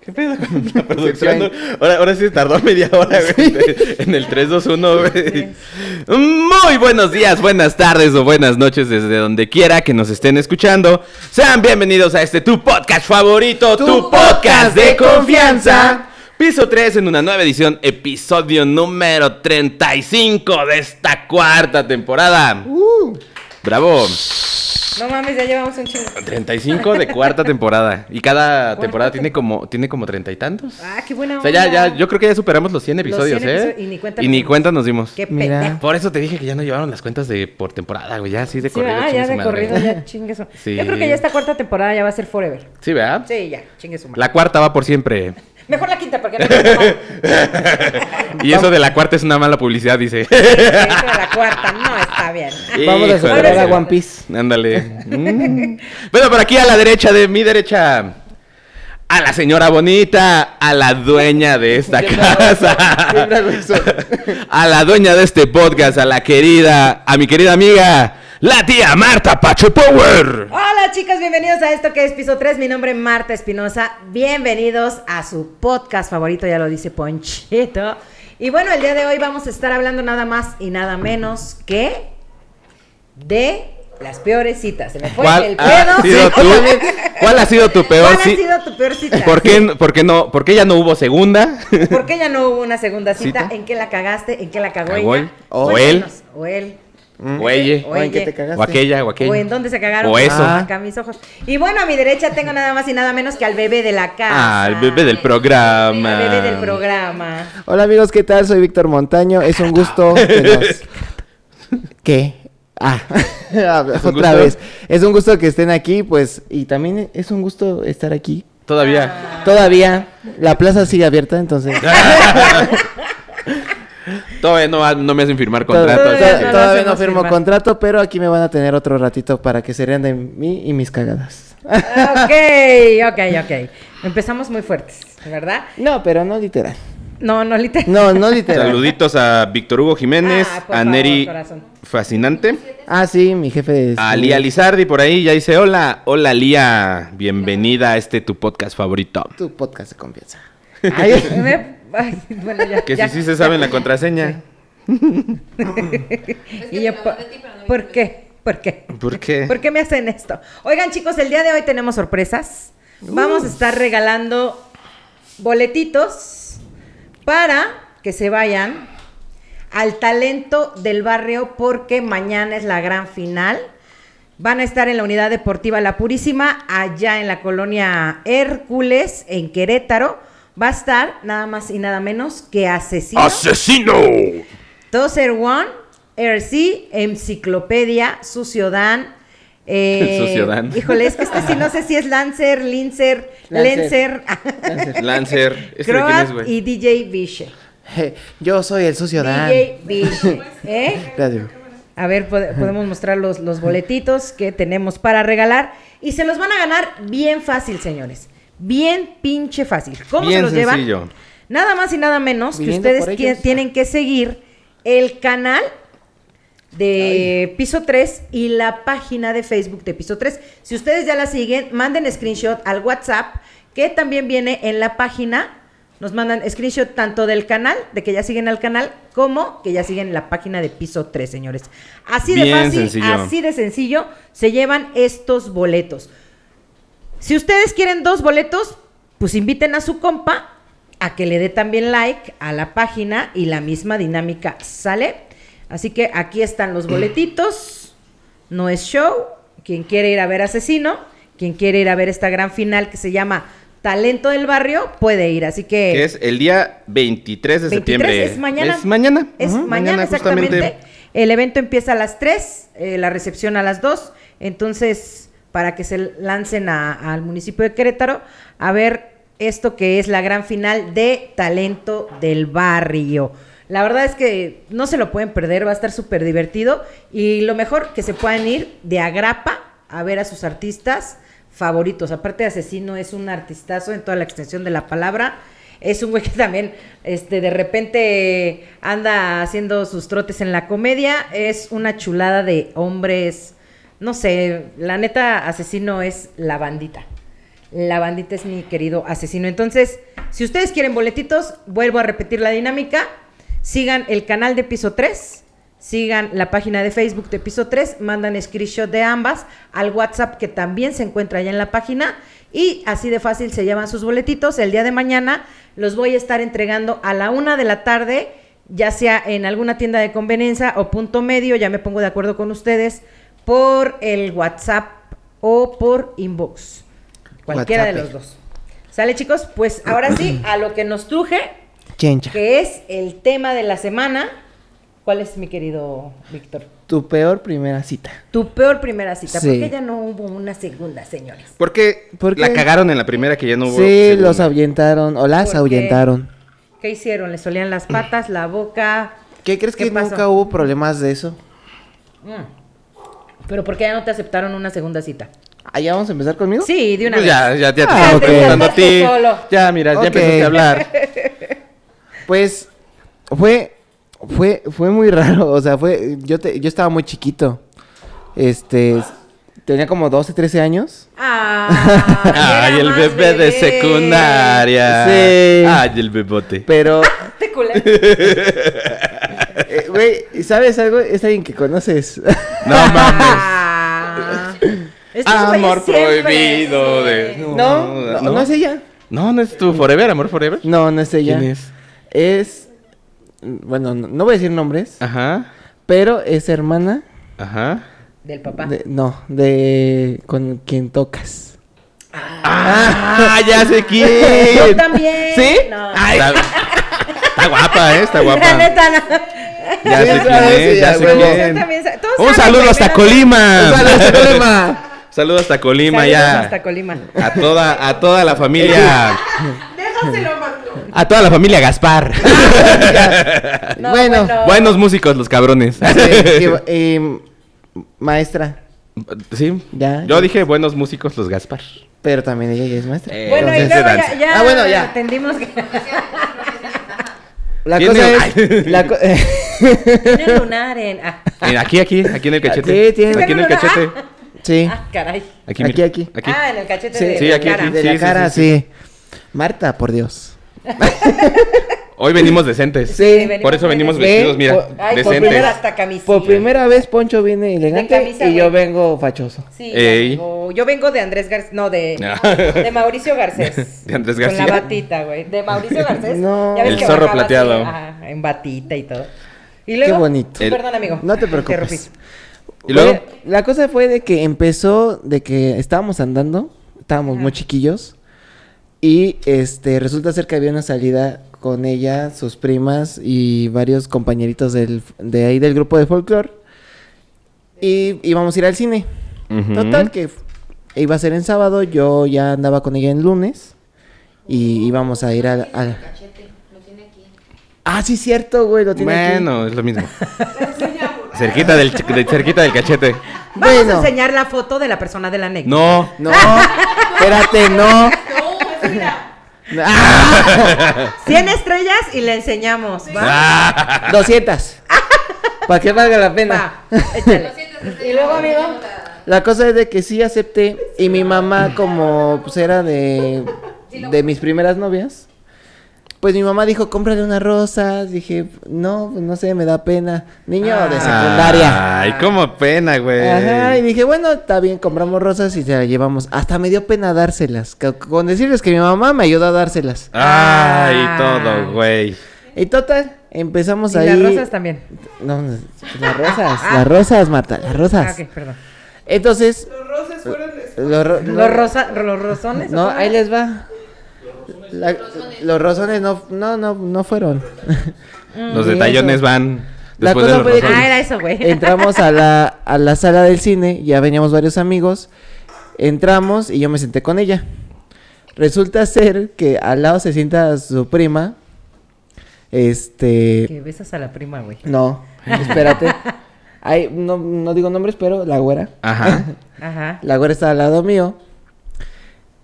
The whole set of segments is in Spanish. ¿Qué pedo con la producción? Ahora, ahora sí tardó media hora, güey. En el 321, güey. Muy buenos días, buenas tardes o buenas noches desde donde quiera que nos estén escuchando. Sean bienvenidos a este tu podcast favorito, tu, podcast de confianza. Piso 3 en una nueva edición, episodio número 35 de esta cuarta temporada. Uh. Bravo. No mames, ya llevamos un chingo. 35 de cuarta temporada. Y cada temporada tiene como tiene como treinta y tantos. Ah, qué buena O sea, ya, ya, yo creo que ya superamos los 100 episodios, 100 ¿eh? episodios, y ni cuenta y ni nos cuenta nos dimos. Qué pendejo. Por eso te dije que ya no llevaron las cuentas de por temporada, güey. Ya así de Sí, corrido. ah, chingue ya su de madre. corrido, ya chingue su- Sí. Yo creo que ya esta cuarta temporada ya va a ser forever. Sí, ¿verdad? Sí, ya, chingue su madre. La cuarta va por siempre. Mejor la quinta, porque no me y eso de la cuarta es una mala publicidad, dice. La cuarta, no está bien. Vamos a Híjole. superar a One Piece. Ándale. Mm. Bueno, por aquí a la derecha de mi derecha. A la señora bonita, a la dueña de esta casa. A la dueña de este podcast, a la querida, a mi querida amiga, la tía Marta Pacho Power. Hola chicos, bienvenidos a esto que es Piso 3. Mi nombre es Marta Espinosa. Bienvenidos a su podcast favorito, ya lo dice Ponchito. Y bueno, el día de hoy vamos a estar hablando nada más y nada menos que de las peores citas. Se me fue el ¿Cuál ha pedo. sido tu, cuál ha sido tu peor ¿Cuál ha ci- sido tu peor cita? ¿Por qué, por qué no, por qué ya no hubo segunda? ¿Por qué ya no hubo una segunda cita? ¿Cita? ¿En qué la cagaste? ¿En qué la cagó Cagó ella? él. O Cuéntanos. O él. O ella, O Mm. en qué te o aquella, o aquella. O en dónde se cagaron. O eso. Ah, Acá mis ojos. Y bueno, a mi derecha tengo nada más y nada menos que al bebé de la casa. Ah, el bebé del programa. Al bebé del programa. Hola amigos, ¿qué tal? Soy Víctor Montaño. Es un gusto que nos- ¿Qué? Ah, pues, un otra gusto? vez. Es un gusto que estén aquí, pues, y también es un gusto estar aquí. Todavía. Todavía la plaza sigue abierta, entonces. Ah, Todavía no, ha- no me hacen firmar to- to- contrato. así Todavía que- no. todavía hacemos no firmo firmar. contrato, pero aquí me van a tener otro ratito para que se rían de mí y mis cagadas. Ok, ok, ok. Empezamos muy fuertes, ¿verdad? No, pero no literal. No, no, literal. No, no literal. Saluditos a Víctor Hugo Jiménez, Ah, por a favor, Neri corazón. Fascinante, Ah, sí, mi jefe es... a Ah, Lía Lizardi por ahí, ya dice hola, hola Lía, bienvenida a este tu podcast favorito. Tu podcast de confianza. Me- ay, bueno, ya, Que ya. si sí se saben la contraseña. Y yo, ¿por, ¿por qué? ¿Por qué? ¿Por qué? ¿Por qué me hacen esto? Oigan, chicos, el día de hoy tenemos sorpresas. Vamos a estar regalando boletitos para que se vayan al talento del barrio porque mañana es la gran final. Van a estar en la unidad deportiva La Purísima, allá en la colonia Hércules, en Querétaro. Va a estar nada más y nada menos que Asesino. ¡Asesino! Toser One, RC, Enciclopedia, Suciodan. Eh, Suciodan. Híjole, es que este sí no sé si es Lancer, Lincer, Lencer, Lancer. Lancer. ¿Este de ¿Este quién Croat es, y güey? DJ Vishe. Yo soy el sucio Dan. DJ Vishe. ¿eh? Radio. A ver, pod- podemos mostrar los, los boletitos que tenemos para regalar. Y se los van a ganar bien fácil, señores. Bien pinche fácil. ¿Cómo Bien se los sencillo. llevan? Nada más y nada menos que Viniendo ustedes por tie- ellos. tienen que seguir el canal de Piso 3 y la página de Facebook de Piso 3. Si ustedes ya la siguen, manden screenshot al WhatsApp que también viene en la página. Nos mandan screenshot tanto del canal, de que ya siguen al canal, como que ya siguen la página de Piso 3, señores. Así de Bien fácil, sencillo. así de sencillo, se llevan estos boletos. Si ustedes quieren dos boletos, pues inviten a su compa a que le dé también like a la página y la misma dinámica sale. Así que aquí están los boletitos. No es show. Quien quiere ir a ver Asesino, quien quiere ir a ver esta gran final que se llama Talento del Barrio, puede ir. Así que... Que es el día 23 de 23 septiembre. es mañana. Es mañana. Es Ajá, mañana, exactamente. El evento empieza a las 3, eh, la recepción a las 2. Entonces, para que se lancen a- al municipio de Querétaro a ver esto que es la gran final de Talento del Barrio. La verdad es que no se lo pueden perder, va a estar súper divertido. Y lo mejor que se puedan ir de agrapa a ver a sus artistas favoritos. Aparte de asesino, es un artistazo en toda la extensión de la palabra. Es un güey que también, este, de repente anda haciendo sus trotes en la comedia. Es una chulada de hombres. No sé, la neta, asesino es la bandita. La bandita es mi querido asesino. Entonces, si ustedes quieren boletitos, vuelvo a repetir la dinámica. Sigan el canal de piso 3, sigan la página de Facebook de piso 3, mandan screenshot de ambas al WhatsApp que también se encuentra allá en la página. Y así de fácil se llevan sus boletitos. El día de mañana los voy a estar entregando a la una de la tarde, ya sea en alguna tienda de conveniencia o punto medio. Ya me pongo de acuerdo con ustedes por el WhatsApp o por inbox. Cualquiera de los WhatsApp. dos. ¿Sale, chicos? Pues ahora sí, a lo que nos truje, Chencha. que es el tema de la semana. ¿Cuál es, mi querido Víctor? Tu peor primera cita. Tu peor primera cita. Sí. ¿Por qué ya no hubo una segunda, señores? Porque ¿Por la qué? cagaron en la primera que ya no hubo. sí, segunda. los ahuyentaron o las ¿Por qué? ahuyentaron. ¿Qué hicieron? ¿Les olían las patas, la boca? ¿Qué crees ¿Qué que pasó? nunca hubo problemas de eso? ¿Pero por qué ya no te aceptaron una segunda cita? Allá vamos a empezar conmigo. Sí, de una Pues vez. ya, ya, ya te Ah, estamos ok. preguntando a ti. Tú solo. Ya, mira, Ok. ya empezaste a hablar. Pues fue fue fue muy raro, o sea, fue yo te, yo estaba muy chiquito. Este tenía como 12, 13 años. Ah, era Ay, el más bebé de secundaria. Sí. Ay, el bebote. Pero Te culé. eh, güey, ¿sabes algo? Es alguien que conoces. No mames. Ah. Estos Amor güeyes siempre- prohibido Sí. de. No, no, no es ella. No, no es tu Forever, amor Forever. No, no es ella. ¿Quién es? Es bueno, no, no voy a decir nombres, Ajá. pero es hermana Ajá. Del papá. de- no, de con quien tocas. Ah, ya sé quién. Yo también. ¿Sí? No. Ay. Está, está guapa, ¿eh? Está La guapa. neta, no. Ya sé Sí, quién sí, es, ya sí, sé a huevo. Yo quién. también sa- todos Un saben saludo primero hasta de- Colima. problema. Saludo hasta Colima Saludos ya. hasta Colima. A toda, a toda la familia. Déjaselo, Marco. A toda la familia Gaspar. No, bueno, bueno. Buenos músicos, los cabrones. sí, y- y eh, em, maestra, Sí. Ya. Yo dije buenos músicos, los Gaspar. pero también ella ya es maestra. Eh, Bueno, y Entonces, luego ya, danza. ya Ah, bueno, ya. entendimos que La Tiene- cosa es. Ay. La co- tiene lunar en. Ah, Mira, aquí, aquí, aquí en el cachete. Sí, tiene- Aquí en el Tiene lunar. cachete. sí. ah, caray. Aquí, mira. Aquí, aquí. Aquí. Ah, en el cachete Sí. de Sí, la aquí, cara. aquí. De Sí, la sí, cara, sí, sí, Marta, por Dios. Hoy venimos decentes. Sí. venimos Por eso venimos vestidos, decentes. mira, Ve, Ay, por decentes. primera hasta camisilla. Por primera vez Poncho viene elegante camisa, y güey. yo vengo fachoso. Sí, Ey. amigo. yo vengo de Andrés Garcés, no, de, No. de Mauricio Garcés. De Andrés Con la García. batita, güey. De Mauricio Garcés. No. El zorro bajaba así, plateado. ajá, en batita y todo. Y luego, Qué bonito. Sí, Perdón, amigo. No te me interrumpí. preocupes. Y luego, Oye, la cosa fue de que empezó, de que estábamos andando, estábamos muy chiquillos, y este resulta ser que había una salida con ella, sus primas y varios compañeritos del, de ahí del grupo de folclore, y íbamos a ir al cine. Ujú. Total, que iba a ser en sábado, yo ya andaba con ella en lunes, y íbamos a ir al... al- Ah, sí, cierto, güey, lo tiene aquí. bueno, es lo mismo. cerquita del, ch- de- cerquita del cachete. Vamos Bueno. a enseñar la foto de la persona de la anécdota. No. No, espérate, no. pues, Ah, 100 estrellas y le enseñamos. ¿va? Ah, 200. Para que valga la pena. Va, échale. Y luego, amigo. La cosa es de que sí acepté y mi mamá como pues era de de mis primeras novias, pues mi mamá dijo, "Cómprale unas rosas." Dije, "No, pues, no sé, me da pena." Niño Ah. de secundaria. Ay, cómo pena, güey. Ajá, y dije, bueno, está bien, compramos rosas y se las llevamos. Hasta me dio pena dárselas. ca- Con decirles que mi mamá me ayudó a dárselas. Ay, Ah. todo, güey. Y total, empezamos Y ahí. las rosas también. No, no, las rosas, las rosas, Marta, las Ah, rosas. ok, perdón. Entonces. Los rosas fueron. ¿Los, rosa, los rosones? No, ¿o cómo ahí era? les va. La- los rosones no, no, no, no fueron. Los Y detallones eso. van La después de cosa los fue de que- rosones. Ah, era eso, güey. Entramos a la, a la sala del cine, ya veníamos varios amigos. Entramos y yo me senté con ella. Resulta ser que al lado se sienta su prima. Este. Que besas a la prima, güey. No, espérate. Ay, no, no digo nombres, pero la güera. Ajá. Ajá. La güera está al lado mío.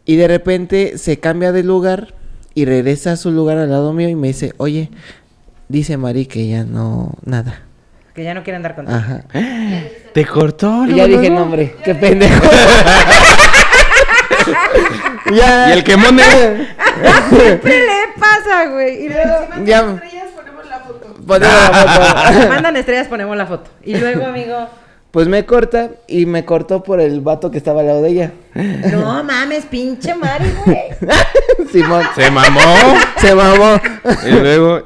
Y de repente se cambia de lugar y regresa a su lugar al lado mío y me dice, oye, dice Mari que ya no, nada. Que ya no quiere andar contigo. Ajá. ¿Eh? Te cortó. Y ya dije nombre, Ah. qué pendejo. ya, ¿Y el quemón era? ¿Qué le pasa, güey? Y luego... ya ponemos la foto. ponía la foto. Mandan estrellas, ponemos la foto. Y luego, amigo, Pues me corta y me cortó por el vato que estaba al lado de ella. ¿Eh? no mames, pinche Mari, güey. Simón. ¿Eh? Se mamó. Se mamó. Y luego.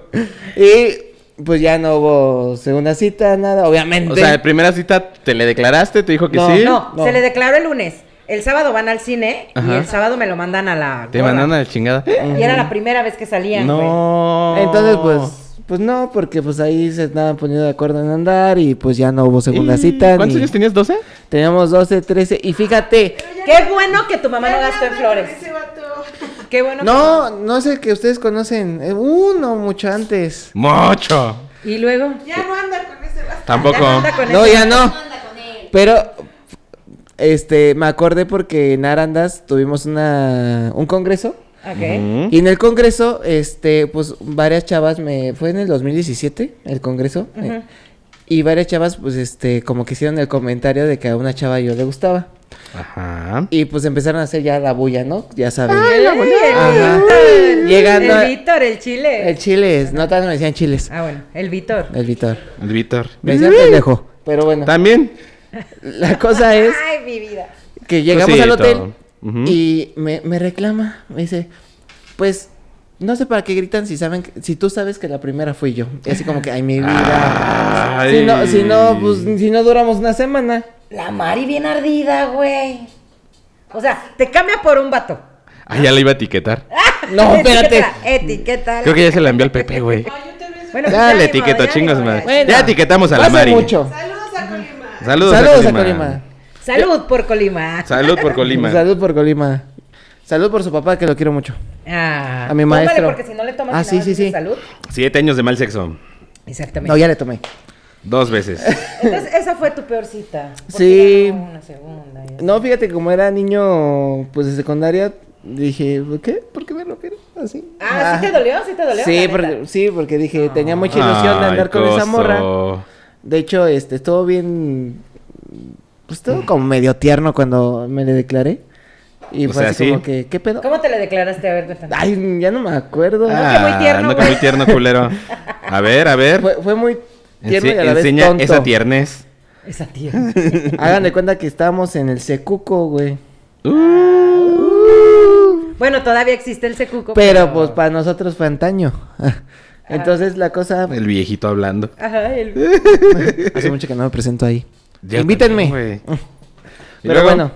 Y pues ya no hubo segunda cita, nada, obviamente. O sea, en primera cita te le declaraste, te dijo que No, sí. No, No. se le declaró el lunes. El sábado van al cine y Ajá. el sábado me lo mandan a la. Te gorda. mandaron a la chingada. Y era la primera vez que salían. güey. No. Entonces, pues, pues no, porque pues ahí se estaban poniendo de acuerdo en andar y pues ya no hubo segunda ¿Y cita. Mm. ¿Cuántos ni- años tenías? ¿12? Teníamos 12, 13 y fíjate, Qué bueno que tu mamá no Ya gastó en nada con flores. ese vato. Qué bueno. no, no sé que ustedes conocen, eh, uno mucho antes. Mucho. que- Y luego. Ya no anda con ese vato. Ya no Tampoco. anda con No, eso. ya no. Pero este me acordé porque en Arandas tuvimos una un congreso Ok. Y en el congreso, este, pues varias chavas me. Fue en el 2017, el congreso. eh, y varias chavas, pues, este, como que hicieron el comentario de que a una chava yo le gustaba. Ajá. Y pues empezaron a hacer ya la bulla, ¿no? Ya saben. Ajá. Llegando a- El Víctor, el chile. El chiles, no tanto me decían chiles. Ah, bueno, el Víctor. El Vitor. El Víctor. Me decían pendejo. Pero bueno, También. la cosa es Ay, mi vida. que llegamos Pues sí, al hotel todo. Ujú. y me, me reclama. Me dice, pues. No sé para qué gritan si saben, que- si tú sabes que la primera fui yo. Y así como que, ay, mi vida. Si no, si no, pues, si no duramos una semana. La Mari bien ardida, güey. O sea, te cambia por un vato. Ah, ya la iba a etiquetar. No, espérate. Etiquétala, Etiquétala. Creo que ya se la envió al Pepe, güey. Ay, yo también soy- Bueno, pues Ya ni le modo, etiquetó, ya chingos ni modo. madre. Bueno, ya etiquetamos a la pasa Mari. mucho. Saludos a Colima. Saludos, Saludos a a Colima. Colima. Salud por Colima. Salud por Colima. Salud por Colima. Salud por su papá, que lo quiero mucho. Ah, A mi tómale, maestro. porque si no le tomas Ah, y nada sí, más sí, dices sí. salud. Siete años de mal sexo. Exactamente. No, ya le tomé. Dos veces. Entonces, esa fue tu peor cita. porque Sí. ya no hubo Una segunda. ya. No, fíjate, como era niño, pues, de secundaria, dije, ¿por qué? ¿por qué me rompieron así? Ah, ¿sí te dolió? ¿Sí te dolió? Sí, La porque, neta. sí, porque dije, tenía mucha ilusión de andar Ay, con esa coso. morra. De hecho, este, estuvo bien, pues, estuvo como medio tierno cuando me le declaré. Y O fue sea, así sí. como que, ¿qué pedo? ¿Cómo te le declaraste? A ver, cuéntame. Ay, ya no me acuerdo. Ah. que muy tierno, no que muy güey. tierno, culero. A ver, a ver. Fue, fue muy tierno Ense- y a la vez enseña tonto. esa tiernez. Esa tía. Hagan de cuenta que estábamos en el Secuco, güey. uh. bueno, todavía existe el secuco. Pero pues para nosotros fue antaño. Ah. Entonces la cosa... El viejito hablando. Ajá, el... Hace mucho que no me presento ahí. Ya Invítenme. también, güey. ¿Y Pero luego? bueno,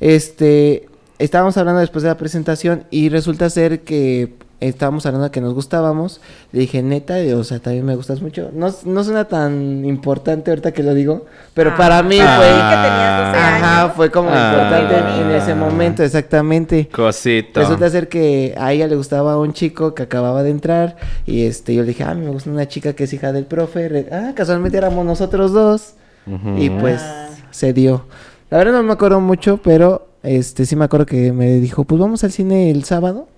este... Estábamos hablando después de la presentación y resulta ser que estábamos hablando de que nos gustábamos. Le dije, neta, o sea, también me gustas mucho. No, no suena tan importante ahorita que lo digo, pero Ah. para mí Ah. fue... que tenías 12 Ajá, años. fue como Ah. importante en ese momento, exactamente. Cosito. Resulta ser que a ella le gustaba un chico que acababa de entrar y este yo le dije, ah, me gusta una chica que es hija del profe. Re- Ah, casualmente éramos nosotros dos. Y pues se dio. La verdad no me acuerdo mucho, pero este sí me acuerdo que me dijo, pues vamos al cine el sábado.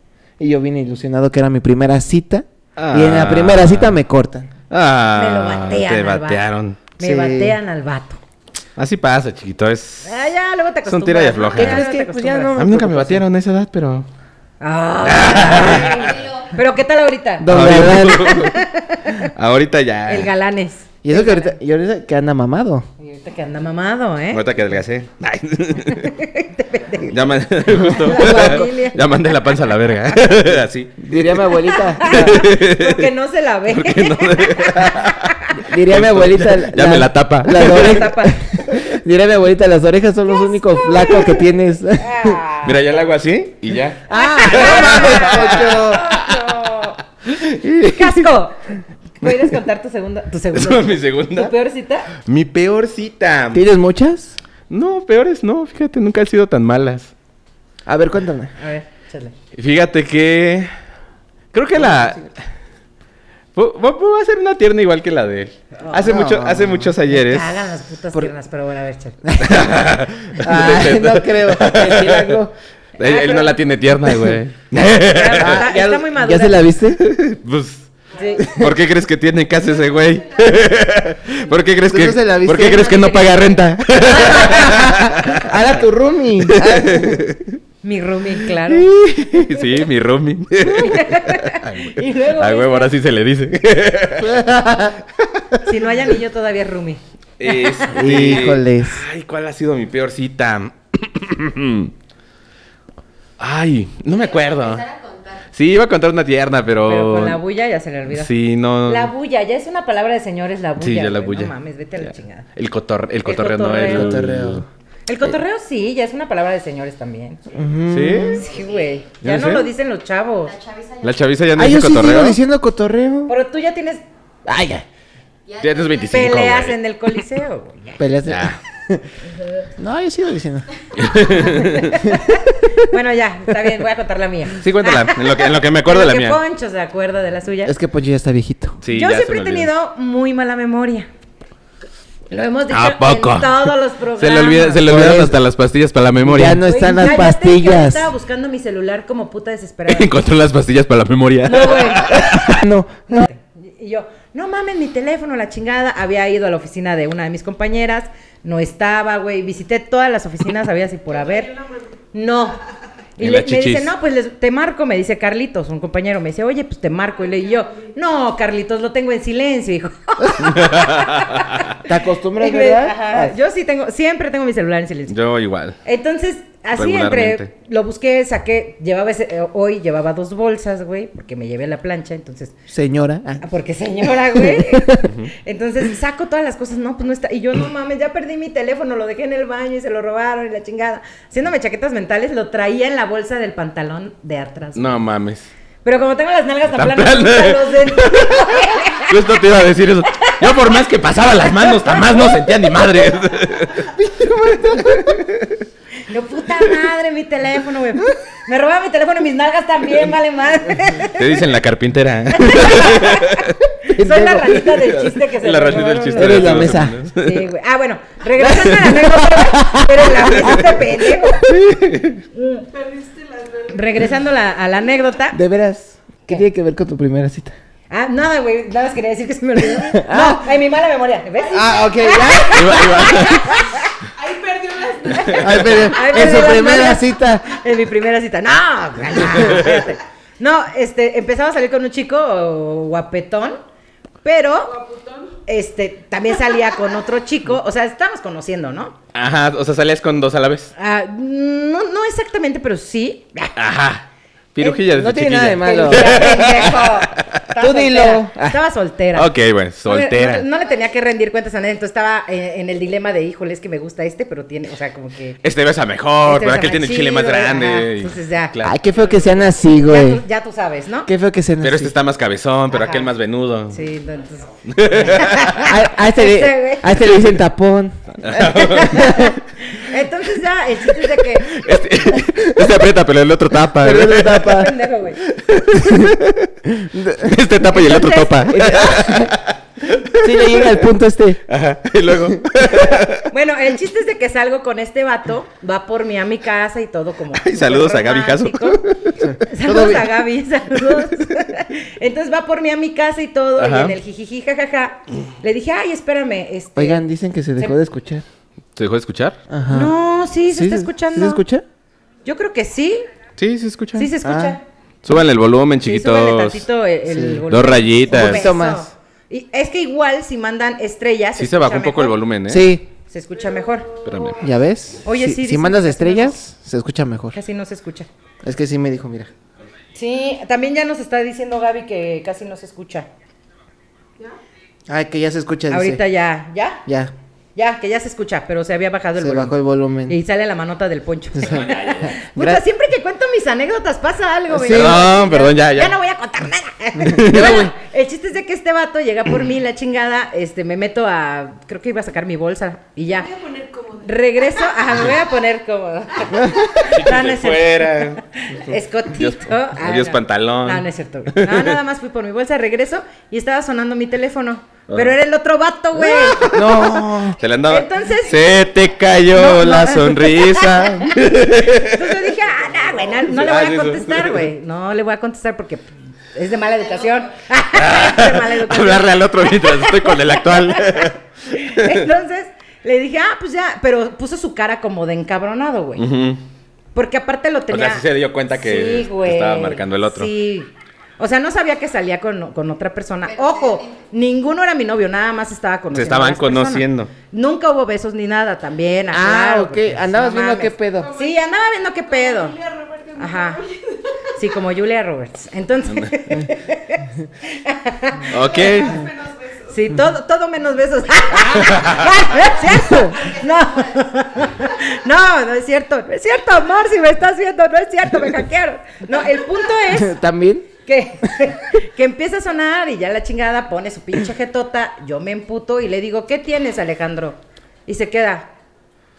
Y yo vine ilusionado que era mi primera cita. Y en la Ah. primera cita me cortan. Ah, Me lo batean. Te al vato. batearon. Me Sí. batean al vato. Así pasa, chiquito. Es... Ah, ya, luego te acostumbras. Es un tira y afloja. ¿no? ¿Qué Ya crees no que, te pues, ya acostumbras. no- A mí nunca me batearon a esa edad, pero... Ay. Pero ¿qué tal ahorita? Don Ay, Galán. Ahorita ya. El galanes. Y eso que ahorita, y ahorita que anda mamado. Y ahorita que anda mamado, ¿eh? Ahorita que adelgacé. Ay. ya, man- justo. La familia. ya mandé la panza a la verga. ¿eh? Así. Diría mi abuelita. Porque no se la ve. Porque no- Diría mi abuelita. Ya- ya me la tapa. las Me la orejas- tapa. Diría mi abuelita, las orejas son los únicos flacos que tienes. Mira, ya la hago así y ya. ¡Ah! ¡Casco! ¿Puedes contar tu segunda? ¿Tu segunda? Mi ¿Tu segunda. peor cita? Mi peor cita. ¿Tienes muchas? No, peores no. Fíjate, nunca han sido tan malas. A ver, cuéntame. A ver, chale. Fíjate que. Creo que la. Voy voy a hacer una tierna igual que la de él. Hace, mucho, hace muchos ayeres. Hagan las putas piernas, pero bueno, a ver, chale. Ay, no creo. que sí la hago. Él, él no la tiene tierna, güey. Ah, Está, ¿Ya- está muy madura. ¿Ya se la viste? Pues, Sí. ¿Por qué crees que tiene casa ese güey? ¿Por qué crees ¿Tú que, no se la viste? ¿por qué crees que no paga renta? Ahora tu roomie. Mi roomie, claro. sí, mi roomie. Y luego, A huevo, ahora sí se le dice. si no hay anillo, todavía es roomie. Este- Híjoles. Ay, ¿cuál ha sido mi peor cita? Ay, no me acuerdo. Sí, iba a contar una tierna, pero. Pero con la bulla ya se le olvidó. Oh. Sí, no. La bulla, ya es una palabra de señores, la bulla. Sí, ya la güey, bulla. No mames, vete a la Ya. chingada. El, cotor... el cotorreo, no cotorreo. el El cotorreo. El cotorreo sí, ya es una palabra de señores también. ¿Sí? Sí, güey. Mm. Ya Ya no sé. lo dicen los chavos. La chaviza ya no Ah, yo dice sí sigo cotorreo. diciendo cotorreo. Pero tú ya tienes Ay, ya. Ya tienes 25. peleas güey. en el coliseo. güey. Ya. Peleas. Ya. No, yo sigo diciendo. Bueno, ya, está bien, voy a contar la mía. Sí, cuéntala. En lo que, en lo que me acuerdo de En la lo que mía. Poncho se acuerda de la suya. Es que Poncho ya está viejito. Sí, Yo ya se siempre he me olvidó. tenido muy mala memoria. Lo hemos dicho ¿A poco? en todos los programas. Se le, olvida, se le Por olvidaron eso. hasta las pastillas para la memoria. Ya no Güey, están las cállate, que ahorita pastillas. Estaba buscando mi celular como puta desesperada. Encontró las pastillas para la memoria. No, güey. No. Y yo, no mames, mi teléfono, la chingada. Había ido a la oficina de una de mis compañeras, no estaba, güey. Visité todas las oficinas, había así por haber. No. Y En le- las me dice, chichis. no, pues les- te marco, me dice Carlitos, un compañero. Me dice, oye, pues te marco. Y le y yo, no, Carlitos, lo tengo en silencio, hijo. ¿Te acostumbras, Y me- ajá, verdad? Ah, Yo sí tengo, siempre tengo mi celular en silencio. Yo igual. Entonces, así entre Regularmente. lo busqué, saqué, llevaba ese- eh, hoy llevaba dos bolsas, güey, porque me llevé la plancha, entonces, Señora. Ah. ah, porque señora, güey. entonces, saco todas las cosas, no, pues no está, y yo no mames, ya perdí mi teléfono, lo dejé en el baño y se lo robaron y la chingada. Haciéndome chaquetas mentales, lo traía en la bolsa del pantalón de atrás. No mames. Pero como tengo las nalgas tan Tan planas, plana. nunca los sentí. Justo te iba a decir eso. Yo por más que pasaba las manos, jamás no sentía ni madre. No, puta madre, mi teléfono, güey. Me robaba mi teléfono y mis nalgas también, vale madre. Te dicen la carpintera. ¿eh? Soy la ranita del chiste Este que se La me ranita del robaron, chiste. güey. Eres la Hace dos mesa. semanas. Sí, güey. Ah, bueno, regresando a la anécdota, pero la mesa este pendejo. Perdiste las nalgas. Regresando la- a la anécdota. De veras. ¿Qué ¿Qué? tiene que ver con tu primera cita? Ah, nada, güey, nada más quería decir que se me olvidó. Ah. No, en mi mala memoria, ¿ves? Ah, ok, ya. Iba- iba- Ahí perdió las nalgas. Ay, pero Ay, en pero su las primera malas- cita. En mi primera cita. No, ojalá, fíjate. No, este, empezaba a salir con un chico oh, guapetón, pero este, también salía con otro chico, o sea, estábamos conociendo, ¿no? Ajá, o sea, salías con dos a la vez. Ah, no, no exactamente, pero sí. Ajá. Pirujilla desde No tiene nada de chiquilla. malo. Ya, pendejo. Estaba Tú dilo. soltera. Estaba soltera. Ok, bueno, soltera. No, le- no le tenía que rendir cuentas a nadie, entonces estaba eh, en el dilema de, híjole, es que me gusta este, pero tiene, o sea, como que... Este besa mejor, Este pero besa aquel más tiene el chile más chido, ajá, grande. y- entonces ya. Claro. Ay, qué feo que sean así, Ya güey. tú, ya tú sabes, ¿no? Qué feo que sean Pero así. este está más cabezón, pero Ajá. aquel más venudo. Sí, no, entonces... A, a este Este, le, güey. a este le dicen tapón. entonces ya, el chiste es de que... Este, este aprieta, pero el otro tapa. Pero le tapa. Pendejo, güey. Este tapa y el otro topa. Sí le llega el punto este. Ajá. Y luego. Bueno, el chiste es de que salgo con este vato, va por mí a mi casa y todo como. Ay, saludos a Gaby Jasso. romántico. Saludos a Gaby, saludos. Entonces va por mí a mi casa y todo, Ajá. y en el jijiji, jajaja. Le dije, ay, espérame, este. Oigan, dicen que se dejó de escuchar. ¿Te dejó de escuchar? Ajá. No, sí, se ¿Sí está se- escuchando. ¿Sí se escucha? Yo creo que sí, Sí, sí escucha. sí se escucha. Súbanle el volumen, Sí, chiquitos. súbele tantito el, el Sí. volumen. Dos rayitas. Un poquito beso. más. Y es que igual si mandan estrellas. Sí se bajó escucha un poco el mejor. volumen, ¿eh? Sí. Se escucha mejor. Espérame. ¿Ya ves? Oye, Si- sí, Si dicen mandas que es estrellas, se escucha mejor. Casi no se escucha. Es que sí me dijo, mira. Sí, también ya nos está diciendo Gaby que casi no se escucha. Ay, que ya se escucha. dice. Ahorita ya, ya, Ya. ya, que ya se escucha, pero se había bajado el Se volumen. bajó el volumen. Y sale la manota del poncho. Puta, Gra- siempre que cuento mis anécdotas pasa algo, güey. Sí. No, perdón, ya, ya. Ya no voy a contar nada. Bueno, el chiste es de que este vato llega por mí, la chingada, este, me meto a, creo que iba a sacar mi bolsa y ya. Voy a poner cómoda. Regreso. Ajá, me voy a poner cómodo. No, no es cierto. fuera. Escotito. Adiós- Ah, adiós pantalón. No, no es cierto. güey. No, nada más fui por mi bolsa, regreso y estaba sonando mi teléfono. Pero Ah. era el otro vato, güey. No. Se le andaba. Entonces- Se te cayó No, no. la sonrisa. Entonces yo dije, ah, no, güey, no, no le Ah, sí, voy a sí. contestar, güey. No le voy a contestar porque es de mala educación. es de mala educación. Ah, Hablarle al otro mientras estoy con el actual. Entonces le dije, ah, pues ya, pero puso su cara como de encabronado, güey. Ujú. Porque aparte lo tenía. sí se dio cuenta que Sí, te güey. estaba marcando el otro. Sí. O sea, no sabía que salía con, con otra persona. Ojo, ninguno era mi novio, nada más estaba conociendo. estaban a las personas. conociendo. Nunca hubo besos ni nada también. Ah, aclaro, ok. porque, pues, Andabas no viendo mames. qué pedo. Sí, andaba viendo qué pedo. Julia Roberts, ¿no? Ajá. Sí, como Julia Roberts. Entonces, Menos Ok. besos. sí, todo, todo menos besos. Ah, no es cierto. No. no, no es cierto. No es cierto, Mar, si me estás viendo, no es cierto, me hackearon. No, el punto es ¿También? que, que empieza a sonar y ya la chingada pone su pinche jetota, yo me emputo y le digo, ¿qué tienes, Alejandro? Y se queda,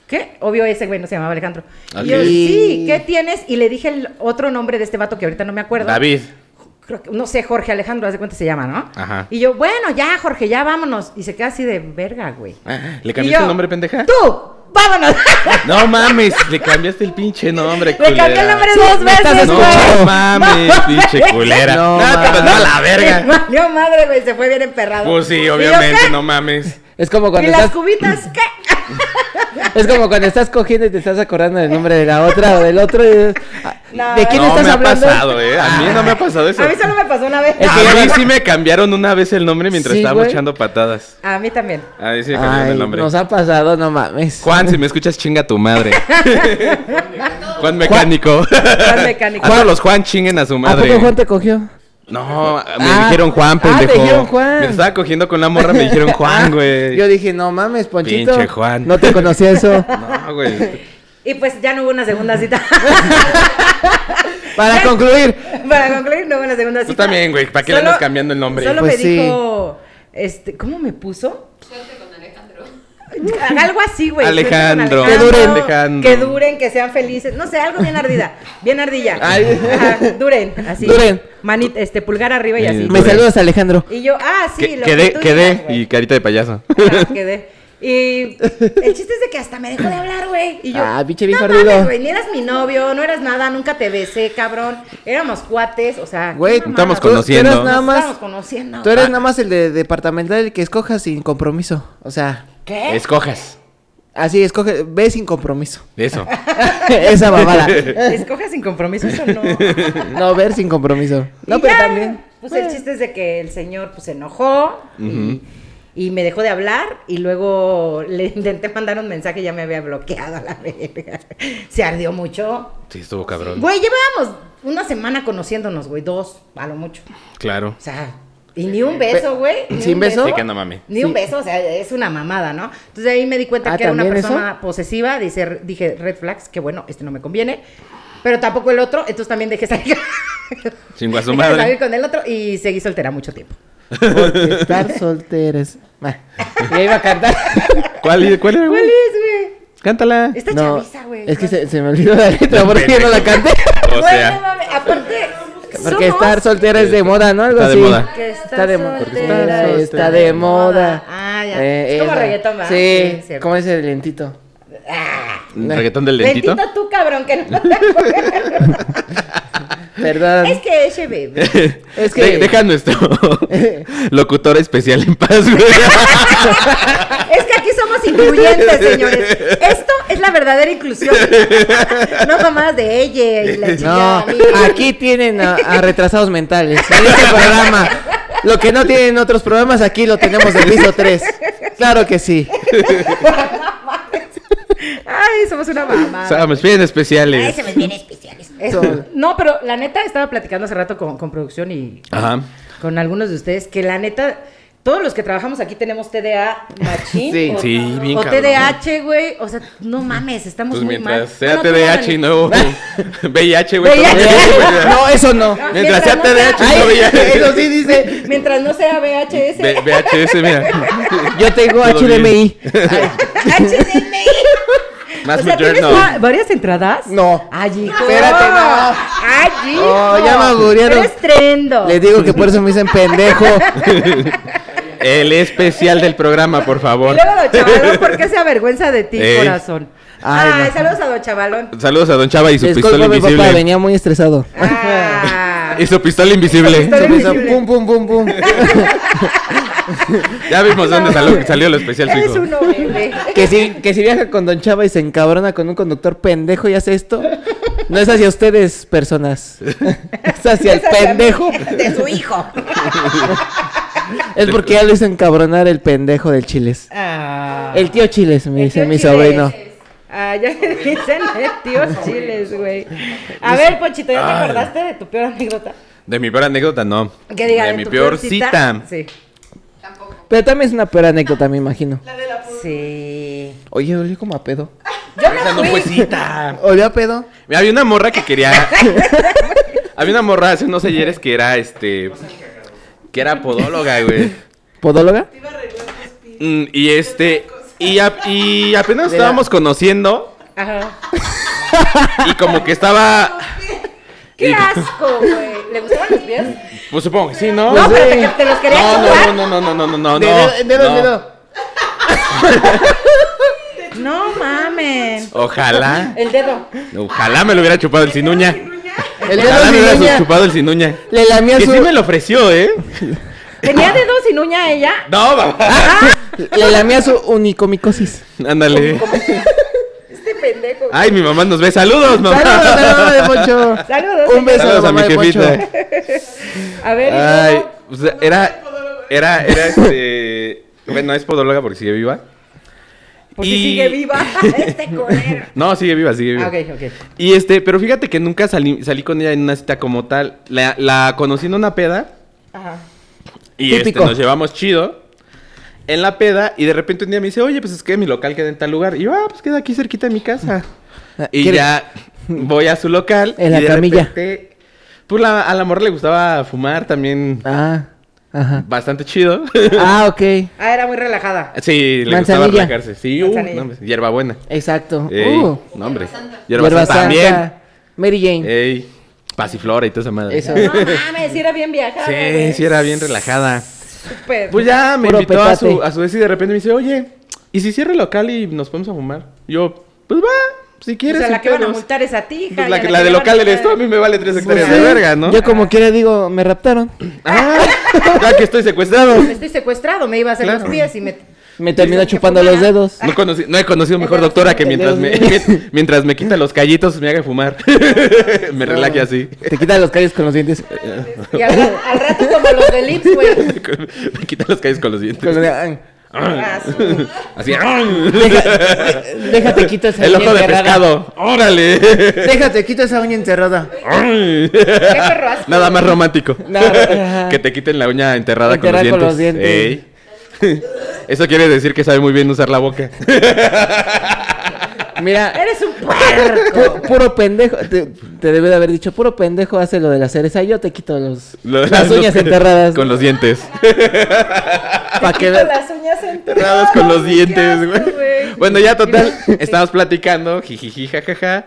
¿qué? Obvio ese güey no se llamaba Alejandro. Y yo, Ok. sí, ¿qué tienes? Y le dije el otro nombre de este vato que ahorita no me acuerdo. David. Creo que, no sé, Jorge Alejandro, haz de cuenta se llama, ¿no? Ajá. Y yo, bueno, ya, Jorge, ya vámonos. Y se queda así de verga, güey. Ah, ¿Le Y cambiaste yo, el nombre, pendeja? ¡Tú! ¡Vámonos! No mames, le cambiaste el pinche nombre, Le culera. cambié el nombre dos me estás veces, No güey. mames, No pinche mames. culera. No No, te mames. mandó a la Sí, verga. valió madre, güey, se fue bien emperrado. Pues sí, Y yo, obviamente, ¿qué? no mames. Es como ¿Y cuando las estás, cubitas qué? es como cuando estás cogiendo y te estás acordando del nombre de la otra o del otro. y- ah, No, ¿De quién no estás me hablando? ha pasado, eh. A mí no me ha pasado eso. A mí solo me pasó una vez. Es que a ya mí me- sí me cambiaron una vez el nombre mientras Ah, Sí, estábamos güey. echando patadas. A mí también. A mí sí me cambiaron Ay, el nombre. nos ha pasado, no mames. Juan, si me escuchas, chinga tu madre. Juan mecánico. Juan mecánico. A todos los Juan chinguen a su ¿A madre. poco Juan te cogió? No, me Ah. dijeron Juan, Ah, te pendejo. dijeron Juan. Ah, Me estaba cogiendo con la morra, me dijeron Juan, güey. Yo dije, no mames, Ponchito. Pinche Juan. No te conocía eso. No, güey. Y pues ya no hubo una segunda cita. Para concluir, Para concluir, no hubo una segunda cita. también, güey, ¿para qué le Solo- andas cambiando el nombre? Solo me Pues sí. dijo. Este, ¿Cómo me puso? Algo así, güey. Alejandro. Suerte con Que duren. Alejandro. Que duren, que sean felices. No sé, algo bien ardida. Bien ardilla. Ay. Ajá, duren, así. Duren. Manit, este, pulgar arriba y Eh, así. me saludas, Alejandro. Y yo, ah, sí, Que- lo que quedé, tú quedé digas, güey. y carita de payaso. Ya, quedé. Y el chiste es de que hasta me dejó de hablar, güey. Y yo, Ah, pinche viejo no mames, ardido". güey, ni eras mi novio, no eras nada, nunca te besé, cabrón. Éramos cuates, o sea, Güey, qué mamada, estamos Tú- tú eras conociendo. Ah. nada Nos más- estábamos conociendo. Tú eres nada más el de departamental el que escojas sin compromiso. O sea, ¿Qué? Escojas. así escoge, ve sin compromiso. Eso. Esa babada. Escoge sin compromiso, eso no. No, ver sin compromiso. No, Y pero ya, también. eh. Pues el chiste es de que el señor pues se enojó y, y me dejó de hablar y luego le intenté mandar un mensaje y ya me había bloqueado a la verga. Se ardió mucho. Sí, estuvo cabrón. Güey, llevábamos una semana conociéndonos, güey, dos, a lo mucho. Claro. O sea, y ni un beso, güey. ni ¿sin un beso? Sí, que no mami. Ni un beso, o sea, es una mamada, ¿no? Entonces ahí me di cuenta Ah, que era una ¿también eso? persona posesiva, dice, dije red flags, que bueno, este no me conviene, pero tampoco el otro, entonces también dejé salir, Chingo a su dejé salir madre. con el otro y seguí soltera mucho tiempo. Porque estar solteres. Ah, Ya iba a cantar. ¿Cuál, cuál era, ¿Cuál güey? es, güey? Cántala. Esta No, chaviza, güey. es que ¿cuál? se, se me olvidó la letra, por eso yo no la canté. O Güey, no sea, mames, aparte, somos- Porque estar soltera es de moda, ¿no? Algo Está de así. moda. Que está Está de moda. soltera, Está, está está de de moda. moda. Ah, ya. Es como esa. reggaetón, ¿verdad? Sí, Eh, Sí, es cierto. Ah. como ese de lentito. reggaetón del lentito. Lentito tú, cabrón, que no te acuerdas. Perdón. Es que ese bebé. Es que- De- deja nuestro locutor especial en paz, güey. Es que aquí somos incluyentes, señores. Esto es la verdadera inclusión. No mamadas de ella y la No, chingada, mira. aquí tienen a, a retrasados mentales. En este programa. Lo que no tienen en otros programas, aquí lo tenemos en piso 3. Claro que sí. Ay, somos una mamada. Somos bien especiales. Es- No, pero la neta estaba platicando hace rato con, con producción y Ajá. con algunos de ustedes que la neta todos los que trabajamos aquí tenemos TDA machín Sí. o, Sí, bien o cabrón. TDH, güey. O sea, no mames, estamos Pues muy mal. Ah, mientras sea No, no, tú TDH y no no. VIH, güey. todo VIH. bien, güey. No, eso no. Mientras sea no TDH y Ay, no eso sí VIH. dice. Mientras no sea VHS. V- VHS, mira. Yo tengo Todo bien. HDMI. HDMI. Mass o sea, ¿tienes Journal. va- varias entradas? No. Ay, hijo. Espérate, no. Ay, hijo. Oh, ya me aburrieron. Eres tremendo. Les digo que por eso me dicen pendejo. El especial del programa, por Y favor. luego Don Chavalón, ¿por qué se avergüenza de ti, Ey. corazón? Ay, Ay, no. saludos a Don Chavalón. Saludos a Don Chava y su pistola Disculpa, mi invisible. papá venía muy estresado. Ah. Y su pistola invisible. Pistola- Se puso invisible. pum, pum, pum, pum. Ya vimos dónde salió, salió el especial, Eres fijo. un horrible. Que si, que si viaja con Don Chava y se encabrona con un conductor pendejo y hace esto, no es hacia ustedes, personas. Es hacia el Es hacia pendejo. mí, De su hijo. Es porque ya lo hizo encabronar el pendejo del Chiles. Ah. El tío Chiles, me El dice tío mi Chiles. sobrino. Ah, ya le dicen eh, tíos chiles, güey. A ver, Ponchito, ¿ya te Ay. acordaste de tu peor anécdota? De mi peor anécdota, no. Que diga, de mi peor cita. Sí. Pero también es una peor anécdota, me imagino. La de la pulga. Sí. Oye, olía como a pedo. Yo Esa no no fue fui. Ah. cita. ¿Olía a pedo? Mira, había una morra que quería. había una morra hace unos ayeres que era este. Que era podóloga, güey. ¿Podóloga? Te iba a arreglar tus pies. Mm, Y este. Y, ap- y apenas De la- estábamos conociendo. Ajá. Y como que estaba. ¡Qué Y- asco, güey! ¿Le gustaban los pies? Pues supongo que sí, ¿no? No, sí. pero te, te los quería chupar. no, no, no, no, no, no, no, no. De- de- dedo, no. dedo. No mamen. Ojalá. El dedo. Ojalá me lo hubiera chupado el sinuña. El dedo Ojalá me sin uña. hubiera chupado el sinuña. Le lamía Que su... sí me lo ofreció, ¿eh? ¿Tenía dedo sin uña ella? No, va. Le lamía su unicomicosis. Ándale. Este pendejo. Ay, mi mamá nos ve. Saludos, mamá. Saludos a la mamá de Poncho. Saludos. Un beso a la Saludos a mi mamá de Poncho. jefita. A ver, Ay, ¿y o sea, era, era, era este. Bueno, es podóloga porque sigue viva. Porque Y- sigue viva este colero. No, sigue viva, sigue viva. Ah, ok, ok. Y este, pero fíjate que nunca salí, salí con ella en una cita como tal. La, la conocí en una peda. Ajá. Y este, Típico. nos llevamos chido. En la peda, y de repente un día me dice, oye, pues es que mi local queda en tal lugar. Y yo, ah, pues queda aquí cerquita de mi casa. Y ¿Quieres- ya voy a su local. Ah, En y la de camilla. repente, pues la- a la morra le gustaba fumar también. Ah, ajá. Bastante chido. Ah, ok. Ah, era muy relajada. Sí, le Manzanilla. gustaba relajarse. Sí, uh, Manzanilla. no, hombre, hierbabuena. Exacto. Ey, Uh, no, hombre. hierba Hierba santa también. Eh, santa, Mary Jane. Ey, pasiflora y toda esa madre. Eso. No mames, sí era bien viajada. Sí, güey. sí, era bien relajada. Súper. Pues ya me Puro invitó a su, petate. a su vez y de repente me dice, oye, ¿y si cierra el local y nos podemos a fumar? Yo, pues va, si O quieres. sea, la sin que van a pedos". multar es a ti, hija, Pues y la, a que- la de van a local eres tú, multar- a mí me vale tres Pues hectáreas sí. de verga, ¿no? Yo como quiera digo, me raptaron. Ah, ya que estoy secuestrado. Me estoy secuestrado, me iba a hacer Claro. los pies y me. Me terminó Dicen que chupando los fumara. dedos. No, conocí- no he conocido mejor doctora que mientras me, mientras me quita los callitos me haga fumar. me relaje así. Te quitan los calles con los dientes. Y al, al rato como los de Lips, güey. me quita los calles con los Con dientes. los- ay. Ah, su- Así. Deja- déjate quito esa El ojo uña de enterrada. pescado. Órale. Déjate, quito esa uña enterrada. perro asco. Nada más romántico. Nada. que te quiten la uña enterrada, Enterrada con los dientes. con los dientes. Ey. Eso quiere decir que sabe muy bien usar la boca. Mira, Eres un puerco. pu- puro pendejo. Te, te debe de haber dicho, puro pendejo hace lo de la cereza. Yo te quito los, Lo- las uñas enterradas. Con los dientes. Para que Con veas. las uñas Enterradas con los Ay, qué asco, dientes, güey. güey. Bueno, ya total, estábamos platicando, jijiji, jajaja.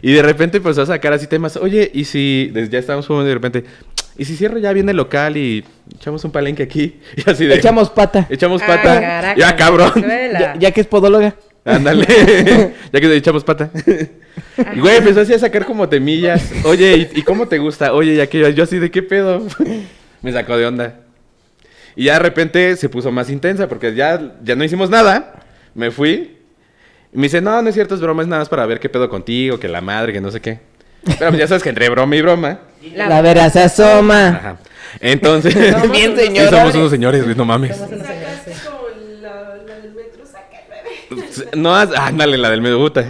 Y de repente empezó a sacar así temas. Oye, y si. desde Ya estábamos fumando y de repente. ¿Y si cierro ya bien el local y echamos un palenque aquí? Y así de. Echamos pata. Echamos Ah, pata. caraca, ya, cabrón. Venezuela. Ya, ya que es podóloga. Ándale. ya que le echamos pata. Y güey, empezó así a sacar como temillas. Oye, ¿y, y cómo te gusta? Oye, ya que yo así de qué pedo. Me sacó de onda. Y ya de repente se puso más intensa porque ya, ya no hicimos nada. Me fui. Y me dice, no, no es cierto, es broma, es nada más para ver qué pedo contigo, que la madre, que no sé qué. Pero pues, ya sabes que entre broma y broma. La- La, vera se Ah. asoma. Ajá. Entonces. Bien, Sí, señora. somos unos señores, güey, no mames. Sacas como la, la del metro, saca el bebé. No, haz- ándale, la del medio puta.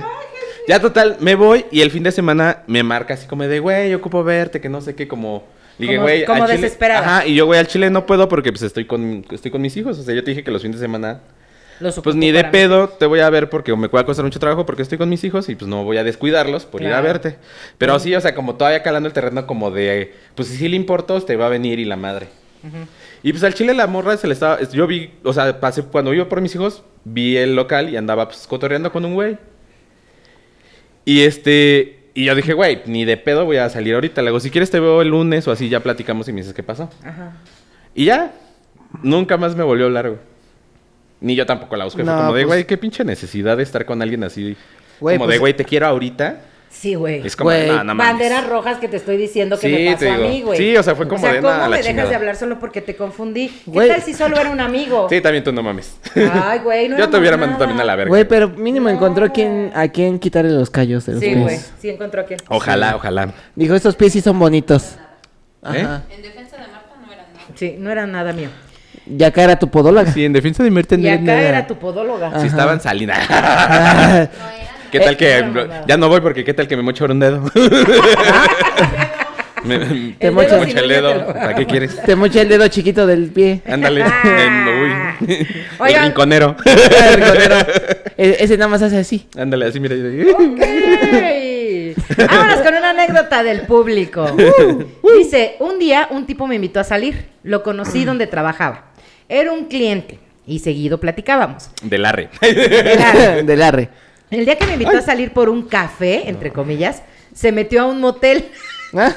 Ya total, me voy y el fin de semana me marca así como de, güey, ocupo verte, que no sé qué, como... Le dije, Como- güey, como al Chile- desesperada. Ajá, y yo, güey, al Chile no puedo porque pues estoy con, estoy con mis hijos. O sea, yo te dije que los fines de semana... Los Pues ocupo ni de para mí. pedo te voy a ver porque me puede costar mucho trabajo porque estoy con mis hijos y pues no voy a descuidarlos por ir a Claro. verte. Pero sí, o sea, como todavía calando el terreno como de, pues si sí le importas, te va a venir y la madre. Y pues al chile la morra se le estaba, es- yo vi, o sea, pasé, cuando iba por mis hijos, vi el local y andaba pues cotorreando con un güey. Y este. Y yo dije, güey, ni de pedo voy a salir ahorita. Le digo, si quieres te veo el lunes o así, ya platicamos y me dices qué pasó. Ajá. Y ya, nunca más me volvió a hablar, güey. Ni yo tampoco la busqué. Fue No, como de, pues- güey, qué pinche necesidad de estar con alguien así. Güey, como pues- de, güey, te quiero ahorita. Sí, güey. Es como, Güey. no, no mames. Banderas rojas que te estoy diciendo que Sí, me te pasó a digo. mí, güey. Sí, o sea, fue como O sea, de, ¿cómo nah, la me dejas de chingada. hablar solo porque te confundí? ¿Qué Güey. tal si solo era un amigo? Sí, también tú no mames. Ay, güey, no yo era te hubiera mamada. mandado también a la verga. Güey, pues, pero mínimo encontró quién, a quién quitarle los callos de los Sí, pies. güey. Sí, encontró a quien. Pues. Ojalá, ojalá. Dijo, estos pies sí son ¿Eh? bonitos. Ajá. En defensa de Marta no era nada. Sí, no era nada mío. Y acá era tu podóloga. Sí, en defensa de Merten Y no es acá nada. era tu podóloga. Si estaban salinas. No Ah. era nada. ¿Qué tal que.? Eh, no, no, no. Ya no voy porque qué tal que me mocho un dedo. me, me El mocha- dedo mocha sin el uña te dedo. lo- ¿Para qué quieres? Te moché el dedo chiquito del pie. Ándale. Ah. Uy. El Oigan. rinconero. El gotero. E- Ese nada más hace así. Ándale, así mira. y- Ok. Vámonos con una anécdota del público. Uh, Dice, un día un tipo me invitó a salir. Lo conocí donde trabajaba. Era un cliente y seguido platicábamos. Del arre. Eh. Era- Del arre. El día que me invitó a salir por un café, entre comillas, se metió a un motel. Ah,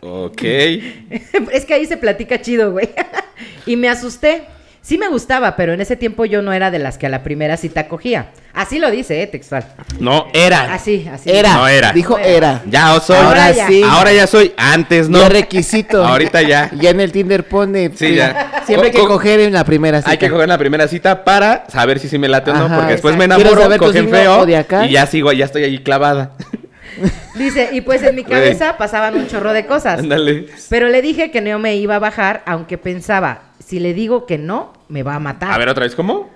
ok. es que ahí se platica chido, güey. y me asusté. Sí me gustaba, pero en ese tiempo yo no era de las que a la primera cita cogía. Así lo dice, eh, textual. No era. Así, así. Era. No era. Dijo era. Ya oh, soy. Ahora ya. sí. Ahora ya soy. Antes no. Ya requisito. Ahorita ya. Ya en el Tinder pone. Sí, ya. Siempre hay que Co- co- coger en la primera cita. Hay que coger en la primera cita para saber si sí me late o no, Ajá. porque después me Exacto. enamoro, ¿Quieres saber tu cogen signo feo zodiacal? y ya sigo, ya estoy ahí clavada. Dice, y pues en mi Güey. cabeza pasaban un chorro de cosas. Ándale. Pero le dije que no me iba a bajar, aunque pensaba, si le digo que no, me va a matar. A ver otra vez, ¿cómo?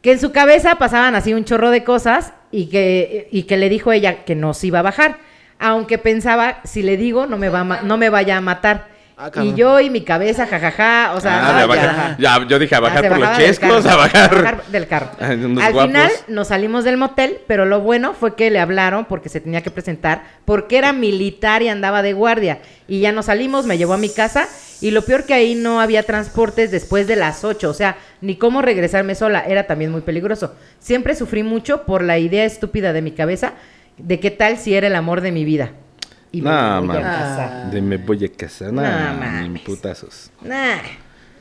Que en su cabeza pasaban así un chorro de cosas y que, y que le dijo ella que no se iba a bajar. Aunque pensaba, si le digo, no me, va a ma- no me vaya a matar. Ah, y cabrón. yo y mi cabeza, jajaja, o sea... Ah, no, de ya, bajar. ajá. Ya, yo dije a bajar Ah, se por los bajaba del chescos, carro, a bajar. del carro. Ay, unos Al guapos. final nos salimos del motel, pero lo bueno fue que le hablaron porque se tenía que presentar, porque era militar y andaba de guardia. Y ya nos salimos, me llevó a mi casa y lo peor que ahí no había transportes después de las 8, o sea, ni cómo regresarme sola, era también muy peligroso. Siempre sufrí mucho por la idea estúpida de mi cabeza de qué tal si era el amor de mi vida. Y me No, volví a casar. mames. De me voy a casar. No, No, ni mames. putazos. Nah.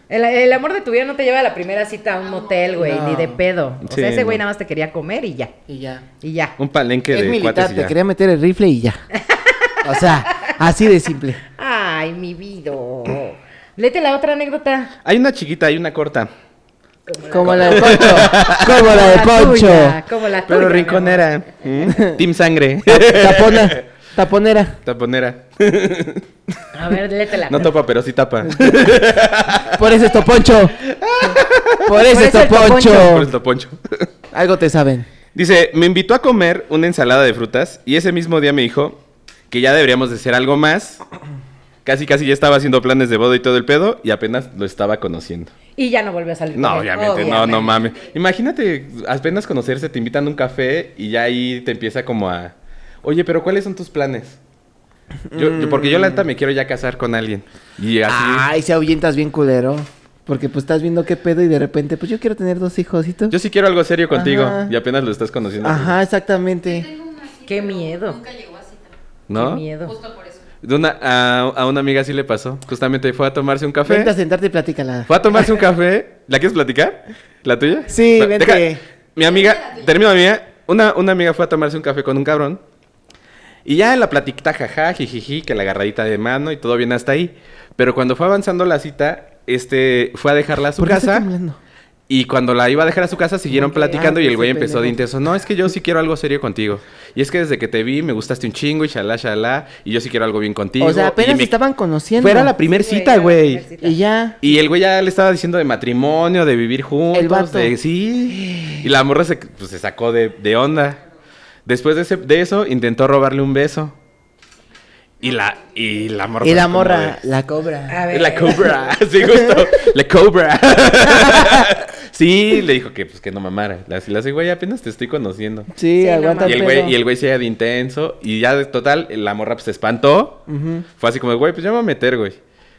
El, el amor de tu vida no te lleva a la primera cita a un motel, güey, No. ni de pedo. O Sí, sea, ese güey no. nada más te quería comer y ya. Y ya. Y ya. Un palenque es de militar, cuates y te ya. quería meter el rifle y ya. O sea, así de simple. Ay, mi vida. Léete la otra anécdota. Hay una chiquita, hay una corta. Como la de Poncho. Como la de Como la tuya, Poncho. Como la Pero tuya, mi amor. rinconera. ¿Mm? Team sangre. Tapona. Taponera. Taponera. A ver, léetela. No topa, pero sí tapa. Por eso esto Poncho. Por eso Por eso esto esto, Por Poncho. esto, Poncho. Algo te saben. Dice, me invitó a comer una ensalada de frutas y ese mismo día me dijo que ya deberíamos de hacer algo más. Casi, casi ya estaba haciendo planes de boda y todo el pedo y apenas lo estaba conociendo. y ya no volvió a salir. con No, él, obviamente, no, no mames. Imagínate, apenas conocerse, te invitan a un café y ya ahí te empieza como a... Oye, pero ¿cuáles son tus planes? Yo, yo- porque yo la neta me quiero ya casar con alguien. Y así... Ay, se ahuyentas bien culero. Porque pues estás viendo qué pedo y de repente, pues yo quiero tener dos hijos y tú. Yo sí quiero algo serio contigo Ajá. y apenas lo estás conociendo. Ajá, exactamente. Tengo una cita, Qué pero miedo. Nunca llegó a cita. Qué ¿No? miedo. Justo por eso. De una, a, a una amiga sí le pasó. Justamente fue a tomarse un café. Vente a sentarte y platícala. Fue a tomarse un café. ¿La quieres platicar? ¿La tuya? Sí, Va, vente. mi amiga, termino amiga. Una, una amiga fue a tomarse un café con un cabrón. Y ya en la platiquita, jaja, jijiji, que la agarradita de mano y todo bien hasta ahí. Pero cuando fue avanzando la cita, este fue a dejarla a su ¿Por qué estás casa. temblando? Y cuando la iba a dejar a su casa, siguieron Ok. platicando Ah, y el ese güey empezó de pendejo. intenso. No, es que yo sí quiero algo serio contigo. Y es que desde que te vi, me gustaste un chingo y shalá, shalá. Y yo sí quiero algo bien contigo. O sea, apenas y me- estaban conociendo. Fuera la primer Sí, güey, cita, era la güey. primer cita. Y ya. Y el güey ya le estaba diciendo de matrimonio, de vivir juntos. El vato. de- sí. Y la morra se, pues, se sacó de, de onda. Después de, ese- de eso, intentó robarle un beso. Y la, y la Ah, morra. Y la como morra, de- la cobra. A ver. La cobra. Sí, justo. La cobra. sí, le dijo que, pues, que no mamara. La, la güey, apenas te estoy conociendo. Sí, Sí, no aguanta Y el el, pedo. güey, y el güey se de intenso. Y ya, de total, la morra pues, se espantó. Ujú. Fue así como, güey, pues ya me voy a meter, güey.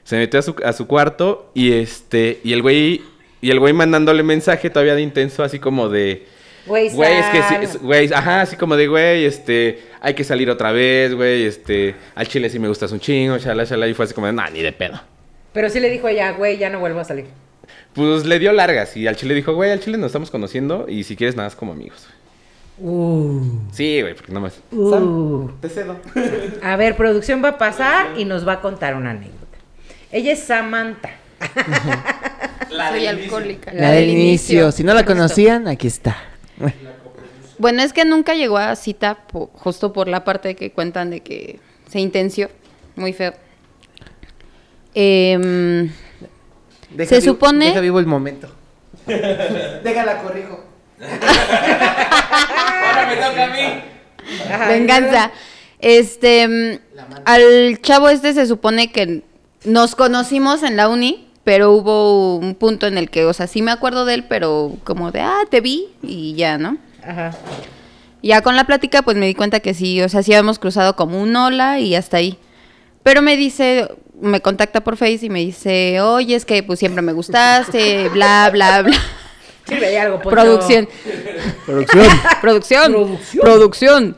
Se metió a su, a su cuarto y este. Y el güey. Y el güey mandándole mensaje todavía de intenso, así como de. Güey, Güey, es que sí, sal. es- güey, ajá, así como de, güey, este, hay que salir otra vez, güey, este, al chile sí me gustas un chingo, shala, shala, y fue así como de, nah, ni de pedo. Pero sí le dijo ella, güey, ya no vuelvo a salir. Pues le dio largas y al chile dijo, güey, al chile nos estamos conociendo y si quieres nada más como amigos. Uh. Sí, güey, porque nada más. Te cedo. A ver, producción va a pasar y nos va a contar una anécdota. Ella es Samantha. Soy alcohólica. La del inicio. Si no la conocían, aquí está. Bueno, es que nunca llegó a cita po- justo por la parte que cuentan de que se intenció. Muy feo. Em, vivo- Se supone- Deja vivo el momento. Déjala, corrijo. Ajá. venganza. Este, mm, al chavo este se supone que nos conocimos en la uni, pero hubo un punto en el que, o sea, sí me acuerdo de él, pero como de, ah, te vi y ya, ¿no? Ajá. Ya con la plática, pues me di cuenta que sí, o sea, sí habíamos cruzado como un hola y hasta ahí. Pero me dice, me contacta por Face y me dice, oye, es que pues siempre me gustaste, bla, bla, bla. Sirve de algo, Poncho. Producción. Producción. Producción. Producción.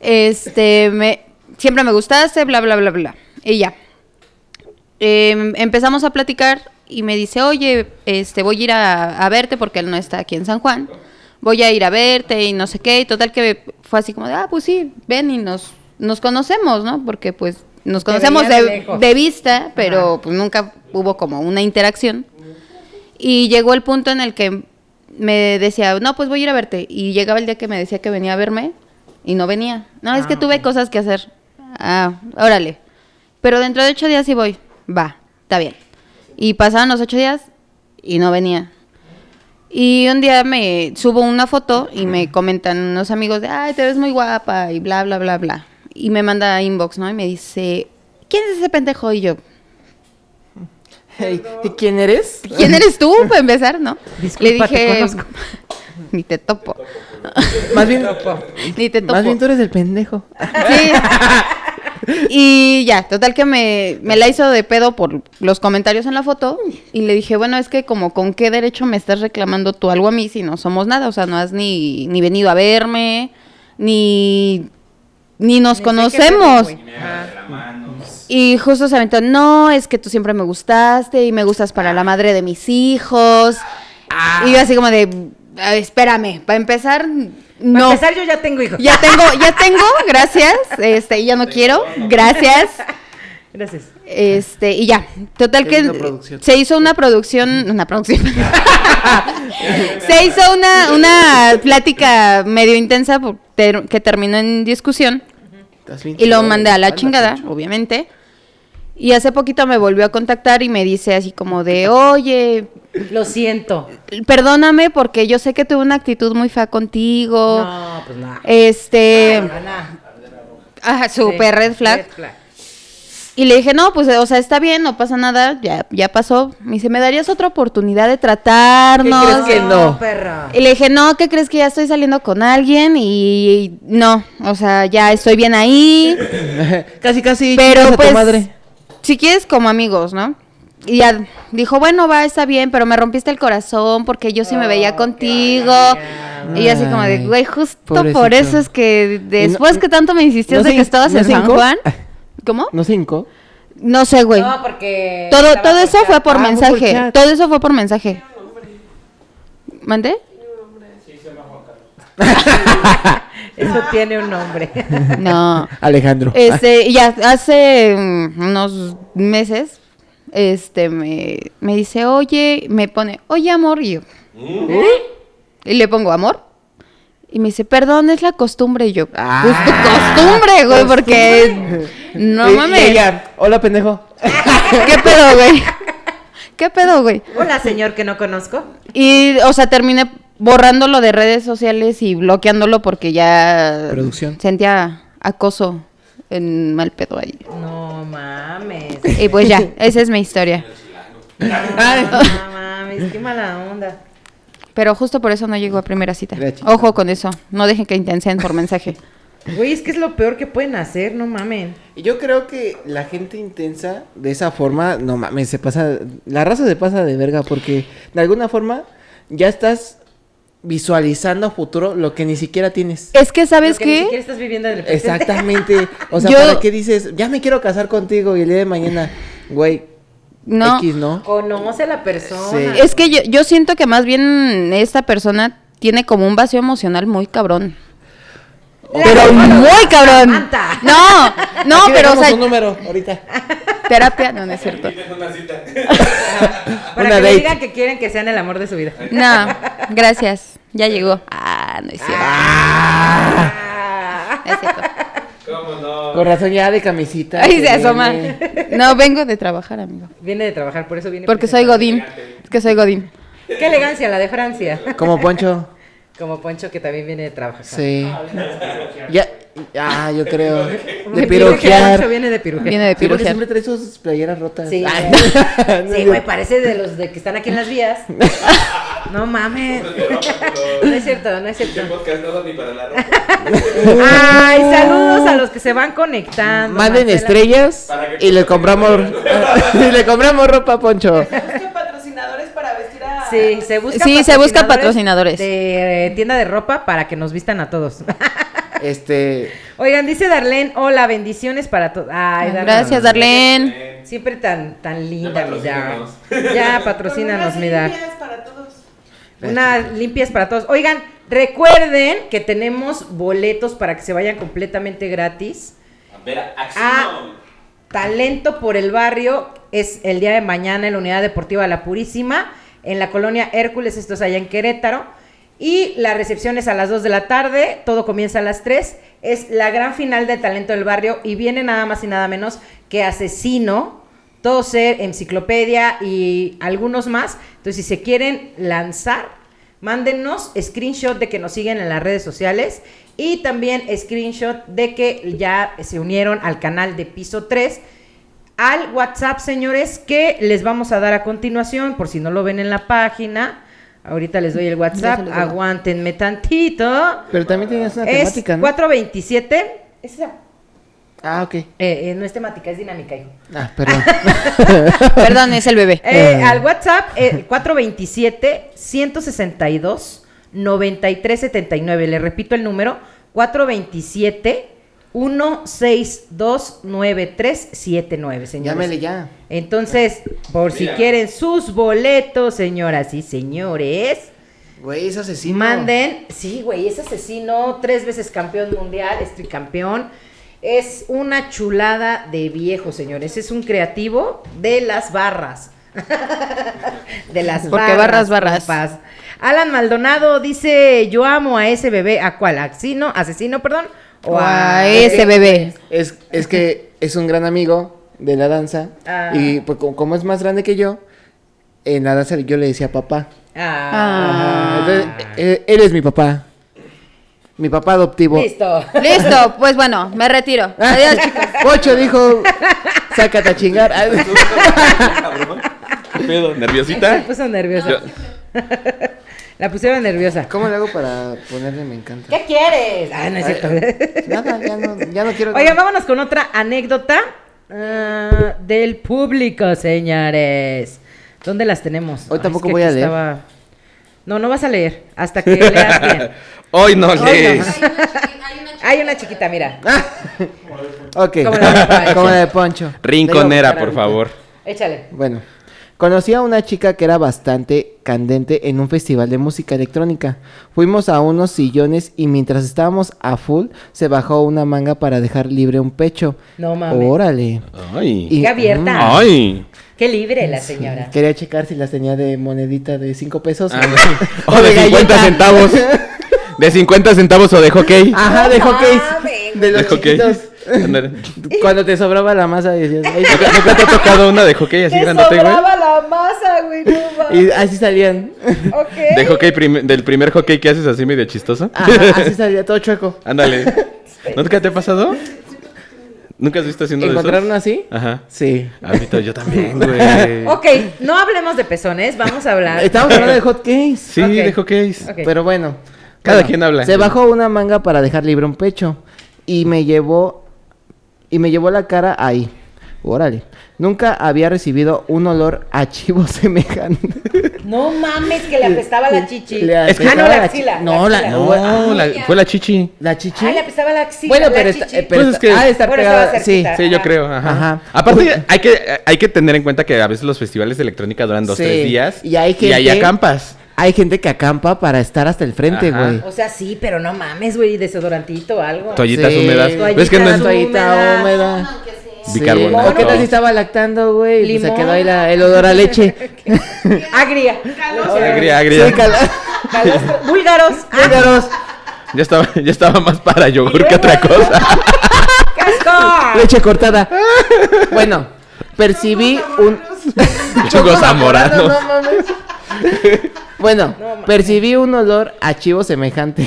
Este, me, siempre me gustaste, bla, bla, bla, bla. Y ya. Em, empezamos a platicar y me dice, oye, este, voy a ir a, a verte porque él no está aquí en San Juan. Voy a ir a verte y no sé qué. Y total que fue así como de, ah, pues sí, ven y nos, nos conocemos, ¿no? Porque pues nos Te conocemos veías de, lejos. de vista, pero pues nunca hubo como una interacción. Y llegó el punto en el que me decía, no, pues voy a ir a verte. Y llegaba el día que me decía que venía a verme y no venía. No, es que tuve cosas que hacer. Ah, órale. Pero dentro de ocho días sí voy. Va, está bien. Y pasaban los ocho días y no venía. Y un día me subo una foto y me comentan unos amigos de, ay, te ves muy guapa y bla, bla, bla, bla. Y me manda inbox, ¿no? Y me dice, ¿quién es ese pendejo? Y yo, ¿Y quién eres? ¿Quién eres tú para empezar, no? Disculpa, te conozco. ni te topo. Más bien, ni te topo. más bien tú eres el pendejo. Sí. Y ya, total que me, me la hizo de pedo por los comentarios en la foto y le dije, bueno, es que como con qué derecho me estás reclamando tú algo a mí si no somos nada, o sea, no has ni, ni venido a verme, ni, ni nos Ni sé qué pedo, conocemos. güey. Ajá. Y justo se aventó, no, es que tú siempre me gustaste y me gustas para la madre de mis hijos. Y yo así como de, "Ah, espérame, para empezar, Para no. empezar, yo ya tengo hijos. Ya tengo, ya tengo, gracias. Este, y ya no quiero, gracias. Gracias. Este, y ya. Total Se que hizo una producción. se hizo una producción, una producción. se hizo una, una plática medio intensa por- ter- que terminó en discusión. Y lo mandé a la chingada, obviamente. Y hace poquito me volvió a contactar y me dice así como de, oye, Lo siento. perdóname porque yo sé que tuve una actitud muy fea contigo. No, pues nada. Este, Ay, nada. ajá, super red flag. Y le dije, no, pues, o sea, está bien, no pasa nada, ya, ya pasó. Me dice, ¿me darías otra oportunidad de tratarnos? crees que no? perro. Y le dije, no, ¿qué crees que ya estoy saliendo con alguien? Y no, o sea, ya estoy bien ahí. casi, casi. chingas a pero tu pues, madre. si quieres como amigos, ¿no? Y ya dijo, bueno, va, está bien, pero me rompiste el corazón porque yo sí me Oh, veía contigo. caray. Y yo así como de, Ay, güey, justo por pobrecito. eso es que después no- que tanto me insistías no de se- que estabas no en se San hincó? Juan. ¿Cómo? ¿No cinco? No sé, güey. No, porque. Todo, estaba todo eso cortada. Ah, fue por fue por mensaje. chat. todo eso fue por mensaje. ¿Mandé? Eso tiene un nombre. No. Alejandro. Este, y ya hace mm, unos meses, este, me, me dice, oye, me pone, oye, amor, y yo, ¿eh? Y le pongo, ¿amor? Y me dice, perdón, es la costumbre, y yo, pues tu costumbre, güey, porque, no Y- y mames, ella, Hola, pendejo. ¿qué pedo, güey? ¿Qué pedo, güey? Hola, señor que no conozco. Y, o sea, terminé borrándolo de redes sociales y bloqueándolo porque ya Producción. sentía acoso en mal pedo ahí. No mames. Y pues ya, esa es mi historia. No mames, qué mala onda. Pero justo por eso no llegó a primera cita. Era chiquita. Ojo con eso, no dejen que intensen por mensaje. Güey, es que es lo peor que pueden hacer, no mamen. Y Yo creo que la gente intensa de esa forma, no mames, se pasa, la raza se pasa de verga porque de alguna forma ya estás visualizando a futuro lo que ni siquiera tienes. Es que, ¿sabes Lo que ni siquiera qué? estás viviendo en el presente. Exactamente. O sea, Yo- ¿para qué dices, ya me quiero casar contigo y el día de mañana, güey, No. X no? Conoce a la persona. Sí. Es que yo, yo siento que más bien esta persona tiene como un vacío emocional muy cabrón. Pero muy cabrón. Samantha. No, no, Aquí pero o dejamos sea, un número ahorita. terapia, no, no es cierto. Para una que le date. digan que quieren que sean el amor de su vida. No, gracias. Ya llegó. Ah, no es cierto. Ah. No es cierto. Con razón ya de camisita. Ahí que se asoma. viene. No, vengo de trabajar, amigo. Viene de trabajar, por eso viene. Porque soy presentado. Godín. Es que soy Godín. Qué elegancia la de Francia. Como Poncho. Como Poncho que también viene de trabajar. Sí. Ya, ah, yo creo. Me De dice que Poncho piroquear. viene de pirujear. Ah, Viene de Sí, porque pirujear. siempre trae sus playeras rotas. Sí, Ay, güey. no, Sí, no. güey, parece de los de que están aquí en las vías. No mames. No es cierto, no es cierto. podcast no ni para la ropa. Ay, saludos a los que se van conectando. Manden Marcela. estrellas y le compramos y le compramos ropa a Poncho. Busquen patrocinadores para vestir a. Sí, se busca Sí, se busca patrocinadores. De eh, tienda de ropa para que nos vistan a todos. Este, Oigan, dice Darlene, hola, bendiciones para todos. Ay, Darlene. Gracias, Darlene. Siempre tan, tan linda, mi Dar. patrocínanos. Ya, Con patrocínanos, unas mi Dar. limpias para todos. Unas limpias para todos. Oigan, recuerden que tenemos boletos para que se vayan completamente gratis. Ah, A Talento por el Barrio es el día de mañana en la Unidad Deportiva La Purísima, en la colonia Hércules, esto es allá en Querétaro. Y la recepción es a las 2 de la tarde, todo comienza a las 3. Es la gran final de Talento del Barrio y viene nada más y nada menos que Asesino, Toser, Enciclopedia y algunos más. Entonces, si se quieren lanzar, Mándenos screenshot de que nos siguen en las redes sociales y también screenshot de que ya se unieron al canal de Piso 3 al WhatsApp, señores, que les vamos a dar a continuación por si no lo ven en la página. Ahorita les doy el Ya se WhatsApp, los doy. aguántenme tantito. pero también tienes una Es temática, ¿no? 427. Es esa. Ah, ok. Eh, eh, no es temática, es dinámica, hijo. Ah, perdón. Perdón, es el bebé. Eh, al WhatsApp, eh, 427-162-9379. Le repito el número, 427-162-9379, señores. Llámele ya. Entonces, por si Mira. quieren sus boletos, señoras y señores, Güey, es asesino. manden. Sí, güey, es asesino, tres veces campeón mundial, es tricampeón. Es una chulada de viejo, señores. Es un creativo de las barras. de las Porque barras, barras. compas. Alan Maldonado dice, yo amo a ese bebé. ¿A cuál? ¿Asesino? ¿Asesino, perdón? O a Ah, ese bebé. Es, es que es un gran amigo de la danza. Ah. Y pues, como, como es más grande que yo, en la danza yo le decía papá. Ah. Entonces, eh, él es mi papá. Mi papá adoptivo. Listo. Ah. Listo, pues bueno, me retiro. Adiós, chicos. Pocho dijo, sácate a chingar. pedo? Se ¿Nerviosita? puso nerviosa. Yo- La pusieron nerviosa. ¿Cómo le hago para ponerle me encanta? ¿Qué quieres? Ah, no es eh. cierto. Nada, ya no, ya no quiero. Oigan, nada. vámonos con otra anécdota ah, del público, señores. ¿Dónde las tenemos? Hoy Ay, tampoco es que voy aquí a leer. estaba- No, no vas a leer hasta que leas bien. Hoy no lees. Hay una chiquita, mira. Ok. Como la de Poncho. Como la de Poncho. Rinconera, por favor. Échale. Bueno, conocí a una chica que era bastante candente en un festival de música electrónica. Fuimos a unos sillones y mientras estábamos a full, se bajó una manga para dejar libre un pecho. No mames. Órale. Ay. Y- mm, Qué abierta. Ay. Qué libre la señora. Quería checar si las tenía de monedita de 5 pesos. Ah, no. O de 50 centavos. De 50 centavos o de hockey. Ajá, de No hockeys. mames, De los de hockey. chiquitos. Ándale. Cuando te sobraba la masa decías, "Ay, ¿Nunca, nunca te ha tocado una de hockey así grandote, güey? la masa, güey. No mames. Y así salían. Ok. De hockey prim- del primer hockey que haces así medio chistoso. Ajá, así salía, todo chueco. Ándale. ¿Nunca te ha pasado? ¿Nunca has visto haciendo de ¿Encontrar esos? uno así? Ajá. Sí. Ahorita yo también, güey. Ok, no hablemos de pezones, vamos a hablar. Estamos hablando de hotcakes. Sí, Ok. de hockeys. Ah. Ok. Pero bueno. Cada Bueno, quien habla. Se bajó una manga para dejar libre un pecho. Y me llevó. Y me llevó la cara ahí. Órale. Nunca había recibido un olor a chivo semejante. No mames, que le apestaba la chichi. Le ah, apestaba no, la la axila. chi- no, la- axila. no, No, la- fue la chichi. La chichi. Ah, le apestaba la axila. bueno, la pero está, chichi. eh, pero Pues es está- que- ha de estar Bueno, pegada- estaba Sí. cerquita. Sí, yo creo. Ajá. Ajá. Pues, Aparte, hay que, hay que tener en cuenta que a veces los festivales de electrónica duran dos, Sí. tres días. Y hay Y ahí gente- acampas. Hay gente que acampa para estar hasta el frente, Ajá. güey. O sea, sí, pero no mames, güey, desodorantito o algo. Toallitas Sí. húmedas. ¿Ves que no Toallitas es Toallita húmedas. húmeda. Sí. Bicarbonato. ¿O qué tal si estaba lactando, güey? Y Se Limón. quedó ahí la- el olor a leche. Agria. agria, agria? Sí, cala- Calostro. Búlgaros. Búlgaros. Ya estaba, ya estaba más para yogur que otra cosa. ¡Casco! Leche cortada. Bueno, percibí un. Chocos zamoranos. No mames. Bueno, percibí un olor a chivo semejante.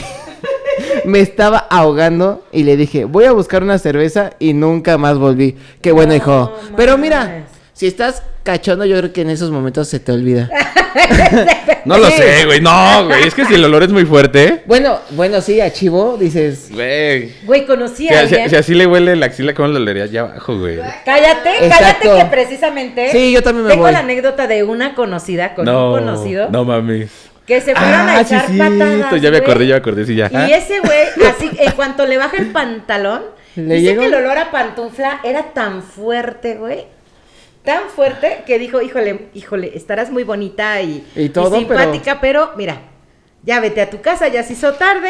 Me estaba ahogando y le dije, voy a buscar una cerveza y nunca más volví. Qué bueno, hijo. Pero mira, mames. si estás cachondo, yo creo que en esos momentos se te olvida. No lo sé, güey. No, güey. Es que si el olor es muy fuerte. Bueno, bueno, sí, a chivo, dices. Güey. Güey, conocí Si, a a- si a- alguien. si así le huele la axila, ¿cómo lo olería allá abajo, güey? Cállate, cállate Exacto. que precisamente. Sí, yo también me Tengo voy. la anécdota de una conocida con No, un conocido no mames. Ah, que se fueron Ah, a echar patadas. ya me güey. acordé, ya me acordé, sí, ya. Ah. Y ese güey, así, en cuanto le baja el pantalón, Le dice llegó. que el olor a pantufla era tan fuerte, güey. Tan fuerte que dijo, híjole, híjole, estarás muy bonita y, Y todo, simpática, pero... mira, ya vete a tu casa, ya se hizo tarde.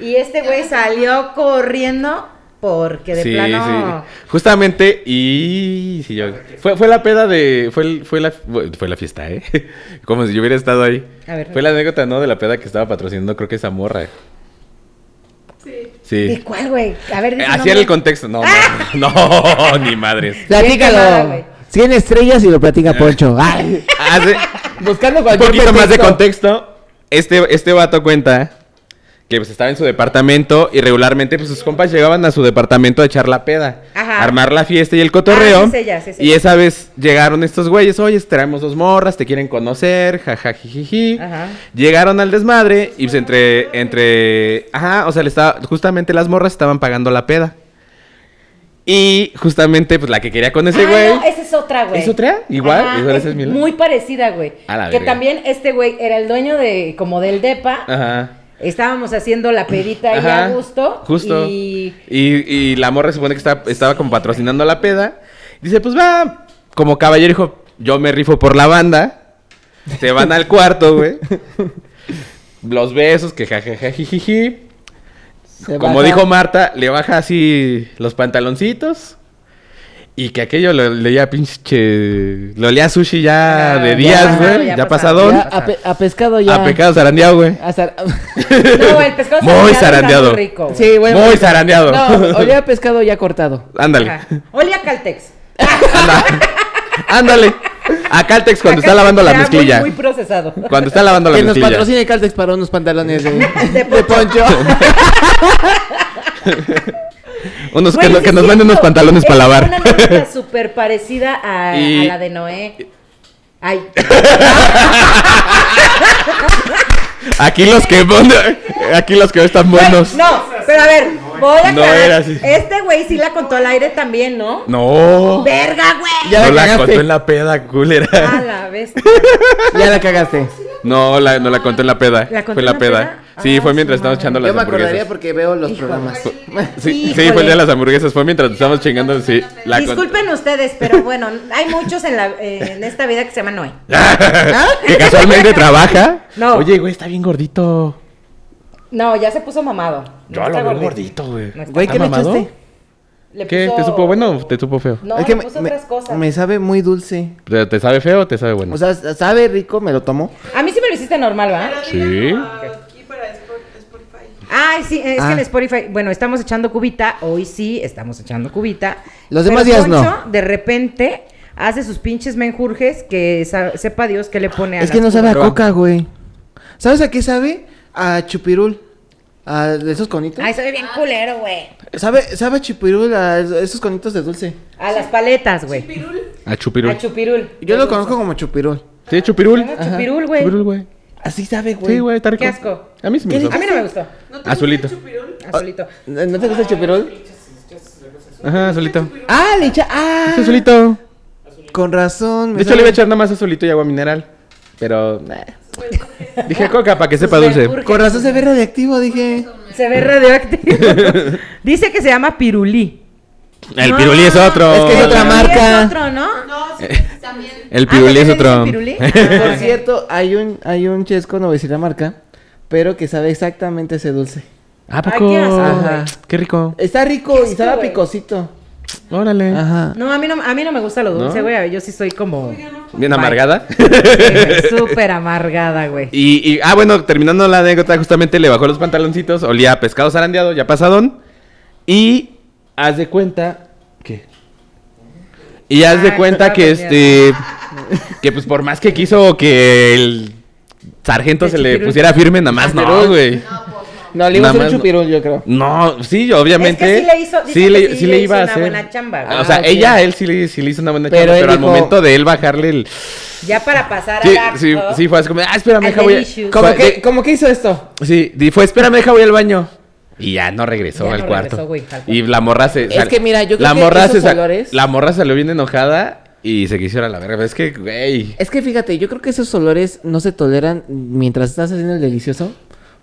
Y este güey salió corriendo porque de sí, plano... sí. Justamente, y sí, yo- Fue, fue la peda de. Fue, el- fue, la, fue la fiesta, ¿eh? Como si yo hubiera estado ahí. A ver. fue la anécdota, ¿no? De la peda que estaba patrocinando, creo que esa morra. Sí. Eh, ¿De cuál, güey? A ver, dice Así era nombre. Ah. el contexto. No, no, no, ni madres. quemada, Platícalo. güey. 100 estrellas y lo platica Poncho. Ay, Hace buscando un cualquier poquito más de contexto. Este, este vato cuenta que pues estaba en su departamento y regularmente pues sus compas llegaban a su departamento a echar la peda, Ajá. armar la fiesta y el cotorreo. Ah, sí sé ya, sí sé y ya. esa vez llegaron estos güeyes, oye, traemos dos morras, te quieren conocer, jajajijiji. Ajá. Llegaron al desmadre y pues entre, entre, ajá, o sea, le estaba, justamente las morras estaban pagando la peda. Y justamente pues la que quería con ese Ah, güey. no, esa es otra, güey. ¿Es otra? Igual, igual esa es mi- Muy parecida, güey. A la Que verga. también este güey era el dueño de, como del DEPA. Ajá. Estábamos haciendo la pedita ahí Ajá, a gusto. Justo. Y. Y... y la morra se supone que estaba, estaba como patrocinando la peda. Dice, pues va, como caballero dijo, yo me rifo por la banda. Se van al cuarto, güey. Los besos, que jajajajijiji. Como dijo Marta, le baja así los pantaloncitos. Y que aquello lo leía pinche. Lo leía sushi ya Ah, de ya días, pasado, güey. ya Ya, pasado. pasado. Ya, a, pe- a pescado ya. A pecado zarandeado, güey. A zar- No, el pescado Muy está zarandeado. muy rico. güey. sí, bueno. Muy zarandeado. No, olía a pescado ya cortado. Ándale. Ajá. Olía a Caltex. Ándale. A Caltex cuando Caltex está lavando la era muy, mezclilla. Muy, procesado. Cuando está lavando la Que nos mezclilla. patrocine Caltex para unos pantalones de, De de poncho. Unos que, Güey, no- sí que es nos manden cierto. unos pantalones Es para lavar. Una anécdota súper parecida a, Y- a la de Noé. Ay. Aquí los que aquí los que están Güey, buenos. No, pero a ver, voy a No aclarar. era así. Este güey sí la contó al aire también, ¿no? No. ¡Verga, güey! Ya no la la cagaste. contó en la peda, A culera. Ah, la vez. ya la cagaste. No, la, no la contó en la peda. eh. ¿La contó fue en la peda. Sí, Ah, fue su mientras estábamos madre. echando las Yo me acordaría hamburguesas. porque veo los programas. Sí, sí, Híjole. fue el día de las hamburguesas. Fue mientras estábamos chingando. Sí, la contó. Disculpen ustedes, pero bueno, hay muchos en, la, eh, en esta vida que se llaman Noé. que casualmente trabaja. No. Oye, güey, está bien gordito. No, ya se puso mamado. No Yo está lo veo gordito, güey. No está. Güey, ¿qué le mamado? echaste? Le ¿Qué? puso- ¿Te supo bueno o te supo feo? No, Es le que puso otras cosas. me sabe muy dulce. ¿Te, te sabe feo o te sabe bueno? O sea, sabe rico, me lo tomo. A mí sí me lo hiciste normal, ¿va? Sí. Aquí para Spot- Spotify. Ay, sí, es Ah. que en Spotify, bueno, estamos echando cubita, hoy sí estamos echando cubita. Los demás días no. Poncho, de repente hace sus pinches menjurjes que sa- sepa Dios qué le pone a Es que las no sabe a cubas. coca, güey. ¿Sabes a qué sabe? A chupirul. A de esos conitos. Ay, sabe bien culero, güey. ¿Sabe, sabe a chupirul, a esos conitos de dulce. A las paletas, güey. A chupirul. A chupirul. Yo lo conozco como chupirul. sí, chupirul. Bueno, chupirul, güey. Chupirul, güey. Así sabe, güey. Sí, güey, está rico. Qué asco. A mí sí me Ah, A gusta. mí no me gustó. ¿No te gusta Azulito. el chupirul? Azulito. ¿No te gusta el chupirul? Ajá, azulito. Ah, le echa. Ah, Es azulito. con razón. me De hecho, le sabe- iba a echar nada más azulito y agua mineral. Pero. eh. Dije coca para que Pues, sepa dulce. Sus Con razón se ve radiactivo, dije. Se ve radioactivo. Dice que se llama pirulí. El pirulí es otro. Es que es otra pirulí marca. Es otro, ¿no? No, sí, también. El Ah, pirulí ¿también es le otro. dicen pirulí? Ah, Por cierto, hay un, hay un chesco, no voy a decir la marca, pero que sabe exactamente ese dulce. ¿A Ay, qué asco, güey. Ajá. Qué rico. Está rico y sabe a picosito. Órale. Ajá. No, a mí no, a mí no me gusta lo dulce, ¿No? güey. Yo sí soy como eh, Bien amargada. súper amargada, güey. Y, y- ah, bueno, terminando la anécdota, justamente le bajó los pantaloncitos, olía a pescado zarandeado, ya pasadón. Y haz de cuenta que. Y haz de Ah, cuenta claro, que este. Que pues por más que quiso que el sargento El se le chipirul. pusiera firme, nada más no, güey. pues, No, le iba Nada a hacer un más no. chupirul, yo creo. No, sí, obviamente. Es que sí le hizo- dicen sí que le, sí sí le le hizo iba a una hacer. buena chamba, güey. o sea, Ah, ok. ella a él sí le, sí le hizo una buena Pero chamba, él pero al dijo- momento de él bajarle el. Ya para pasar Sí, al acto. sí, sí, fue así como, ah, espérame, Al deja, voy a- Fue- delicious. ¿Cómo de- que, ¿Cómo que hizo esto? Sí, di- fue, espérame, deja, voy al baño. Y ya no regresó Ya al no cuarto. regresó, güey, al cuarto. y la morra se. Es que mira, yo creo la que morra esos se sa- olores- La morra salió bien enojada y se quisiera la verga. Pero Es que, güey. Es que fíjate, yo creo que esos olores no se toleran mientras estás haciendo el delicioso.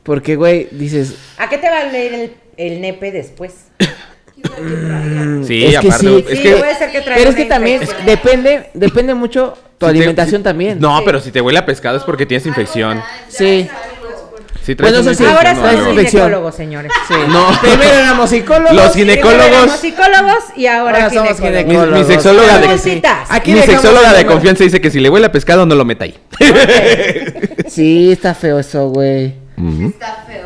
Porque, güey, dices, ¿A qué te va a leer el, el nepe después? Sí, Mm, es que aparte. sí. Es Sí, que. puede ser que traiga Pero es que una también infección. depende, depende mucho tu si te- alimentación si- también. No, pero si te huele a pescado es porque tienes infección. Sí. Sí, Bueno, traes eso una sí. Ahora infección o no, algo. somos no. infección. ginecólogos, señores. Sí. No. Primero éramos psicólogos. Los Primero éramos ginecólogos. Psicólogos y ahora, Ahora somos ginecólogos. Mi, mi Ginecólogos. sexóloga Las de, bolsitas. Aquí mi dejamos sexóloga el de número. confianza dice que si le huele a pescado no lo meta ahí. Sí, está feo eso, güey.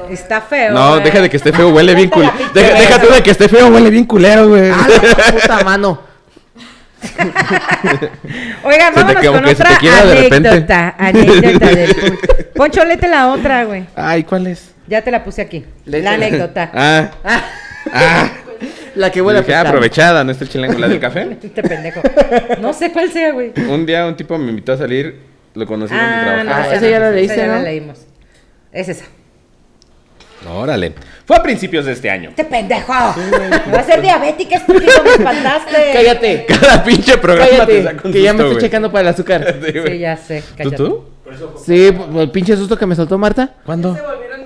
Está feo. No, güey. deja de que esté feo, huele bien culero. Ponte la pinche Deja, deja tú de que esté feo, huele bien culero, güey. Ah, A Ah, la puta mano. Oigan, Se te- vámonos como con que se te otra quiebra de repente. anécdota. Anécdota del pun- Poncho, lete la otra, güey. Ay, ¿cuál es? Ya te la puse aquí. Léetela. La anécdota. Ah. Ah. La que huele a Dije, ah, pescado. aprovechada, ¿no está el chilango? ¿La del café? Este pendejo. No sé cuál sea, güey. Un día un tipo me invitó a salir, lo conocí Ah, en mi no, trabajo. esa ya la leíste, esa ya ¿no? la leímos. Es esa. Órale. Fue a principios de este año. Este pendejo. Me va a pues ser diabética, estúpido, me espantaste. Cállate. Cada pinche programa te Cállate. saca un Que ya susto, me estoy güey. checando para el azúcar. Sí, güey. Sí, ya sé. ¿Tú, Cállate. tú? Sí, por el pinche susto que me soltó Marta. ¿Cuándo?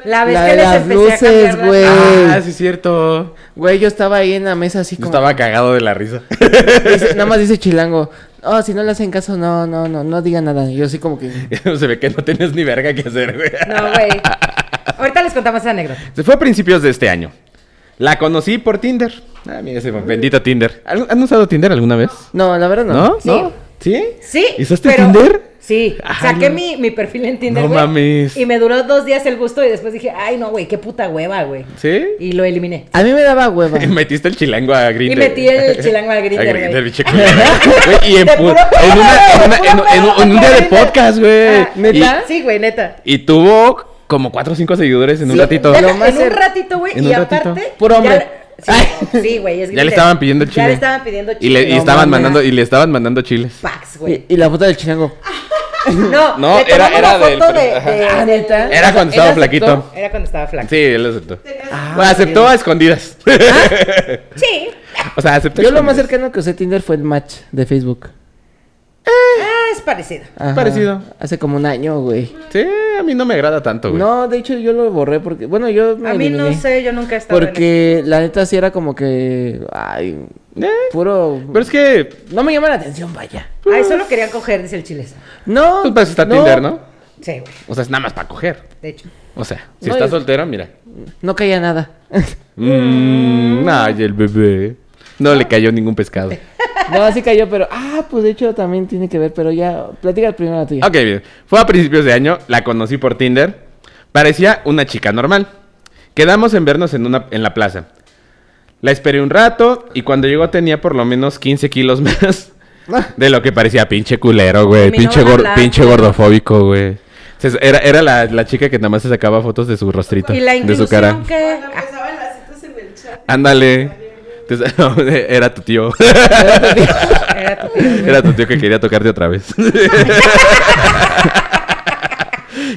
La vez La que de les las empecé luces, a cambiar las- güey. Ah, sí es cierto. Güey, yo estaba ahí en la mesa así Yo como. estaba cagado de la risa. Dice- nada más dice Chilango. Oh, si no le hacen caso, no, no, no, no diga nada. Y Yo así como que. Se ve que no tenías ni verga que hacer, güey. No, güey. Ahorita les contamos esa anécdota. Se fue a principios de este año. La conocí por Tinder. Ah, mira ese bendito Tinder. ¿Al- ¿Han usado Tinder alguna vez? No, la verdad no. ¿No? Sí. ¿No? ¿Sí? Sí. ¿Usaste pero- Tinder? Sí. Ay, saqué no. mi, mi perfil en Tinder. No güey, mames. Y me duró dos días el gusto y después dije, ay, no, güey, qué puta hueva, güey. ¿Sí? Y lo eliminé. A mí me daba hueva. Metiste el chilango a Grindr. Y metí el chilango al Grindr, A güey. biche culero. Güey, Y en, De pu- puro en, una- en, una- pedo, de puro en- en un- pedo, en un día de Grindr. podcast, güey. Ah, Eh, ¿neta? Y- Sí, güey, neta. Y, tuvo como 4 o 5 seguidores en un Sí. ratito. Lo Deja, más en un cer- ratito, güey, en y un ratito. aparte... Puro ya- hombre. Sí, sí, güey, es Ya Grindr. le estaban pidiendo chile. Ya le estaban pidiendo Y, chile. le, y No estaban mames. mandando, y le estaban mandando chiles. Packs, güey. Y, y la foto del Chilango. No, No, le era- tomamos era la del foto pre- de- ajá. de- Ah, del- ¿neta? Era cuando estaba ¿él aceptó? flaquito. Era cuando estaba flaco. Sí, él aceptó. Tenías- Bueno, aceptó a escondidas. Ah, Sí. o sea, aceptó. a Yo lo más escondidas. cercano que usé Tinder fue el match de Facebook. Ah, es parecido. Ajá. Parecido. Hace como un año, güey. Sí, a mí no me agrada tanto, Ah, güey. No, de hecho yo lo borré porque. Bueno, yo me A mí no eliminé. sé, yo nunca he estado en Porque la neta sí era como que. Ay, Eh, puro. pero es que pues, No me llama la atención, vaya. el- Ay, solo querían coger, dice el chilesa. No. pues, para eso está Tinder, ¿no? Sí, güey, O sea, es nada más para coger. de hecho. O sea, si No, estás y- soltero, mira. No caía nada. Mmm, ay, el bebé. No le cayó ningún pescado. no, sí cayó, pero. Ah, pues de hecho también tiene que ver, pero ya. Platica primero la tuya. Ok, bien. Fue a principios de año, la conocí por Tinder. Parecía una chica normal. Quedamos en vernos en, una, en la plaza. La esperé un rato y cuando llegó tenía por lo menos 15 kilos más de lo que parecía pinche culero, güey. A mí no Pinche, me gor- hablas. pinche gordofóbico, güey. Se- Era, era la, la chica que nada más se sacaba fotos de su rostrito, Y la de su cara. inclusión que... Cuando empezaban las citas en el chat. Ándale. Entonces, era tu tío. Ah, era tu tío, güey. Era tu tío que quería tocarte otra vez.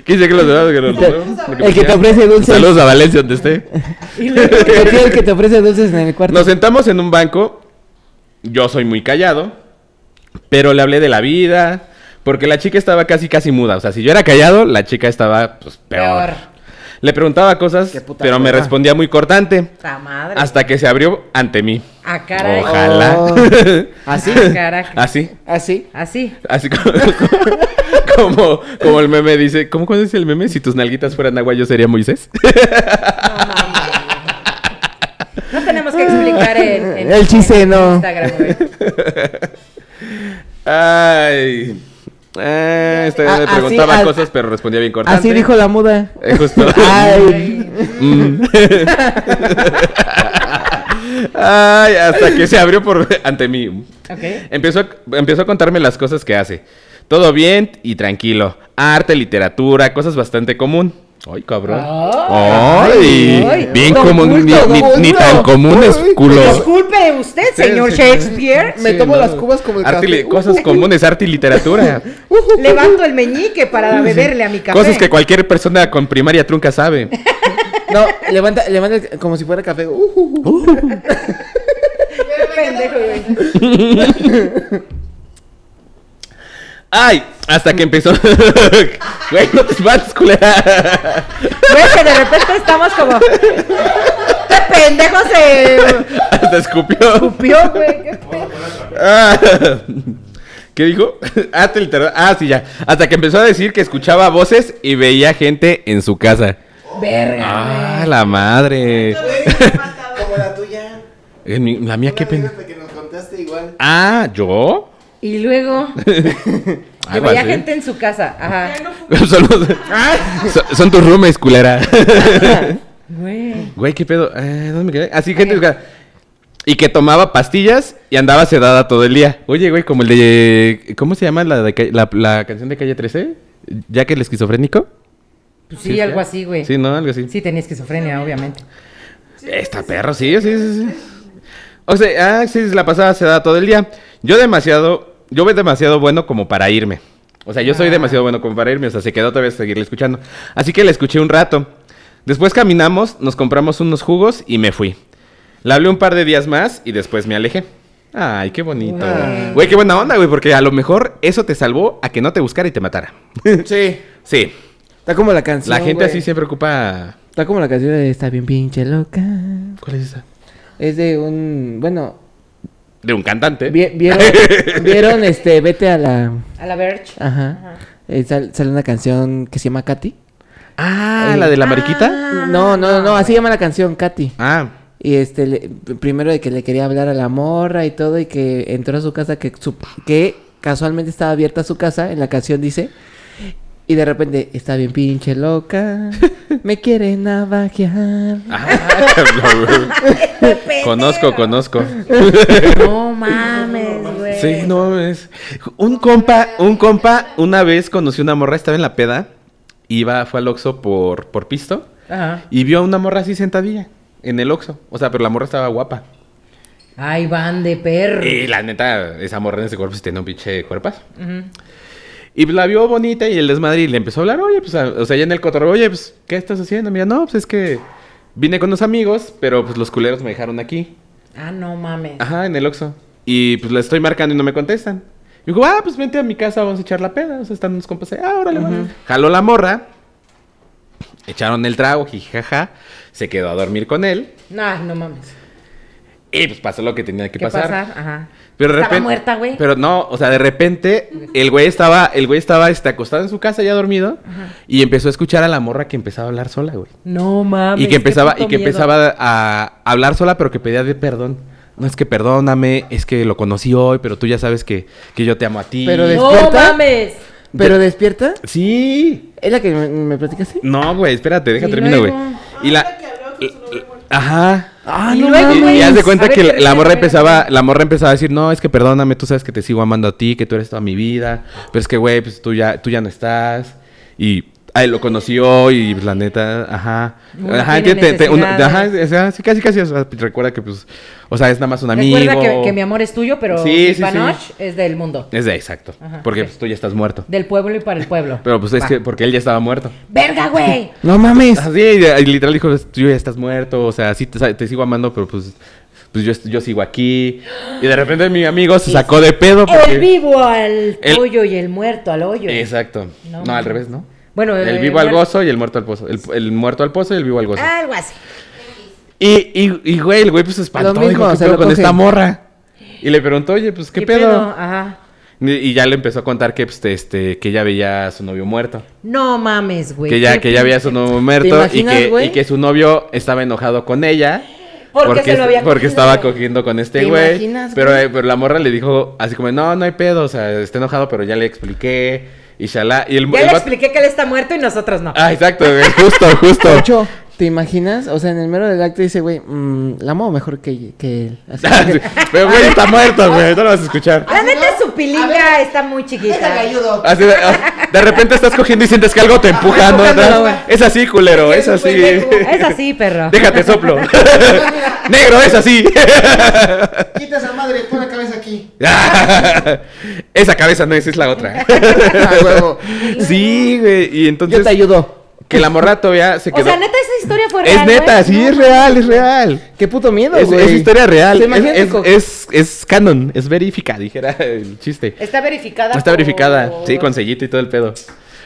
Quise que los demás que los- El que te ofrece dulces. Saludos a Valencia donde esté. El que te ofrece dulces en el cuarto. Nos sentamos en un banco Yo soy muy callado, pero le hablé de la vida, porque la chica estaba casi casi muda. O sea, si yo era callado, la chica estaba pues peor. Peor. Le preguntaba cosas, Qué puta pero me hueva. respondía muy cortante. Ta madre. Hasta que se abrió ante mí. Ah, caray. Ah. Ojalá. Oh. ¿Así? Así. Así. Así. Así como, como, como el meme dice, ¿cómo cuando dice el meme? Si tus nalguitas fueran agua, yo sería Moisés. No tenemos que explicar en, en- El chiste, en no. Instagram, güey. Ay. Eh, este, me A- Ah, así, preguntaba al- cosas, pero respondía bien cortante. Así dijo la muda. Eh, justo. Ay. Mm. Ay, hasta que se abrió por ante mí. Ok. Empezó a, empezó a contarme las cosas que hace. Todo bien y tranquilo. Arte, literatura, cosas bastante común. Ay, cabrón. Ay, ay. bien Don común, ni, Culto, ni- don ni Culto. tan común es Uy, culo. Disculpe usted, señor sí. Shakespeare. Me Sí, tomo no. las cubas como el Arte y li- café. Cosas comunes, arte y literatura. Levanto el meñique para beberle a mi café. Cosas que cualquier persona con primaria trunca sabe. No, levanta, levanta el- como si fuera café. Uh, uh, uh. Qué pendejo, güey. Ay, hasta que empezó. Güey, no te espantes, culera. Güey, que de repente estamos como. Este pendejo se Hasta escupió. escupió, güey. qué pedo. Ah, ¿Qué dijo? Ah, te literal- ah, sí, ya. Hasta que empezó a decir que escuchaba voces y veía gente en su casa. Verga. Ah, la madre. Como la tuya. En mi- la mía, qué pena. Fíjate que nos contaste igual. Ah, ¿yo? Y luego. Que Algo veía así. gente en su casa. Ajá. son, los- son- son tus roomies, culera. Güey. Güey, qué pedo. Eh, ¿Dónde me quedé? Así, gente. buscada. Y que tomaba pastillas y andaba sedada todo el día. Oye, güey, como el de. ¿Cómo se llama la, de ca- la, la canción de calle 13? ¿Ya que el esquizofrénico? Pues sí, algo así, güey. Sí, ¿no? Algo así. Sí, tenía esquizofrenia, obviamente. Esta perro, sí, sí, sí, sí. O sea, ah, sí, la pasada se da todo el día. Yo demasiado, yo ve demasiado bueno como para irme. O sea, yo soy demasiado bueno como para irme, o sea, se quedó otra vez seguirle escuchando. Así que le escuché un rato. Después caminamos, nos compramos unos jugos y me fui. La hablé un par de días más y después me alejé. Ay, qué bonito. Güey, qué buena onda, güey, porque a lo mejor eso te salvó a que no te buscara y te matara. Sí. Sí, Está como la canción. la gente güey. así siempre ocupa... Está como la canción de Está bien pinche loca. ¿Cuál es esa? Es de un. Bueno, De un cantante. vi- vieron, vieron este, vete a la. A la Verge. Ajá. Eh, sal- sale una canción que se llama Katy. Ah, la de la mariquita. Ah. No, no, no, no, así llama la canción Katy. Ah, Y este, le- primero de que le quería hablar a la morra y todo, y que entró a su casa, que, su- que casualmente estaba abierta su casa, en la canción dice. Y de repente, está bien pinche loca, me quiere navajear. Ah, cabrón. conozco, conozco. No mames, güey. Sí, no es. Un compa, un compa, una vez conocí una morra, estaba en la peda, iba, fue al Oxxo por, por pisto Ajá. y vio a una morra así sentadilla en el Oxxo. O sea, pero la morra estaba guapa. Ay, van de perro. Y la neta, esa morra en ese cuerpo sí tenía un pinche cuerpazo. Y la vio bonita y el desmadre y le empezó a hablar, oye, pues, a- o sea, ya en el cotorreo, oye, pues, ¿qué estás haciendo? Mira, no, pues es que vine con unos amigos, pero pues los culeros me dejaron aquí. Ah, no mames. Ajá, en el Oxxo. Y pues le estoy marcando y no me contestan. Y digo, ah, pues vente a mi casa, vamos a echar la peda. O sea, están unos compas ahí. Ah, órale, vale. Jaló la morra. Echaron el trago, jijaja. Se quedó a dormir con él. No, no mames. Y pues pasó lo que tenía que ¿Qué pasar. pasar? Ajá. Pero de Estaba repente- muerta, güey. Pero no, o sea, de repente el güey estaba, el güey estaba este, acostado en su casa ya dormido y empezó a escuchar a la morra que empezaba a hablar sola, güey. No mames. Y que empezaba, qué y puto que miedo. empezaba a hablar sola, pero que pedía de perdón. No es que perdóname, es que lo conocí hoy, pero tú ya sabes que, que yo te amo a ti. Pero de- No ¿Despierta? mames. Pero despierta, Sí. es la que me, me platicaste. No, güey, espérate, deja Y termino, güey. luego- Y la. Ajá. Ah, Y no luego, pues, mames. Y, güey. y haz de cuenta A ver, que la, termina, la morra a ver. empezaba, la morra empezaba a decir, no, es que perdóname, tú sabes que te sigo amando a ti, que tú eres toda mi vida, pero es que, güey, pues tú ya, tú ya no estás. Y a él lo conoció y pues, la neta, ajá. Uno ajá, tiene entiende, te- te- uno- ajá, necesidades. o sea, sí, casi, casi, o sea, recuerda que, pues, o sea, es nada más un amigo. Recuerda que, que mi amor es tuyo, pero Sí, mi sí, sí. panoche es del mundo. Es de exacto, Ajá, porque ok. pues, tú ya estás muerto. Del pueblo y para el pueblo. Pero pues es Va. que, porque él ya estaba muerto. ¡Verga, güey! No mames. Ah, Así, y literal dijo, tú ya estás muerto, o sea, sí te, te sigo amando, pero pues pues yo, est- yo sigo aquí. Y de repente mi amigo se sacó de pedo El porque... vivo al El- Eh. pollo y el muerto al hoyo. Exacto. No. No, al revés, ¿no? Bueno, El eh, Ah. vivo al muerto- gozo y el muerto al pozo. El, el muerto al pozo y el vivo al gozo. Algo así. Y, y, y, güey, el güey pues se espantó. Lo mismo, dijo, "¿Qué se pedo lo con cogen. esta morra? Y le preguntó, oye, pues, ¿qué, pedo? Ajá. Y, y ya le empezó a contar que, pues, este, que ella veía a su novio muerto. No mames, güey. que qué ya, que ya pin- veía a su novio muerto imaginas, y, que, güey? y que su novio estaba enojado con ella. Porque se lo había porque cogido. estaba cogiendo con este ¿Te güey. imaginas, Pero, güey? eh, pero la morra le dijo así como, no, no hay pedo, o sea, está enojado, pero ya le expliqué. Y shalá. Y el, Ya el le vato- expliqué que él está muerto y nosotros no. Ah, exacto, güey, justo, justo. De hecho, ¿te imaginas? O sea, en el mero del acto dice, güey, mm, la amo mejor que, que él. Así que- Ah, pero güey, está muerto, güey, no lo vas a escuchar. La neta, su pilinga está muy Déjale, chiquita. ayudo. Así de, ah, de repente estás cogiendo y sientes que algo te empujando. empujándolo, atrás. güey. Es así, culero, es Es un así. pendejo. Es así, perro. Déjate soplo. Negro, es así. Quita esa madre, pon la cabeza aquí. Esa cabeza no es, es la otra. Sí, güey. Y Yo "Ah, te entonces, ayudo. que la morra todavía se O quedó. sea, neta, esa historia fue real. es ¿eh? neta, güey. Ah, sí, es real, es real. Qué puto miedo, Es, güey. es historia real. Sí, Es, imagínate es, con- es- es canon, es verifica, dijera el chiste. Está verificada. Está por- verificada, sí, con sellito y todo el pedo.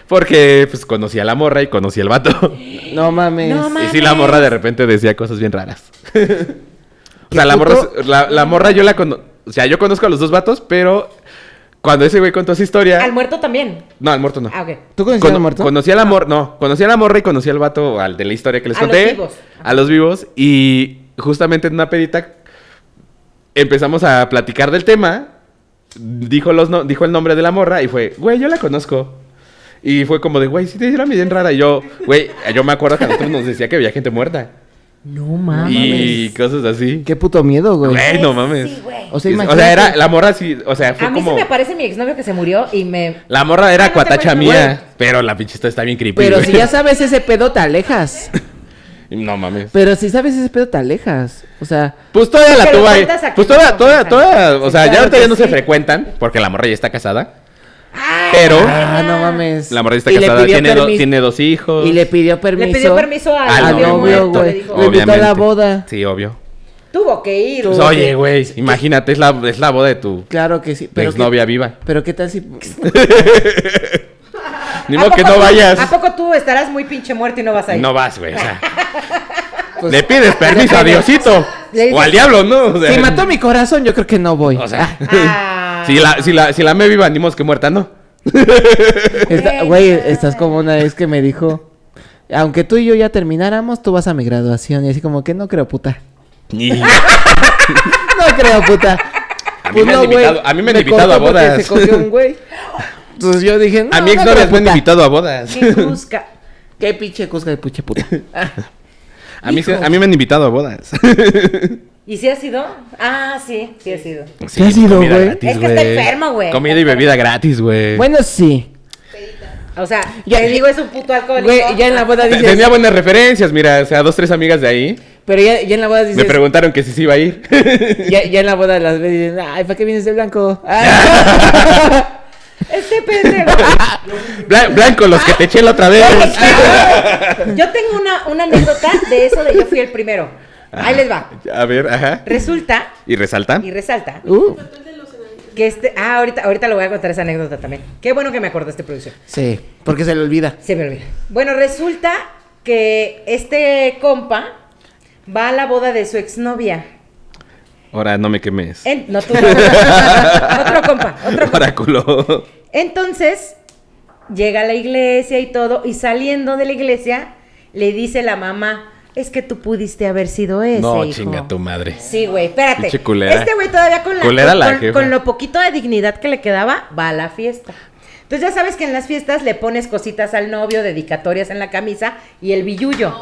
Porque, pues, conocí a la morra y conocí al vato. No mames. No Y sí, la mames. morra de repente decía cosas bien raras. o sea, la morra, puto- la, la morra yo la conozco. O sea, yo conozco a los dos vatos, pero cuando ese güey contó su historia. Al muerto también. No, al muerto no. Ah, ok. ¿Tú conocías Cono- al muerto? Conocí a la morra, no, conocí a la morra y conocí al vato, al de la historia que les A los conté. vivos. A los vivos. Y justamente en una pedita empezamos a platicar del tema. Dijo, los no- dijo el nombre de la morra y fue, güey, yo la conozco. Y fue como de, güey, sí te hicieron bien rara. Y yo, güey, yo me acuerdo que a nosotros nos decía que había gente muerta. No mames. y cosas así. Qué puto miedo, güey. Güey, no mames. O sea, Es- o imagínate. sea, era la morra sí, o sea, fue A mí como... se me aparece mi exnovio que se murió y me. La morra era Ah, no te cuatacha acuerdas, mía, pero la pinche historia está bien creepy. Pero si güey. ya sabes ese pedo, te alejas. No mames. Pero si sabes ese pedo, te alejas. O sea, Pues todavía la Pero tuvo ahí. cuentas aquí Pues no toda, lo toda, piensan. toda. O sea, ya claro ahorita que ya no se sí. frecuentan porque la morra ya está casada. Pero ah, no mames. la morra ya está Y le casada. pidió Tiene, do- permiso- tiene dos hijos. Y le pidió permiso. Le pidió permiso al, al novio novio, muerto, güey. le dijo. Le invitó a la boda. Sí, obvio. Tuvo que ir. Pues, güey. oye, güey, imagínate, es la, es la boda de tu Claro que sí. Pero qué- exnovia viva. Pero qué tal si. pues, Ni ¿A modo que poco no tú- vayas. ¿A poco tú estarás muy pinche muerto y no vas a ir? No vas, güey. O sea, Pues- le pides permiso a Diosito. Le dices- O al diablo, ¿no? O sea, Si mató mi corazón, yo creo que no voy. O sea, Ah. si la, si la, si la me viva, ni modo que muerta, ¿no? Ah, Está- Güey, estás como una vez que me dijo. Aunque tú y yo ya termináramos, tú vas a mi graduación. Y así como que no creo, puta. Ni- No creo, puta. Pues A mí me han invitado- a mí me han invitado contó a porque bodas. Se cogió un güey. Entonces yo dije, no, a mi no exnovia creo, me han puta. invitado a bodas. Qué busca. Qué pinche cosca de pinche puta. A mí, se- a mí me han invitado a bodas. ¿Y si ha sido? Ah, sí, sí ha sido. Sí, has ido, comida güey? gratis, Es que está enfermo, güey. Comida y bebida gratis, güey. bueno, sí. O sea, Ya- te digo, es un puto alcohólico. Güey, ya en la boda Te- dices. Tenía buenas referencias, mira, o sea, dos, tres amigas de ahí Pero ya, ya en la boda dices. me preguntaron que si se iba a ir. Ya, ya en la boda las ves y dices, ay, ¿para qué vienes de blanco? Ah. Este pendejo. Bla- blanco, los que te eché la otra vez. Yo tengo una, una anécdota de eso de yo fui el primero. Ah. Ahí les va. A ver, ajá. Resulta ¿Y resalta? y resalta Uh, que este. Ah, ahorita, ahorita lo voy a contar esa anécdota también. Qué bueno que me este acordaste, producción. sí, porque se le olvida. Se me olvida. Bueno, resulta que este compa va a la boda de su exnovia. Ahora no me quemes. En- no, tú no. otro compa, otro compa. Oráculo. Entonces, llega a la iglesia y todo, y saliendo de la iglesia, le dice la mamá, es que tú pudiste haber sido ese, No, hijo". chinga tu madre. Sí, güey, espérate. Pinche culera. Este güey todavía con, la- Culera con- la con- jefa. con lo poquito de dignidad que le quedaba, va a la fiesta. Entonces ya sabes que en las fiestas le pones cositas al novio, dedicatorias en la camisa y el billullo.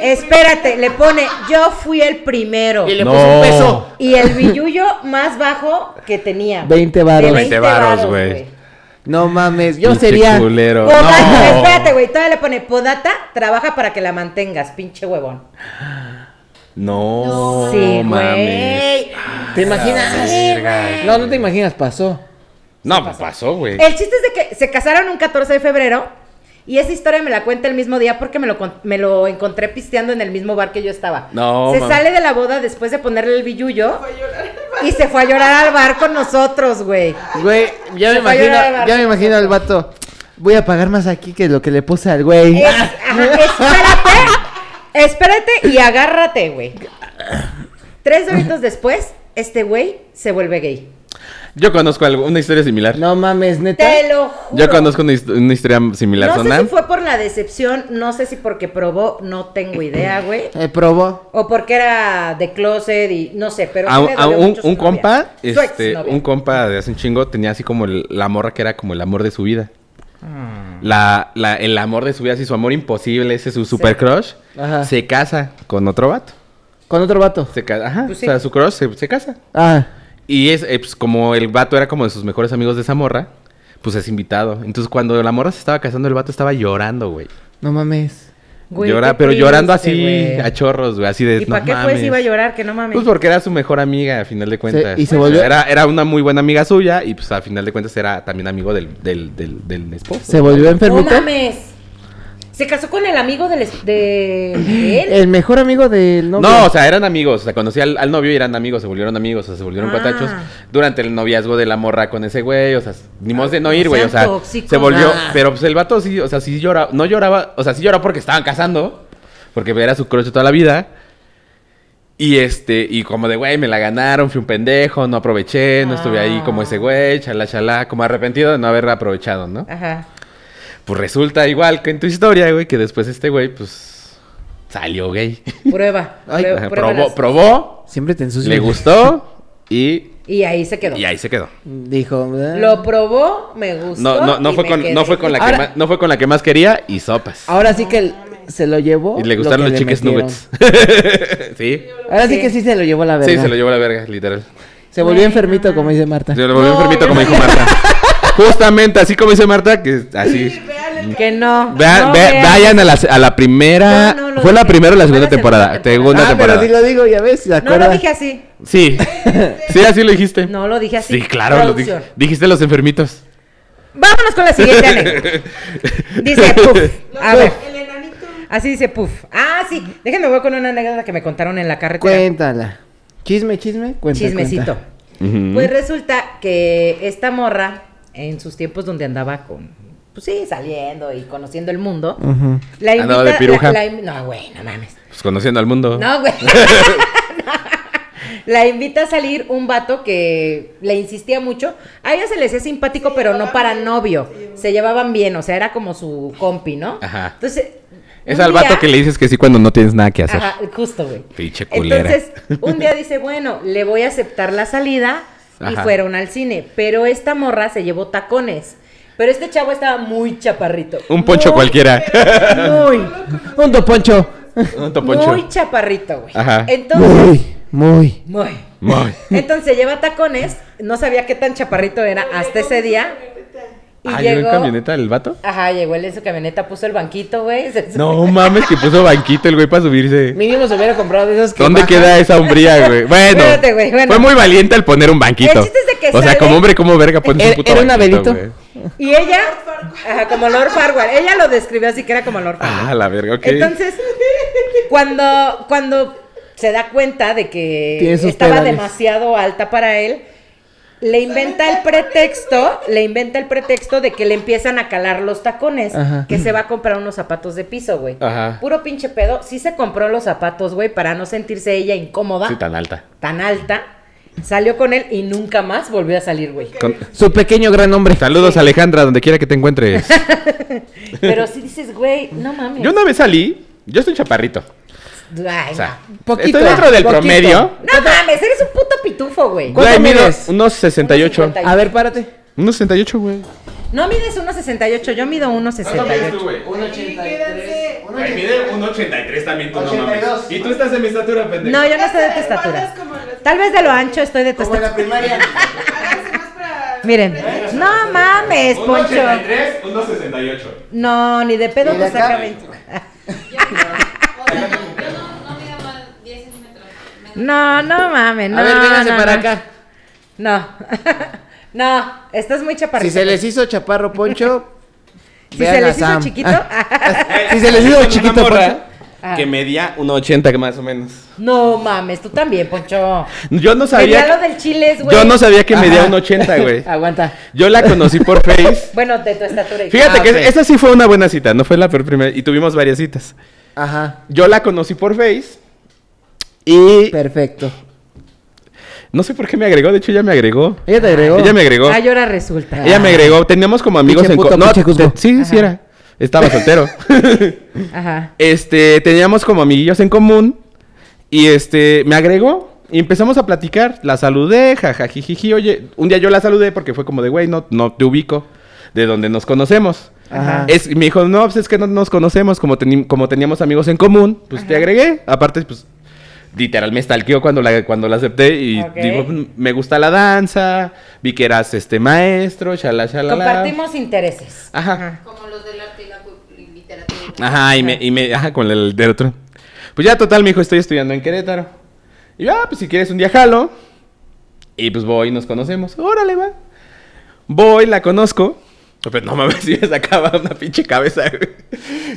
Espérate, le pone, yo fui el primero. Y le No. puso un peso. Y el billullo más bajo que tenía. 20 varos. De 20 varos, güey. No mames, yo Pinche sería. culero. Podata, No. espérate, güey. Todavía le pone podata, trabaja para que la mantengas, pinche huevón. No, sí, mames. güey. ¿Te imaginas? No, no te imaginas, pasó. No, pues pasó, güey. El chiste es de que se casaron un 14 de febrero Y esa historia me la cuenta el mismo día porque me lo, con- me lo encontré pisteando en el mismo bar que yo estaba. No, Se Oh, mami. sale de la boda después de ponerle el billullo. Y se fue a llorar al bar con nosotros, güey. Pues, Güey, ya me Se fue a llorar imagino, al bar. ya me imagino al vato. Voy a pagar más aquí que lo que le puse al güey. Es- ajá, espérate, espérate y agárrate, güey. Tres doritos después, este güey se vuelve gay. Yo conozco algo- una historia similar. No mames, neta. Te lo juro. Yo conozco una, hist- una historia similar. No sé ¿Sonan? si fue por la decepción, no sé si porque probó, no tengo idea, güey. Eh, probó. O porque era de closet y no sé, pero. sí A, le a dolió un, mucho su un novia. compa, Su este, exnovia. un compa de hace un chingo tenía así como el- la morra que era como el amor de su vida. La, la- el amor de su vida, así su amor imposible, ese su super crush, Ajá. se casa con otro vato. Con otro vato. Se casa, ajá, Pues o sea, sí. su crush se, se casa. Ah, Y es, eh, pues, como el vato era como de sus mejores amigos de esa morra, pues es invitado. Entonces cuando la morra se estaba casando, el vato estaba llorando, güey. no mames. Güey, Llora- qué pero llorando triste, así güey. a chorros, güey, así de... ¿Y para "No qué fue mames". si iba a llorar? Que no mames. Pues porque era su mejor amiga, a final de cuentas. y se volvió- Era, era una muy buena amiga suya y pues a final de cuentas era también amigo del, del, del, del esposo. ¿Se volvió no enfermito? mames. Se casó con el amigo del es- de, de él. El mejor amigo del novio. No, o sea, eran amigos, o sea, conocía al, al novio y eran amigos, se volvieron amigos, o sea, se volvieron Ah. cuatachos durante el noviazgo de la morra con ese güey, o sea, ni modo de no no ir, güey, o sea, sean tóxicos. se volvió, Ah. pero pues el vato sí, o sea, sí lloraba, no lloraba, o sea, sí lloraba porque estaban casando, porque era su crush de toda la vida. Y este, y como de, güey, me la ganaron, fui un pendejo, no aproveché, no estuve ahí como Ah. ese güey, chalá, chalá, como arrepentido de no haber aprovechado, ¿no? Ajá. Pues resulta igual que en tu historia, güey, que después este güey, pues, salió gay. Prueba. Ay, prue- Ajá, pruébalas. probó, probó, Siempre te ensucia. le gustó y, Y ahí se quedó. y ahí se quedó. Dijo. ah. Lo probó, me gustó. No, no, no y fue me con, quedé. no fue con la que Ahora- más, no fue con la que más quería y sopas. Ahora sí que el- se lo llevó. Y le gustaron lo que los le chiques metieron. nuggets. sí. Ahora sí. Sí. que sí se lo llevó la verga. Sí, se lo llevó a la verga, literal. Se volvió enfermito, como dice Marta. Ah, Se lo volvió No, enfermito como yo- dijo Marta. Justamente así como dice Marta, que así. Que no. Vean, no, ve- vean. vayan a la, a la primera. No, no, lo ¿Fue la dije. primera o la Fue segunda la temporada? segunda Segunda temporada. ah, pero temporada. si lo digo, ya ves, ¿se No acuerda? lo dije así. Sí. Sí, así lo dijiste. No lo dije así. Sí, claro, lo dij- Producción. dijiste los enfermitos. Vámonos con la siguiente anécdota. Dice Puff. A ver. El enanito. Así dice Puff. Ah, sí. Déjenme voy con una anécdota que me contaron en la carretera. Cuéntala. Chisme, chisme, cuenta. Chismecito. cuenta. Ujú. Pues resulta que esta morra, en sus tiempos donde andaba con. Pues sí, saliendo y conociendo el mundo. La invita. Andaba de piruja. la- la in- no, güey, no mames. Pues conociendo al mundo. No, güey. La invita a salir un vato que le insistía mucho. A ella se le hacía simpático, pero no para novio. Se llevaban bien, o sea, era como su compi, ¿no? Ajá. Entonces. Es un al vato día- que le dices que sí cuando no tienes nada que hacer. Ajá, justo, güey. Pinche culera. Entonces, un día dice, bueno, le voy a aceptar la salida y Ajá. fueron al cine. Pero esta morra se llevó tacones. Pero este chavo estaba muy chaparrito. Un poncho Muy, cualquiera. Muy, Un doponcho. Un toponcho. muy chaparrito, güey. Ajá. Entonces, Muy, muy. muy. Muy. Entonces lleva tacones, no sabía qué tan chaparrito era hasta ese día. Y Ah, llegó en llegó. camioneta el vato. Ajá, llegó él en su camioneta, puso el banquito, güey. se- No mames, que puso banquito el güey para subirse. Mínimo se hubiera comprado de esas que. ¿Dónde bajan. queda esa hombría, güey? Bueno, Espérate, güey, bueno. fue muy valiente al poner un banquito. El chiste es de que o sea, sale- como hombre, como verga pones Era- un puto era un banquito, abelito. güey. Y ella, ajá, como Lord Farwell, ella lo describió así que era como Lord Farwell. Ah, la verga, ok. Entonces, cuando, cuando se da cuenta de que Tiene sus estaba pedales. demasiado alta para él, le inventa el pretexto, le inventa el pretexto de que le empiezan a calar los tacones, Ajá. que se va a comprar unos zapatos de piso, güey. Ajá. Puro pinche pedo. Sí se compró los zapatos, güey, para no sentirse ella incómoda, Sí, tan... tan alta. alta. Salió con él y nunca más volvió a salir, güey. Con- Su pequeño gran hombre. Saludos, Alejandra, donde quiera que te encuentres. Pero si dices, güey, no mames. Yo una vez salí, yo estoy chaparrito. Ay, O sea, Poquito, estoy dentro del poquito. promedio. no. No mames, eres un puto pitufo, güey. ¿Cuánto Güey, mido mides? unos 68. 1.58. A ver, párate. Unos 68, güey. No mides 1.68, yo mido 1.68. Una mide 1.83 también, tú no 82. mames. Y tú estás de mi estatura, Ah, pendejo. No, yo no estoy de tu estatura. Tal vez de lo ancho estoy de tu Como en la estatura. primaria. Háganse Ah, más para. Miren, no mames, Poncho. 1.68. No, ni de pedo Ni te de saca acá. 20. O sea, no, yo no, no mido más 10 centímetros. No, no mames, no. a ver, véngase no, para no. acá. No. No, estás muy chaparrito. Si se les hizo chaparro poncho, Si Vean se a les hizo Sam. Ah, chiquito. Si se les hizo Con Eh, una chiquito, pues, ¿eh? morra Poncho. Ah. Que medía 1.80 más o menos. no mames, tú también, Poncho. Yo no Venía sabía. lo del chiles, güey. Yo no sabía que medía Ajá. Ah. 1.80, güey. Aguanta. Yo la conocí por Face. Bueno, de tu estatura. y- Fíjate Ah, que ok. esa sí fue una buena cita, no fue la peor primera. Y tuvimos varias citas. Ajá. Yo la conocí por Face. Y Perfecto. no sé por qué me agregó, de hecho ella me agregó. Ella te agregó. Ella me agregó. Ay, ahora resulta. Ella me agregó. Teníamos como amigos Ah. Pinche en co- puto, No, pinche juzgo. te- sí, sí era. Estaba soltero. Ajá. este, teníamos como amiguillos en común. Y este, me agregó. Y empezamos a platicar. La saludé, jajajijiji. Oye, un día yo la saludé porque fue como de, güey, no, no te ubico de donde nos conocemos. Ajá. Es, y me dijo, no, pues es que no nos conocemos. Como, teni- como teníamos amigos en común, pues te agregué. Aparte, pues, literal me stalkeó cuando la, cuando la acepté. Y Ok. digo, "Mm, me gusta la danza. Vi que eras este maestro, shala, shala. Compartimos intereses. Ajá. Como los del arte y la literatura. Ajá, y me, y me, ajá, con el del otro. Pues ya, total, me dijo, estoy estudiando en Querétaro. Y yo, ah, pues si quieres un día jalo. Y pues voy y nos conocemos. Órale, va. Voy, la conozco. Pero no mames, si me sacaba una pinche cabeza, güey.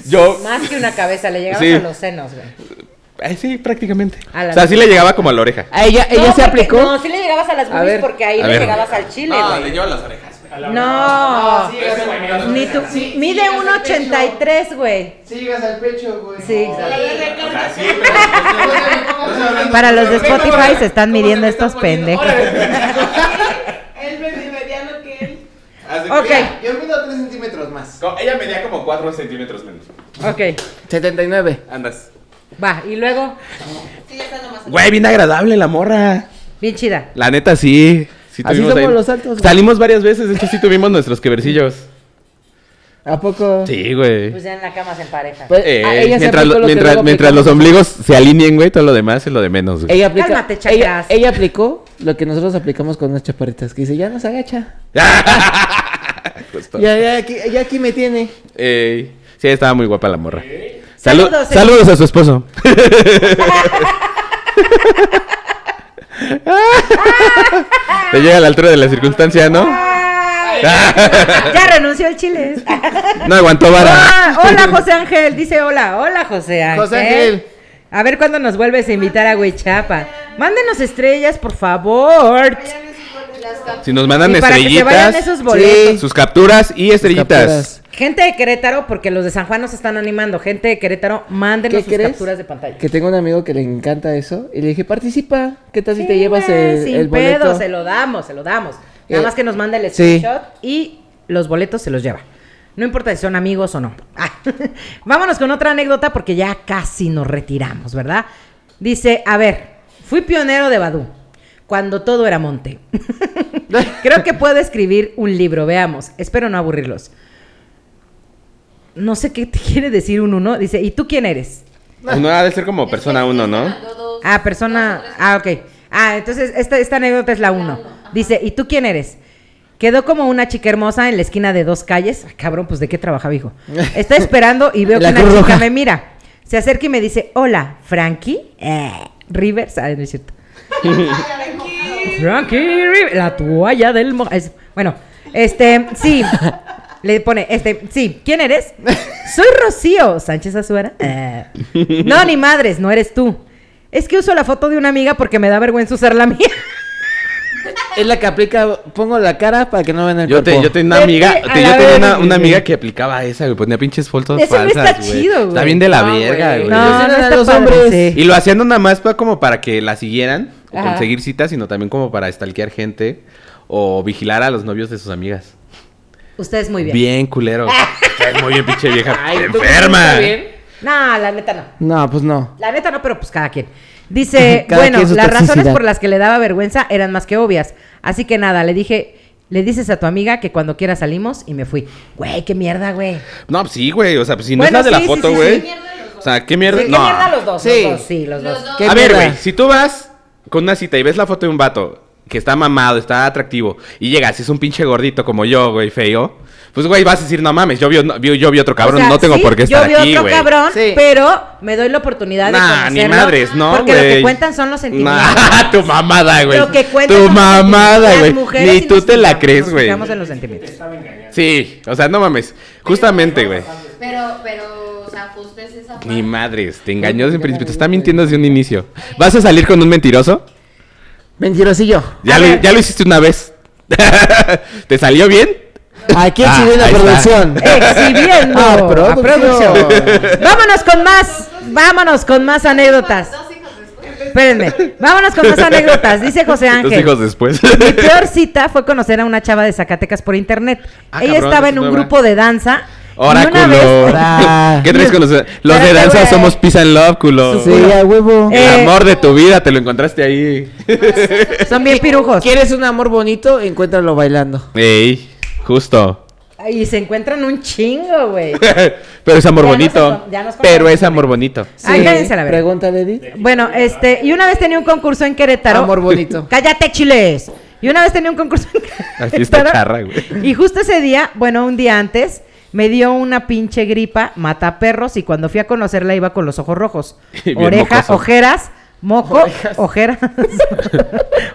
Yo, Más que una cabeza, le llegabas Sí. a los senos, güey. eh, sí, prácticamente. A la O sea, sí mitad. le llegaba como a la oreja. A ella, No, ella se porque- aplicó. No, sí le llegabas a las boobies ver. porque ahí A le ver. llegabas al chile, güey. yo a las orejas, güey. Oh, Ah, No, ni tu, Sí, mide llegas al 1.83, güey. Si llegas al pecho, güey. Sí. Para Para los de Spotify se están midiendo estos pendejos. Él me mediano que él. Ok, Yo mido 3 centímetros más. Ella medía como 4 centímetros menos. ok, 79. Andas. va, y luego, Güey, bien agradable la morra. bien chida. La neta, sí. Sí Así tuvimos somos los altos, güey. Salimos varias veces, de hecho, sí tuvimos nuestros quebercillos. ¿A poco? Sí, güey. Pues ya en la cama se empareja. Pues, Eh, a- ella se mientras aplicó lo- lo que mientras, luego mientras los aplicamos. ombligos se alineen, güey, todo lo demás es lo de menos, güey. Ella, aplica- Cálmate, chacas. ella, ella aplicó lo que nosotros aplicamos con unas chaparritas. Que dice, ya nos agacha. Justo. Ya, ya, aquí, ya aquí me tiene. Pues Ey. sí, estaba muy guapa la morra. Salud- Saludos, saludos, eh. a su esposo. Te llega a la altura de la circunstancia, ¿no? Ay, ya renunció el chile. ¿eh? No aguantó vara. Ah, hola José Ángel, dice hola, hola José Ángel. José Ángel. A ver cuándo nos vuelves a invitar a Huichapa. Mándenos estrellas, por favor. Si nos mandan Y para que se vayan estrellitas, esos boletos. sus capturas y estrellitas. Capturas. Gente de Querétaro, porque los de San Juan nos están animando. Gente de Querétaro, mándenos ¿Qué sus crees? capturas de pantalla. Que tengo un amigo que le encanta eso. Y le dije, participa. ¿Qué tal si te llevas güey, el, sin el pedo, boleto? se lo damos, se lo damos. Nada Eh, más que nos manda el sí. screenshot y los boletos se los lleva. No importa si son amigos o no. Ah, Vámonos con otra anécdota porque ya casi nos retiramos, ¿verdad? Dice, a ver, fui pionero de Badú cuando todo era monte. Creo que puedo escribir un libro, veamos. Espero no aburrirlos. No sé qué te quiere decir un uno. Dice, ¿y tú quién eres? Uno Pues ha de ser como persona uno, ¿no? Ah, persona. Ah, ok. Ah, entonces esta, esta anécdota es la uno. Dice, ¿y tú quién eres? Quedó como una chica hermosa en la esquina de dos calles. Ah, cabrón, pues de qué trabajaba, hijo. Está esperando y veo que La una Cruz chica Roja. me mira. Se acerca y me dice, hola, Frankie. Eh, Rivers. Ah, no es cierto. Frankie Rivers. La toalla del... mo- es- bueno, este, sí. Le pone, este, sí, ¿quién eres? Soy Rocío Sánchez Azuera. Eh. No, ni madres, no eres tú. Es que uso la foto de una amiga porque me da vergüenza usar la mía. Es la que aplica, pongo la cara para que no vean el Yo, te, cuerpo. yo tenía Vete una amiga, a te- la yo tenía una, verga. una amiga que aplicaba esa, güey, ponía pinches fotos Eso no falsas, está chido, güey. Está bien de la No, verga, güey. güey. No, no está los padre, hombres. sí. Y lo hacían no nada más pa- como para que la siguieran o Ajá. conseguir citas, sino también como para stalkear gente o vigilar a los novios de sus amigas. Ustedes muy bien. Bien, culero. Estás muy bien, pinche vieja. ¿tú crees que enferma. está bien? No, la neta no. No, pues no. La neta no, pero pues cada quien. Dice, Cada bueno, quien su las razones toxicidad. por las que le daba vergüenza eran más que obvias. Así que nada, le dije, le dices a tu amiga que cuando quiera salimos y me fui. Güey, qué mierda, güey. No, pues sí, güey. O sea, pues si no Bueno, es la de sí, la sí, foto, sí, güey. sí. O sea, qué mierda. Sí, no. ¿Qué mierda los dos? Sí. Los dos, sí, los, Los dos. dos. ¿Qué a ver, mierda? güey, si tú vas con una cita y ves la foto de un vato que está mamado, está atractivo, y llegas y es un pinche gordito como yo, güey, feo, Pues, güey, vas a decir, no mames, yo vi, no- vi- yo vi otro cabrón, O sea, no tengo sí, por qué estar Yo vi aquí, otro güey. cabrón, Sí. pero me doy la oportunidad de Nah, ni conocerlo. madres, no, Porque lo que güey. cuentan son los sentimientos. Nah, tu mamada, güey. Lo que cuentan Tu son los mamada, sentimientos. güey. Las mujeres Ni y tú nos te la fijamos, crees, nos güey. fijamos en los sentimientos. Sí, o sea, no mames. Justamente, güey. Pero, pero, o sea, justo es esa Ni madres, te engañó desde un principio. Te está mintiendo desde un inicio. ¿Vas a salir con un mentiroso? Mentirosillo. Ya, lo, ya lo hiciste una vez. ¿Te salió bien? Aquí Ah, exhibiendo la ahí está. producción. Exhibiendo. Ah, a producción. producción. Vámonos con más. Vámonos con más anécdotas. Espérenme. Vámonos con más anécdotas. Dice José Tus hijos Ángel. después. Mi peor cita fue conocer a una chava de Zacatecas por internet. Ah, Ella cabrón, estaba en eso un no habrá. grupo de danza. y una Oráculo. vez vez- ¿Qué traes con los de- Los de Espérate, danza güey. somos peace and love, culo. Sí, a huevo. Eh, El amor de tu vida te lo encontraste ahí. son bien pirujos. ¿Quieres un amor bonito? Encuéntralo bailando. Ey, justo. Y se encuentran un chingo, güey. Pero es amor Ya nos bonito. acom- ya nos Pero acom- es amor bonito. Ay, cállense la verga. Pregúntale, Edith. Bueno, este, y una vez tenía un concurso en Querétaro. Amor bonito. Cállate, chiles. Y una vez tenía un concurso en Querétaro. Aquí está charra, güey. Y justo ese día, bueno, un día antes, me dio una pinche gripa, mata perros, y cuando fui a conocerla iba con los ojos rojos. Bien Oreja, mocoso. ojeras, moco, ojeras.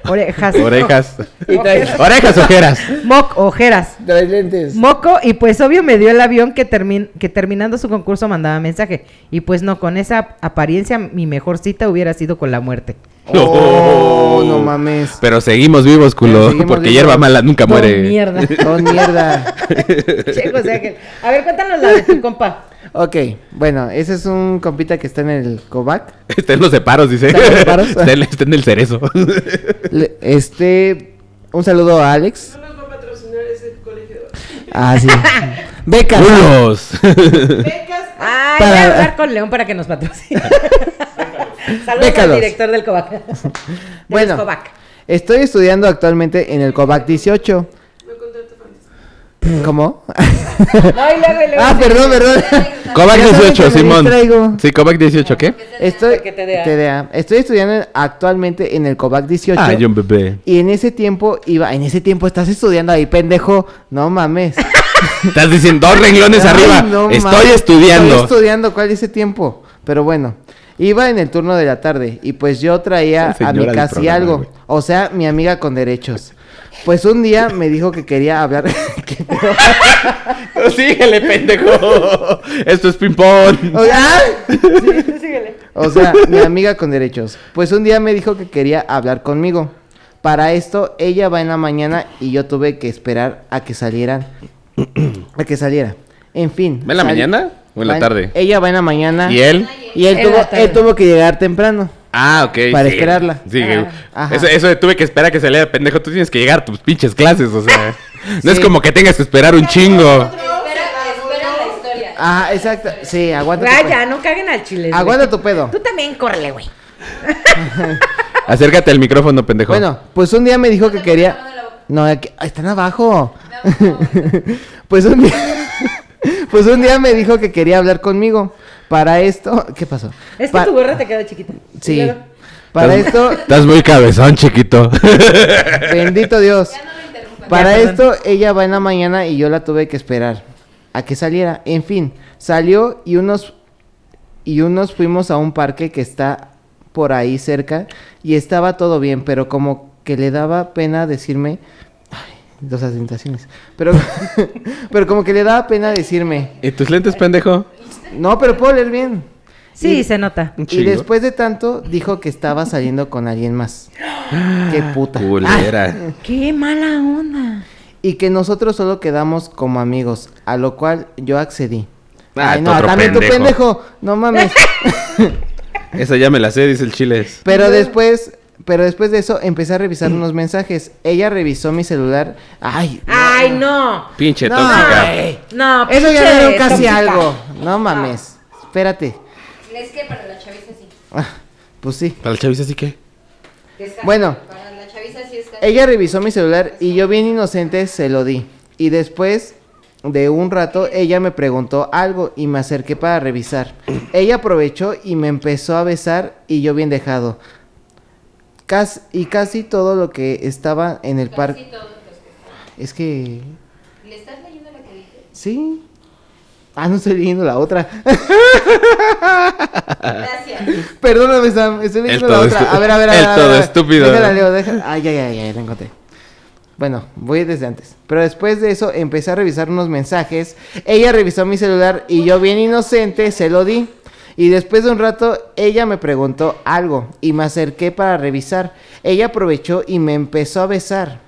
orejas. Orejas. Y traes, Orejas, ojeras. Moco, ojeras. traes lentes. Moco, y pues obvio me dio el avión que, termin- que terminando su concurso mandaba mensaje. Y pues no, con esa apariencia mi mejor cita hubiera sido con la muerte. Oh, no mames. Pero seguimos vivos, culo. Pero seguimos porque vivos. hierba mala nunca muere. No, mierda. Oh, mierda. Che, José Ángel. A ver, cuéntanos la de tu compa. Ok, bueno, ese es un compita que está en el Kovac. Está en los separos, dice. ¿Está en los separos? Está en, está en el cerezo. Le- Este, un saludo a Alex. No nos va a patrocinar ese colegio. Ah, sí. Becas. Culos. Becas. Ay, voy Para- a hablar con León para que nos patrocine. Saludos al Décalos. director del Covac. De los Bueno. Covac. Estoy estudiando actualmente en el Kovac 18. ¿Cómo? No, y luego, y luego. ah, perdón, perdón. Kovac Ya saben 18, que me distraigo. Simón. Sí, Kovac 18, ¿qué? Estoy, Porque TDA. TDA. Estoy estudiando actualmente en el Kovac 18. Ay, un bebé. Y en ese tiempo iba, en ese tiempo estás estudiando ahí, pendejo. No mames. Estás diciendo dos renglones Ay, arriba. no Estoy mames. estudiando. Estoy estudiando, ¿cuál ese tiempo? Pero bueno, iba en el turno de la tarde y pues yo traía Esa a mi señora del casi programa, algo, güey. o sea, mi amiga con derechos. Pues un día me dijo que quería hablar. ¿Qué pedo? Síguele, pendejo. Esto es ping-pong. O sea, o sea, mi amiga con derechos. Pues un día me dijo que quería hablar conmigo. Para esto, ella va en la mañana y yo tuve que esperar a que salieran. A que saliera. En fin. ¿Va en la sal- mañana o en la va tarde? Ella va en la mañana. ¿Y él? Y él En tuvo, la tarde. él tuvo que llegar temprano. Ah, ok. Para sí. esperarla. Ah, Sí, que- Ajá. Eso, eso de tuve que esperar a que saliera pendejo. Tú tienes que llegar a tus pinches clases, o sea. No es Sí. como que tengas que esperar un chingo. espera la historia. Ajá, Ah, exacto. Sí, aguanta. tu Ay, pedo. ya, no caguen al chile. güey. Aguanta tu pedo. Tú también córrele, güey. Acércate al micrófono, pendejo. Bueno, pues un día me dijo que quería. No, aquí- ah, están abajo. pues un día. pues un día me dijo que quería hablar conmigo. Para esto. ¿Qué pasó? Es que Pa- tu gorra te quedó chiquita. Y Sí. luego- Para Estás- esto. Estás muy cabezón, chiquito. Bendito Dios. Para Ya, esto, ella va en la mañana y yo la tuve que esperar a que saliera. En fin, salió y unos y unos fuimos a un parque que está por ahí cerca y estaba todo bien, pero como que le daba pena decirme ay, dos asentaciones. Pero pero como que le daba pena decirme, ¿Y tus lentes, pendejo? "No, pero puedo leer bien." Sí, Y- se nota. Un Y chingo. después de tanto dijo que estaba saliendo con alguien más. Qué puta. Ah. Culera. Qué mala onda. y que nosotros solo quedamos como amigos, a lo cual yo accedí. Ah, Ay, tú no, otro también tu pendejo. pendejo, no mames. Esa ya me la sé, dice el chiles. pero después, pero después de eso empecé a revisar unos mensajes. Ella revisó mi celular. Ay, no. Ay, no. Pinche No, tóxica. ay. No, eso ya pinche era un casi tóxica. algo. No mames. Espérate. Es que para la chaviza sí. Ah, pues sí. Para el chavis así que. Bueno. Para la chaviza sí es Ella revisó mi celular y yo bien inocente se lo di. Y después de un rato ella me preguntó algo y me acerqué para revisar. Ella aprovechó y me empezó a besar y yo bien dejado. Cas- y casi todo lo que estaba en el parque. Es que ¿Le estás leyendo lo que dije? Sí. Ah, no estoy leyendo la otra. Gracias. Perdóname, Sam. Estoy El leyendo la todo otra. estu- A ver, a ver, a ver. el a ver, todo a ver. estúpido. Déjala, Leo, déjala. Ay, ya, ya, ya, la encontré. Bueno, voy desde antes. Pero después de eso empecé a revisar unos mensajes. Ella revisó mi celular y yo, bien inocente, se lo di. Y después de un rato, ella me preguntó algo y me acerqué para revisar. Ella aprovechó y me empezó a besar.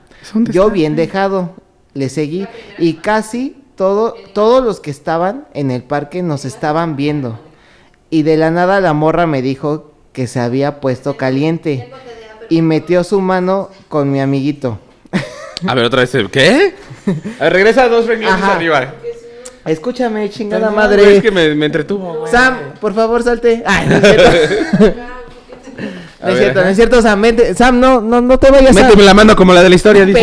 Yo, bien dejado, le seguí y casi todo, todos los que estaban en el parque nos estaban viendo. Y de la nada la morra me dijo que se había puesto caliente y metió su mano con mi amiguito. A ver, otra vez. ¿Qué? A ver, regresa dos renglones Ajá. arriba. Escúchame, chingada Güey, madre. Es que me, me entretuvo, güey. Sam, por favor, salte. Ay, no es cierto. A no es ver, cierto, ajá. no es cierto, Sam. vente. Sam, no, no, no te vayas Méteme a... la mano como la de la historia, dice.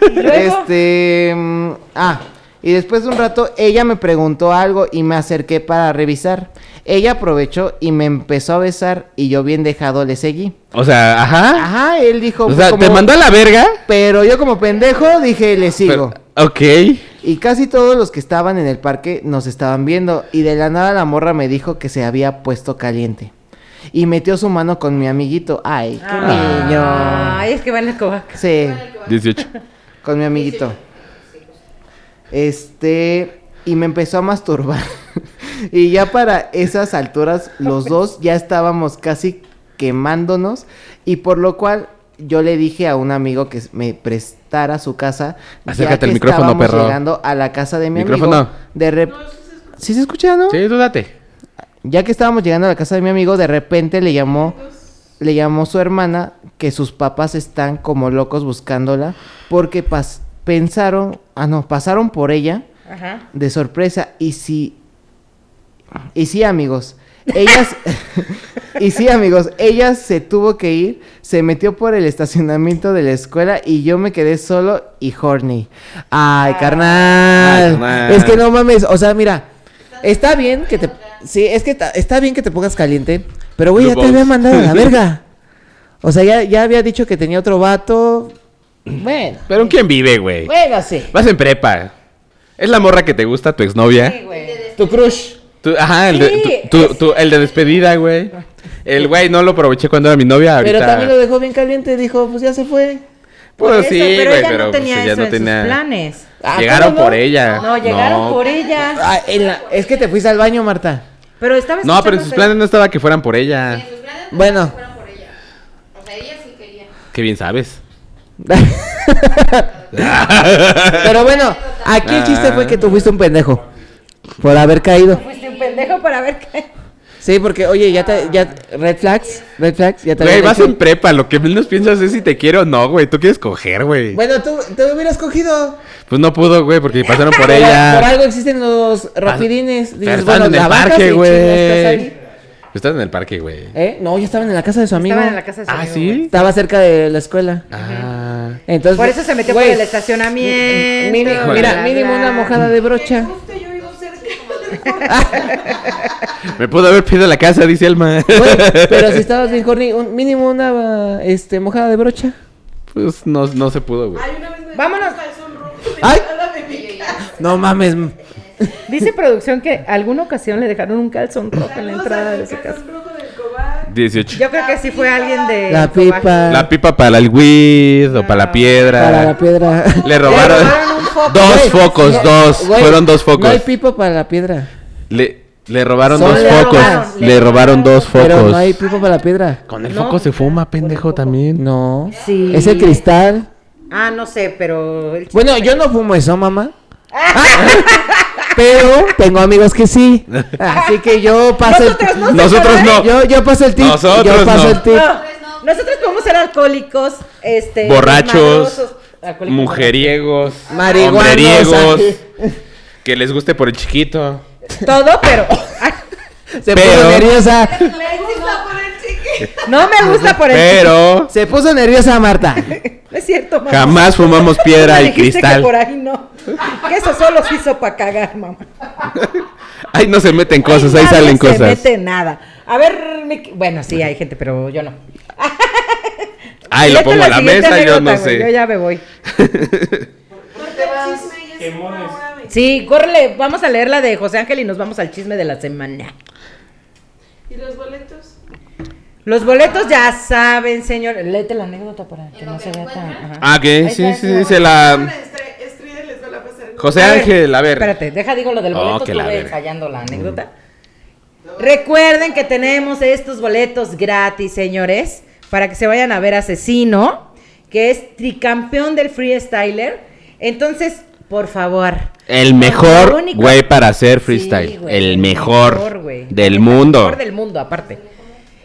Pendejo. Este... mm, Ah, y después de un rato ella me preguntó algo y me acerqué para revisar. Ella aprovechó y me empezó a besar y yo bien dejado le seguí. O sea, ajá. Ajá, él dijo... Ah. O sea, Ah, como- te mandó a la verga. Pero yo como pendejo dije, le sigo. Pero- ok. Y casi todos los que estaban en el parque nos estaban viendo y de la nada la morra me dijo que se había puesto caliente. Y metió su mano con mi amiguito. Ay, qué Ah, Ay, es que van a Covac. niño. Sí, 18. con mi amiguito. Este, y me empezó a masturbar. y ya para esas alturas los dos ya estábamos casi quemándonos y por lo cual yo le dije a un amigo que me prestara su casa Acércate ya al que micrófono, estábamos perro. llegando a la casa de mi Micrófono. amigo. De rep- ¿Sí se escucha, no? Sí, dúdate. Ya que estábamos llegando a la casa de mi amigo, de repente le llamó, le llamó su hermana que sus papás están como locos buscándola porque pas- pensaron, ah no, pasaron por ella Ajá. de sorpresa y sí, y sí amigos, ellas, y sí amigos, ella se tuvo que ir, se metió por el estacionamiento de la escuela y yo me quedé solo y horny. Ay, carnal. Ay, carnal. Es que no mames, o sea, mira, está bien que te, sí, es que ta- está bien que te pongas caliente, pero güey, Blue ya te balls. había mandado a la verga. O sea, ya, ya había dicho que tenía otro vato. Bueno, Pero ¿en quién vive, güey? bueno, sí. Vas en prepa. Es la morra que te gusta, tu exnovia. Sí, güey. Tu crush. Tú- ajá, el de, Sí, tú- tú- tú- el de despedida, güey. El güey no lo aproveché cuando era mi novia. Ahorita. Pero también lo dejó bien caliente, dijo, pues ya se fue. Por Pues eso, sí, pero güey, ella pero no pues, tenía ella eso no en tenía- sus planes. Ah, Llegaron ¿cómo no? por ella. No, llegaron No. por ella. Ah, en la- Es que te fuiste al baño, Marta. Pero estaba No, pero en escuchando sus el- planes no estaba que fueran por ella. Bueno. Fueron por ella. O sea, ella sí quería. Qué bien sabes. Pero bueno, aquí el chiste fue que tú fuiste un pendejo. Por haber caído. Fuiste un pendejo para ver qué. Sí, porque, oye, ya te. Ya, red flags. Red flags. Ya te Güey, habían vas hecho- en prepa. Lo que menos piensas es si te quiero o no, güey. Tú quieres coger, güey. Bueno, tú te hubieras cogido. Pues no pudo, güey, porque pasaron por Por Ah, ella. algo existen los rapidines. Pero Dices, estaban bueno, en el la bajas parque, y güey. chingas, estás ahí. pues, Estás en el parque, güey. ¿Eh? No, ya estaban en la casa de su amigo. Estaban en la casa de su Ah, amigo, ¿sí? güey. Estaba cerca de la escuela. Ah. Entonces, Por eso se metió güey, por el estacionamiento. mini- bla, mira, bla, mínimo bla. una mojada de brocha. Justo yo vivo cerca. Me pudo haber pedido la casa, dice Elma. Güey, pero si estabas bien horny, un, mínimo una este, mojada de brocha. Pues no, no se pudo, güey. Ay, una vez me Vámonos. calzón rojo. Ay. Ay. No mames. m- Dice producción que alguna ocasión le dejaron un calzón rojo en la entrada de su casa. calzón rojo del Cobán. 18. Yo creo que sí fue alguien de. La pipa. La pipa para el weed o para la piedra. Para la piedra. Le robaron, Le robaron un foco. dos Güey, focos, no, dos. güey, Fueron dos focos. No hay pipo para la piedra. Le, le robaron Solo dos le focos. robaron, le, le robaron dos focos. Pero no hay pipo para la piedra. Con el foco se fuma, pendejo, también. No. Sí. Es el cristal. Ah, no sé, pero. el Bueno, yo no fumo eso, mamá. Pero tengo amigos que sí. Así que yo paso el Nosotros no. Nosotros no. Yo, yo paso el tip. Nosotros yo paso no. el tip. pues, No, Nosotros podemos ser alcohólicos, este, Borrachos, desmadrosos, alcohólicos, Mujeriegos, Marihuanos, hombreriegos, ay. que les guste por el chiquito. Todo, pero ay, Se Pero- puso nerviosa. Me gusta por el chiqui. no me gusta por el. Pero Se puso nerviosa Marta. No es cierto, mamá. jamás fumamos piedra y Dijiste que cristal. por ahí no. Que eso solo se hizo para cagar, mamá. Ahí no se meten cosas, Ay, ahí nadie salen se cosas. mete nada. A ver, mi- bueno, sí, hay gente, pero yo no. Ay, lo Vete pongo a la siguiente mesa, yo anécdota, no güey, Yo sé. ya me voy. Porque ahorita el chisme y es una hora veinte. Sí, córrele, vamos a leer la de José Ángel y nos vamos al chisme de la semana. ¿Y los boletos? Los boletos ya saben, señor. Léete la anécdota para que no se vea tan. ajá. Ah, que sí, está, sí, no. se la. Estre- Estrella les va a pasar. José A ver, Ángel, a ver. Espérate, deja, digo lo del Oh, Mm. boleto, que la estuve verga. ensayando la anécdota. Recuerden que tenemos estos boletos gratis, señores, para que se vayan a ver Asesino, que es tricampeón del freestyler. Entonces, por favor. El Lo mejor único- güey para hacer Sí, freestyle. güey, el mejor, güey. del El mundo. mejor del mundo, aparte.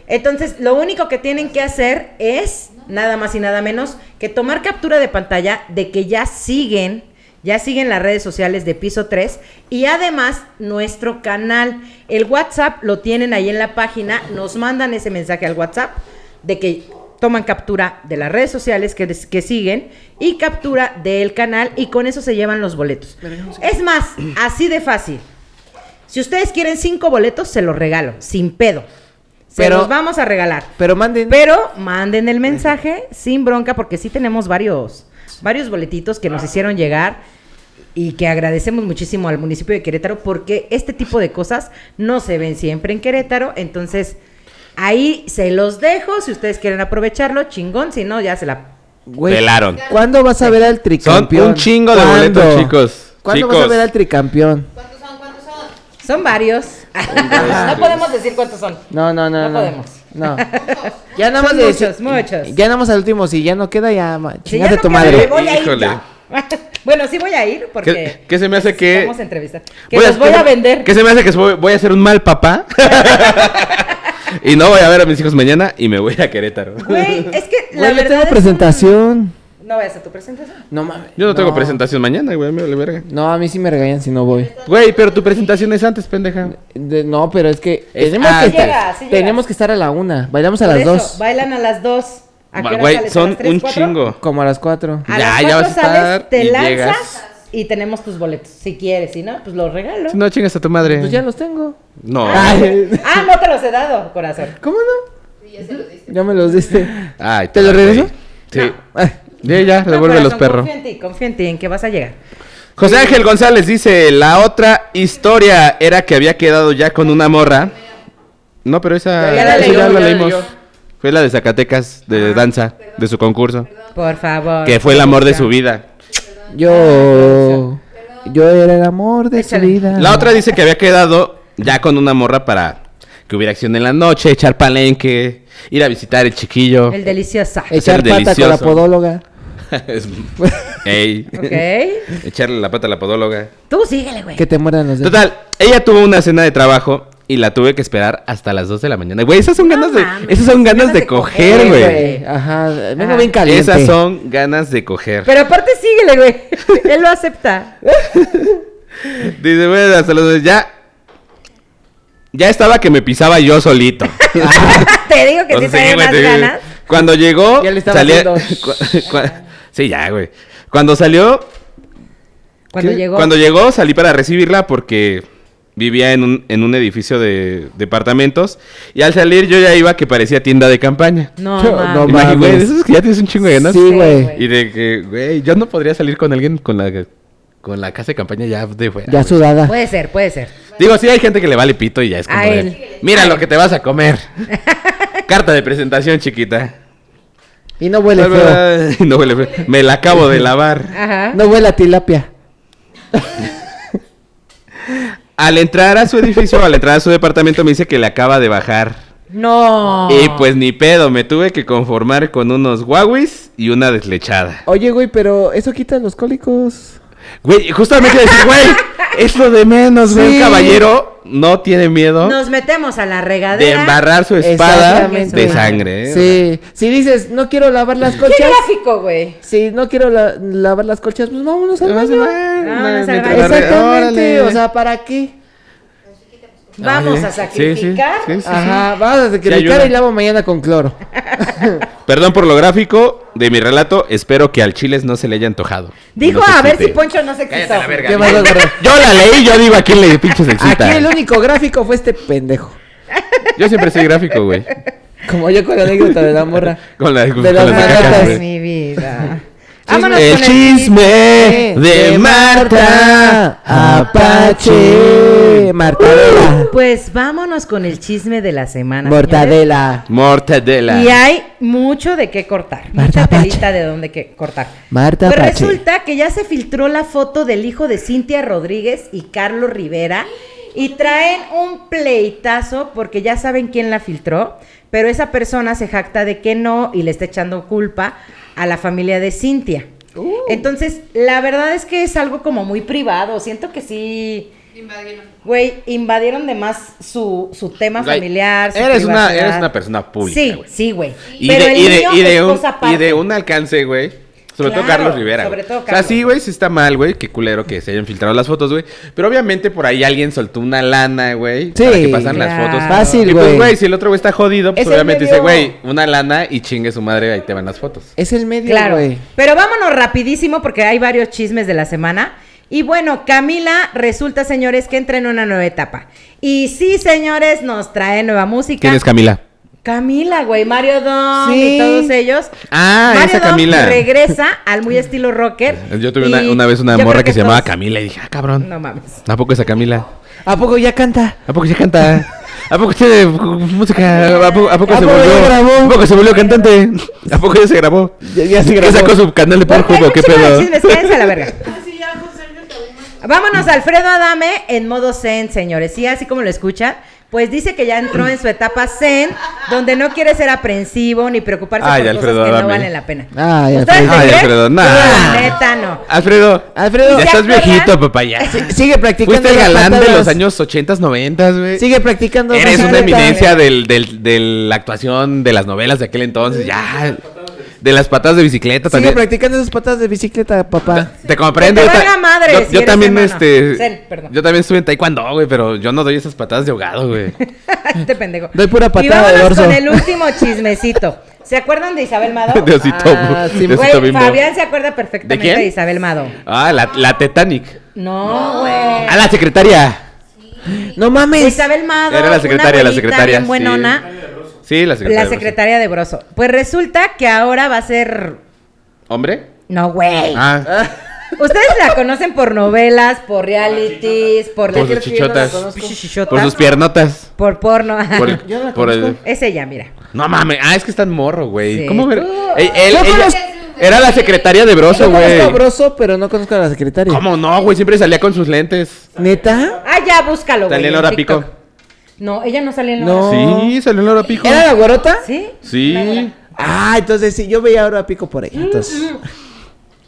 Entonces, lo único que tienen que hacer es nada más y nada menos que tomar captura de pantalla de que ya siguen, ya siguen las redes sociales de Piso 3 y además nuestro canal. El WhatsApp lo tienen ahí en la página, nos mandan ese mensaje al WhatsApp de que toman captura de las redes sociales que, des- que siguen y captura del canal y con eso se llevan los boletos. Es más, así de fácil. Si ustedes quieren cinco boletos, se los regalo, sin pedo. Se Pero- los vamos a regalar. Pero manden. Pero manden el mensaje sin bronca, porque sí tenemos varios, varios boletitos que nos hicieron llegar y que agradecemos muchísimo al municipio de Querétaro, porque este tipo de cosas no se ven siempre en Querétaro. Entonces, ahí se los dejo. Si ustedes quieren aprovecharlo, chingón. Si no, ya se la. Güey, Pelaron. ¿Cuándo vas a ver al tricampeón? Son un chingo de boletos, ¿Cuándo? chicos. ¿Cuándo vas a Chicos. ver al tricampeón? ¿Cuántos son? ¿Cuántos son? Son varios. no podemos decir cuántos son. No, no, no. No No, podemos. No. Ya nada más Son de muchos, muchos. Ya nada más al último, si ya no queda, ya ma- Si ya no chingate tu queda, madre. me voy a ir Híjole. ya. bueno, sí voy a ir porque. ¿Qué, qué se me hace que.? Vamos a entrevistar. Que los voy que- a vender. ¿Qué se me hace que soy- voy a ser un mal papá? y no voy a ver a mis hijos mañana y me voy a Querétaro. Güey, es que la Güey, yo verdad tengo es un- presentación. No vayas a tu presentación. No mames. Yo no, tengo presentación mañana, güey, me vale verga. No, a mí sí me regañan si no voy. Güey, pero tu presentación es antes, pendeja. De- no, pero es que Es tenemos, que, antes. estar, Sí llega, sí llega. tenemos que estar a la una. Bailamos a Por las eso, dos. Bailan a las dos. ¿A qué hora Güey, sales? ¿A son las tres, un cuatro? chingo. Como a las cuatro. A Ya, las ya cuatro vas a sales, estar te y lanzas llegas. y tenemos tus boletos. Si quieres, si no, pues los regalo. Si no, chingas a tu madre. Pues ya los tengo. No. Ay, Ah, no te los he dado, corazón. ¿Cómo no? Ya me los diste. Ay, ¿Te lo güey. regreso? Sí. Ay, Ya, ya, le No, vuelve los corazón, perros. Confía en ti, confía en ti, en que vas a llegar. José Ángel González dice, la otra historia era que había quedado ya con una morra. No, pero esa Ya la esa leyó, ya la leímos. Fue la de Zacatecas de danza, de su concurso, Por favor. que fue el amor de su vida. Yo. Yo era el amor de Échale. su vida. La otra dice que había quedado ya con una morra para que hubiera acción en la noche, echar palenque, ir a visitar el chiquillo. El deliciosa. Ser Echar pata con la delicioso. podóloga. Es- Ey. eh. Ok. Echarle la pata a la podóloga. Tú síguele, güey. Que te muerdan los dedos. Total, ella tuvo una cena de trabajo y la tuve que esperar hasta las 2 de la mañana. Güey, esas son No ganas de mames, esas son ganas de coger, güey. Güey, Ajá. Vengo Ajá. bien caliente. Esas son ganas de coger. Pero aparte síguele, güey. Él lo acepta. Dice, bueno, hasta las 2 ya ya estaba que me pisaba yo solito. te digo que O sí sea, sí, trae güey, más te- ganas. Cuando llegó, Ya le estaba haciendo- cu- cu- sí, ya, güey. Cuando salió, Cuando ¿Qué? llegó. Cuando llegó salí para recibirla porque vivía en un, en un edificio de departamentos y al salir yo ya iba que parecía tienda de campaña. No, No, mames. no, Imagínate, güey, mames. de esos que ya tienes un chingo de ganas. Sí, güey. güey. Y de que, güey, yo no podría salir con alguien con la, con la casa de campaña ya de fuera. Ya güey. sudada. Puede ser, puede ser. Digo, sí hay gente que le vale pito y ya es como A de, él. Mira lo que te vas a comer. Carta de presentación, chiquita. Y no huele feo. No huele feo. Me la acabo de lavar. Ajá. No huele a tilapia. Al entrar a su edificio, al entrar a su departamento, me dice que le acaba de bajar. No. Y pues ni pedo, me tuve que conformar con unos guauis y una deslechada. Oye, güey, pero eso quita los cólicos. Güey, justamente decir, güey, es lo de menos, güey. Sí. Un caballero no tiene miedo Nos metemos a la de regadera. embarrar su espada Exactamente, de güey. sangre. ¿eh? Sí. Si dices, no quiero lavar las ¡Qué colchas. gráfico, güey! Si no quiero la- lavar las colchas, pues vámonos al Además, baño. güey, Ah, No, una- no se mientras vale. la re- órale. Exactamente. O sea, ¿para qué? Vamos Órale. a Sí, Ah, sí, sacrificar. sí, sí, sí. Ajá, vamos a sacrificar ayuda. y lavo mañana con cloro. Perdón por lo gráfico de mi relato, espero que al Chiles no se le haya antojado. Dijo, No se a ver si excite. Poncho no se Cállate excitó. la verga. ¿Qué más vas a borrar? Yo la leí, yo digo a quién le pinches excita. Aquí el único gráfico fue este pendejo. Yo siempre soy gráfico, güey. Como yo con la anécdota de la morra. Con la- de con las las Ay, Ay, nalgatas. güey. mi vida. Vámonos el con el chisme de Marta Apache. Martadela. Pues vámonos con el chisme de la semana. señores. Mortadela. Mortadela. Y hay mucho de qué cortar. Marta mucha telita Pache. de dónde que cortar. Marta Pues Apache. resulta que ya se filtró la foto del hijo de Cintia Rodríguez y Carlos Rivera. Y traen un pleitazo porque ya saben quién la filtró. Pero esa persona se jacta de que no y le está echando culpa a la familia de Cintia. Uh. Entonces, la verdad es que es algo como muy privado. Siento que sí. Güey, invadieron de más su, su tema Güey, familiar. su eres una- privacidad. eres una persona pública, Sí, güey. sí, güey. Y Pero de, el y de- niño y de es un, cosa aparte. y de un alcance, güey. Sobre todo Claro, Carlos Rivera. sobre güey. todo O Carlos. sea, sí, güey, sí está mal, güey. Qué culero que se hayan filtrado las fotos, güey. Pero obviamente por ahí alguien soltó una lana, güey. Sí, para que pasan claro. las fotos. Fácil, Y pues, güey. güey, si el otro güey está jodido, pues Es el obviamente dice, medio- güey, una lana y chingue su madre, ahí te van las fotos. Es el medio, Claro. güey. Pero vámonos rapidísimo porque hay varios chismes de la semana. Y bueno, Camila resulta, señores, que entra en una nueva etapa. Y sí, señores, nos trae nueva música. ¿Quién es Camila? Camila, güey, Mario Don y Sí. todos ellos. Ah, Mario esa Dom Camila. regresa al muy estilo rocker. Yo tuve una, Y una vez una yo creo morra que, se llamaba todos- Camila y dije, ah, cabrón. No mames. ¿A poco esa Camila? ¿A poco ya canta? ¿A poco se canta? ¿A poco tiene música? ¿A poco, a poco ¿A se poco ya volvió? grabó? ¿A poco se volvió cantante? ¿A poco ya se grabó? Ya, ya se ¿Qué grabó. sacó su canal de Bueno, por hay juego? un ¿Qué chingo de pedo? chismes, quédense a la verga. Así Ah, ya, José, yo te voy a- Vámonos, Alfredo Adame en modo zen, señores. Sí, así como lo escuchan, pues dice que ya entró en su etapa zen, donde no quiere ser aprensivo ni preocuparse Ay, por Alfredo cosas que no Adame. valen la pena. Ah, Ay, ¿Ustedes Alfredo. se Ay, creen? Alfredo, nah. No, neta, no. Alfredo, Alfredo. Ah, ya ¿Se estás acuerdan? viejito, papá, ya. Sigue practicando. Fuiste el las galán de patadas. los años 80, 90, güey. Sigue practicando. Eres las una Alfredo. patadas. eminencia del, del, de la actuación de las novelas de aquel entonces, ya. De las patas de bicicleta Sigue también. practicando esas patadas de bicicleta, papá. Te comprendo. Que te yo valga madre yo, si yo eres también, hermano. este. Zen, perdón. yo también estuve en taekwondo, güey, pero yo no doy esas patadas de ahogado, güey. este pendejo. Doy pura patada Y de vámonos dorso. con el último chismecito. ¿Se acuerdan de Isabel Mado? De osito, Ah, sí, de Güey, osito bimbo. Fabián se acuerda perfectamente ¿De de, quién? Isabel Mado. Ah, la, la Titanic. No, güey. A la secretaria. No mames. Isabel Mado. Era la una secretaria, la abuelita secretaria. bien buenona. Sí, la secretaria. La secretaria de Broso. Pues resulta que ahora va a ser. ¿Hombre? No, güey. Ah, Ustedes la conocen por novelas, por realities, por por la- sus chichotas. Pinches chichotas. Por sus piernotas. Por porno. Por, el- por el... Es ella, mira. No mames. Ah, es que están morro, güey. Sí. ¿Cómo ver? Tú- Ey, él- Yo ella- conozco- Era la secretaria de Broso, Yo güey. conozco a Broso, pero no conozco a la secretaria. ¿Cómo no, güey? Siempre salía con sus lentes. ¿Neta? Ah, ya, búscalo, güey. Salía en en hora TikTok. pico. No, ella no sale en No. hora Sí, salió en la hora pico. ¿Era la guarota? pico. ¿Sí? Sí. Ah, entonces sí, yo veía ahora a Pico por ahí. Mm, Entonces.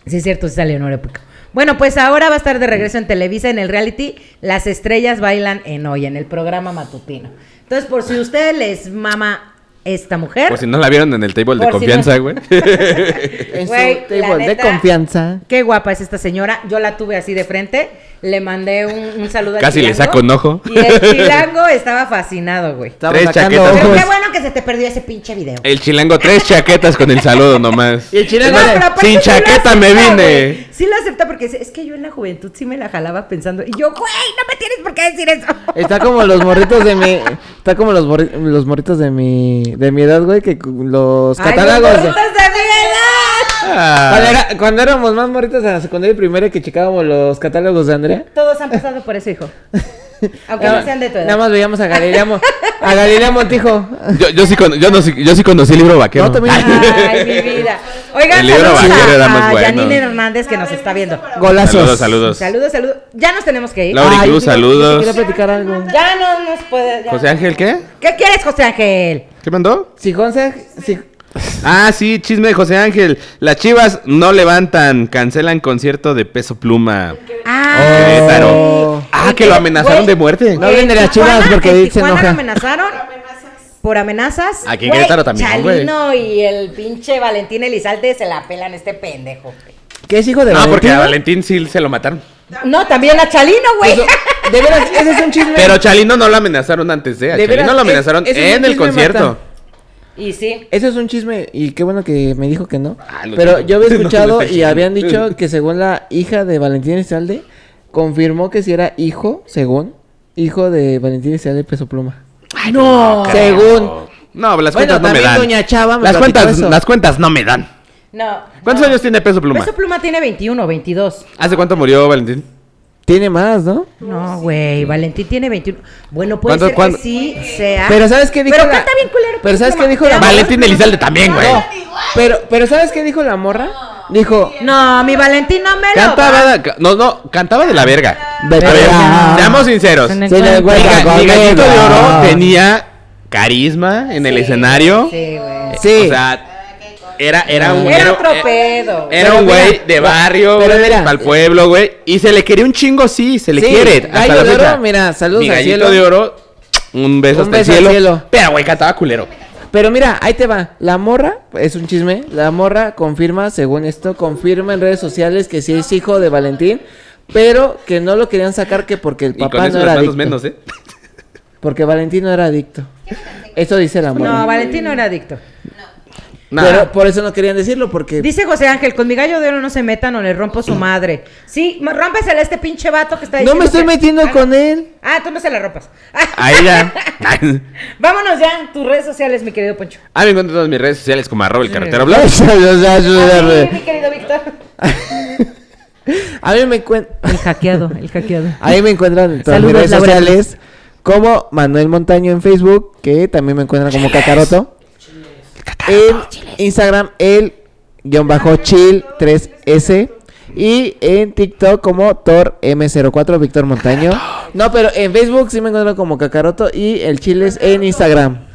Sí, es cierto, sí sale en hora pico. Bueno, pues ahora va a estar de regreso en Televisa, en el reality Las Estrellas Bailan en Hoy, en el programa matutino. Entonces, por si ustedes les mama esta mujer, Por si no la vieron en el table de Por si confianza, no- güey. En su Güey, la table de neta- confianza. Qué guapa es esta señora. Yo la tuve así de frente. Le mandé un, un saludo al Casi le chilango, saco un ojo. Y el chilango estaba fascinado, güey. Estaba Tres sacando chaquetas. Pero ojos. qué bueno que se te perdió ese pinche video. El chilango, tres chaquetas con el saludo nomás. Y el No, chilango pero de- aparte sin sí lo chaqueta me acepta, vine. güey. Sí lo acepta porque dice, es que yo en la juventud sí me la jalaba pensando. Y yo, güey, no me tienes por qué decir eso. Está como los morritos de mi. Está como los, borri- los morritos de mi. De mi edad, güey, que cu- los Ay, catálogos. los gorritos de mi edad. Cuando, Ah, era- cuando éramos más morritos en la secundaria y primaria que checábamos los catálogos de Andrea. Todos han pasado por eso, hijo. Aunque no sean de tu edad. Nada más veíamos a Galilea, Mo- a Galilea Montijo. yo, yo, sí con- yo, no, sí- yo sí conocí el libro vaquero. No, también- Ah, Ay, mi vida. Oigan, El libro saludos vaquero era a, más a bueno. Ah, Janine Hernández que nos está viendo. Saludos, Golazos. saludos. Saludos, saludos. Ya nos tenemos que ir. Laura Cruz, Ay, yo te- yo te saludos. Quería platicar algo. Ya no nos puede. ya. José Ángel, ¿qué? ¿Qué quieres, José Ángel? ¿Qué mandó? Si González. Si... Ah, sí, chisme de José Ángel. Las chivas no levantan, cancelan concierto de peso pluma. Ah, Querétaro. sí. Este, Ah, ¿En que qué? lo amenazaron Güey, de muerte. No hablen de las Tijuana, chivas porque en Edith se Tijuana enoja. lo amenazaron por amenazas. Aquí en Güey, Querétaro también, güey. Chalino y el pinche Valentín Elizalde se la pelan a este pendejo. güey. ¿Qué es hijo de No, porque a Valentino? Valentín sí se lo mataron. No, también a Chalino, güey. Eso- de veras, ese es un chisme. Pero Chalino no lo amenazaron antes, ¿eh? A De Chalino veras, lo es- amenazaron ese es en un el chisme, concierto. Marta. Y sí. Eso es un chisme y qué bueno que me dijo que no. Ah, lo Pero dijo. yo había No, no escuchado está y habían chisme. dicho que según la hija de Valentín Elizalde confirmó que si era hijo, según hijo de Valentín Elizalde Peso Pluma. no, según. No, las Bueno, Ah, cuentas no me también dan. Doña Chava me las platicó cuentas, eso. las cuentas no me dan. No. ¿Cuántos no. años tiene Peso Pluma? Peso Pluma tiene 21, 22. ¿Hace cuánto murió Valentín? Tiene más, ¿no? No, güey, Valentín tiene 21. Bueno, puede ¿Cuándo- ser cuándo? que sí sea. Pero ¿sabes qué dijo Pero la- canta bien culero. Pero ¿sabes qué dijo la- Valentín Elizalde también, güey. No, pero, pero ¿sabes qué dijo la morra? Dijo, No, mi Valentín no me lo. va. Cantaba, ca- no, no, cantaba de la verga. De A ver, verga. seamos sinceros. Se Mi, me- "Se le ga- huele a mi gallito de oro Ah. gorila". tenía carisma en el escenario. Sí, güey. Sí. O sea, era, era un Era eh, otro era- pedo. Era Pero un mira, güey de pero- barrio, pero güey, mira. al pueblo, güey. Y se le quería un chingo, sí, se le Sí, quiere. hasta gallo la de oro, fecha. mira, saludos Mi al gallito cielo. de oro, un beso Un hasta beso el al cielo. cielo. Pero, güey, cantaba culero. Pero mira, ahí te va. La morra, es un chisme, la morra confirma, según esto, confirma en redes sociales que sí es hijo de Valentín, pero que no lo querían sacar que porque el Y papá con eso no era las adicto. manos menos, ¿eh? Porque Valentín no era adicto. Eso dice la morra. No, Valentín no era adicto. Pero por eso no querían decirlo, porque... Dice José Ángel, con mi gallo de oro no se metan o le rompo su madre. Sí, ma- rómpesela a este pinche vato que está No diciendo me estoy que- metiendo Ah, con él. Ah, tú no se la rompas. Ahí ya. Vámonos ya en tus redes sociales, mi querido Poncho. Ah, me encuentro en todas mis redes sociales como arroba el carretero blog. Sí, mi querido Víctor. A mí me cuen- El hackeado, el hackeado. Ahí me encuentran en todas mis Saludos, redes Laura. sociales como Manuel Montaño en Facebook, que también me encuentran como Cacaroto. En Instagram el guión bajo chill 3S y en TikTok como Thor M04 Víctor Montaño. No, pero en Facebook sí me encuentran como Cacaroto y el Chiles en Instagram.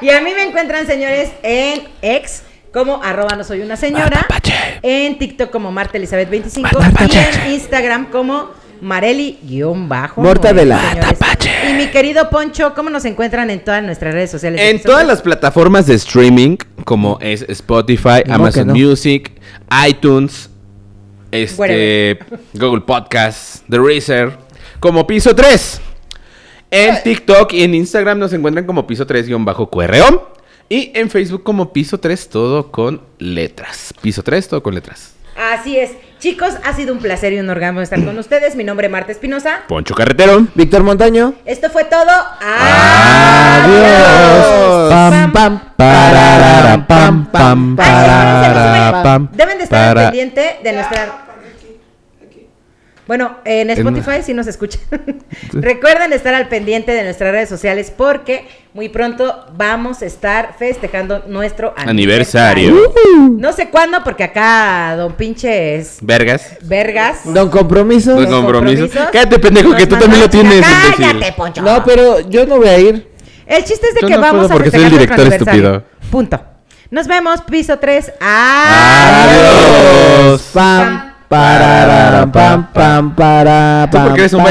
Y a mí me encuentran, señores, en ex como arroba no soy una señora. En TikTok como Marta Elizabeth 25 y en Instagram como Mareli guión bajo. Mortadela. Y mi querido Poncho, ¿cómo nos encuentran en todas nuestras redes sociales? En todas las plataformas de streaming, como es Spotify, No, Amazon que no. Music, iTunes, este, Google Podcast, The Razer, como Piso 3. En TikTok y en Instagram nos encuentran como Piso 3-QRO. Y en Facebook como Piso 3, todo con letras. Piso 3, todo con letras. Así es. Chicos, ha sido un placer y un orgasmo estar con ustedes. Mi nombre es Marta Espinosa. Poncho Carretero. Víctor Montaño. Esto fue todo. Adiós. Pam pam pararam, pam pam pararam, pam. Deben de estar al Para- pendiente de nuestra. Bueno, en Spotify sí nos escuchan. Recuerden estar al pendiente de nuestras redes sociales porque muy pronto vamos a estar festejando nuestro aniversario. Aniversario. No sé cuándo, porque acá don pinches Vergas. vergas. Don Compromiso. Don los Compromiso. compromisos, Cállate, pendejo, nos que tú mandó también a lo tienes, chingar. Cállate, imbécil. Poncho. No, pero yo no voy a ir. El chiste es de Yo que no vamos puedo a porque soy festejar el nuestro director aniversario. estúpido. Punto. Nos vemos, piso 3. Adiós. Pam pararam, pam pam para ¿Tú por qué eres un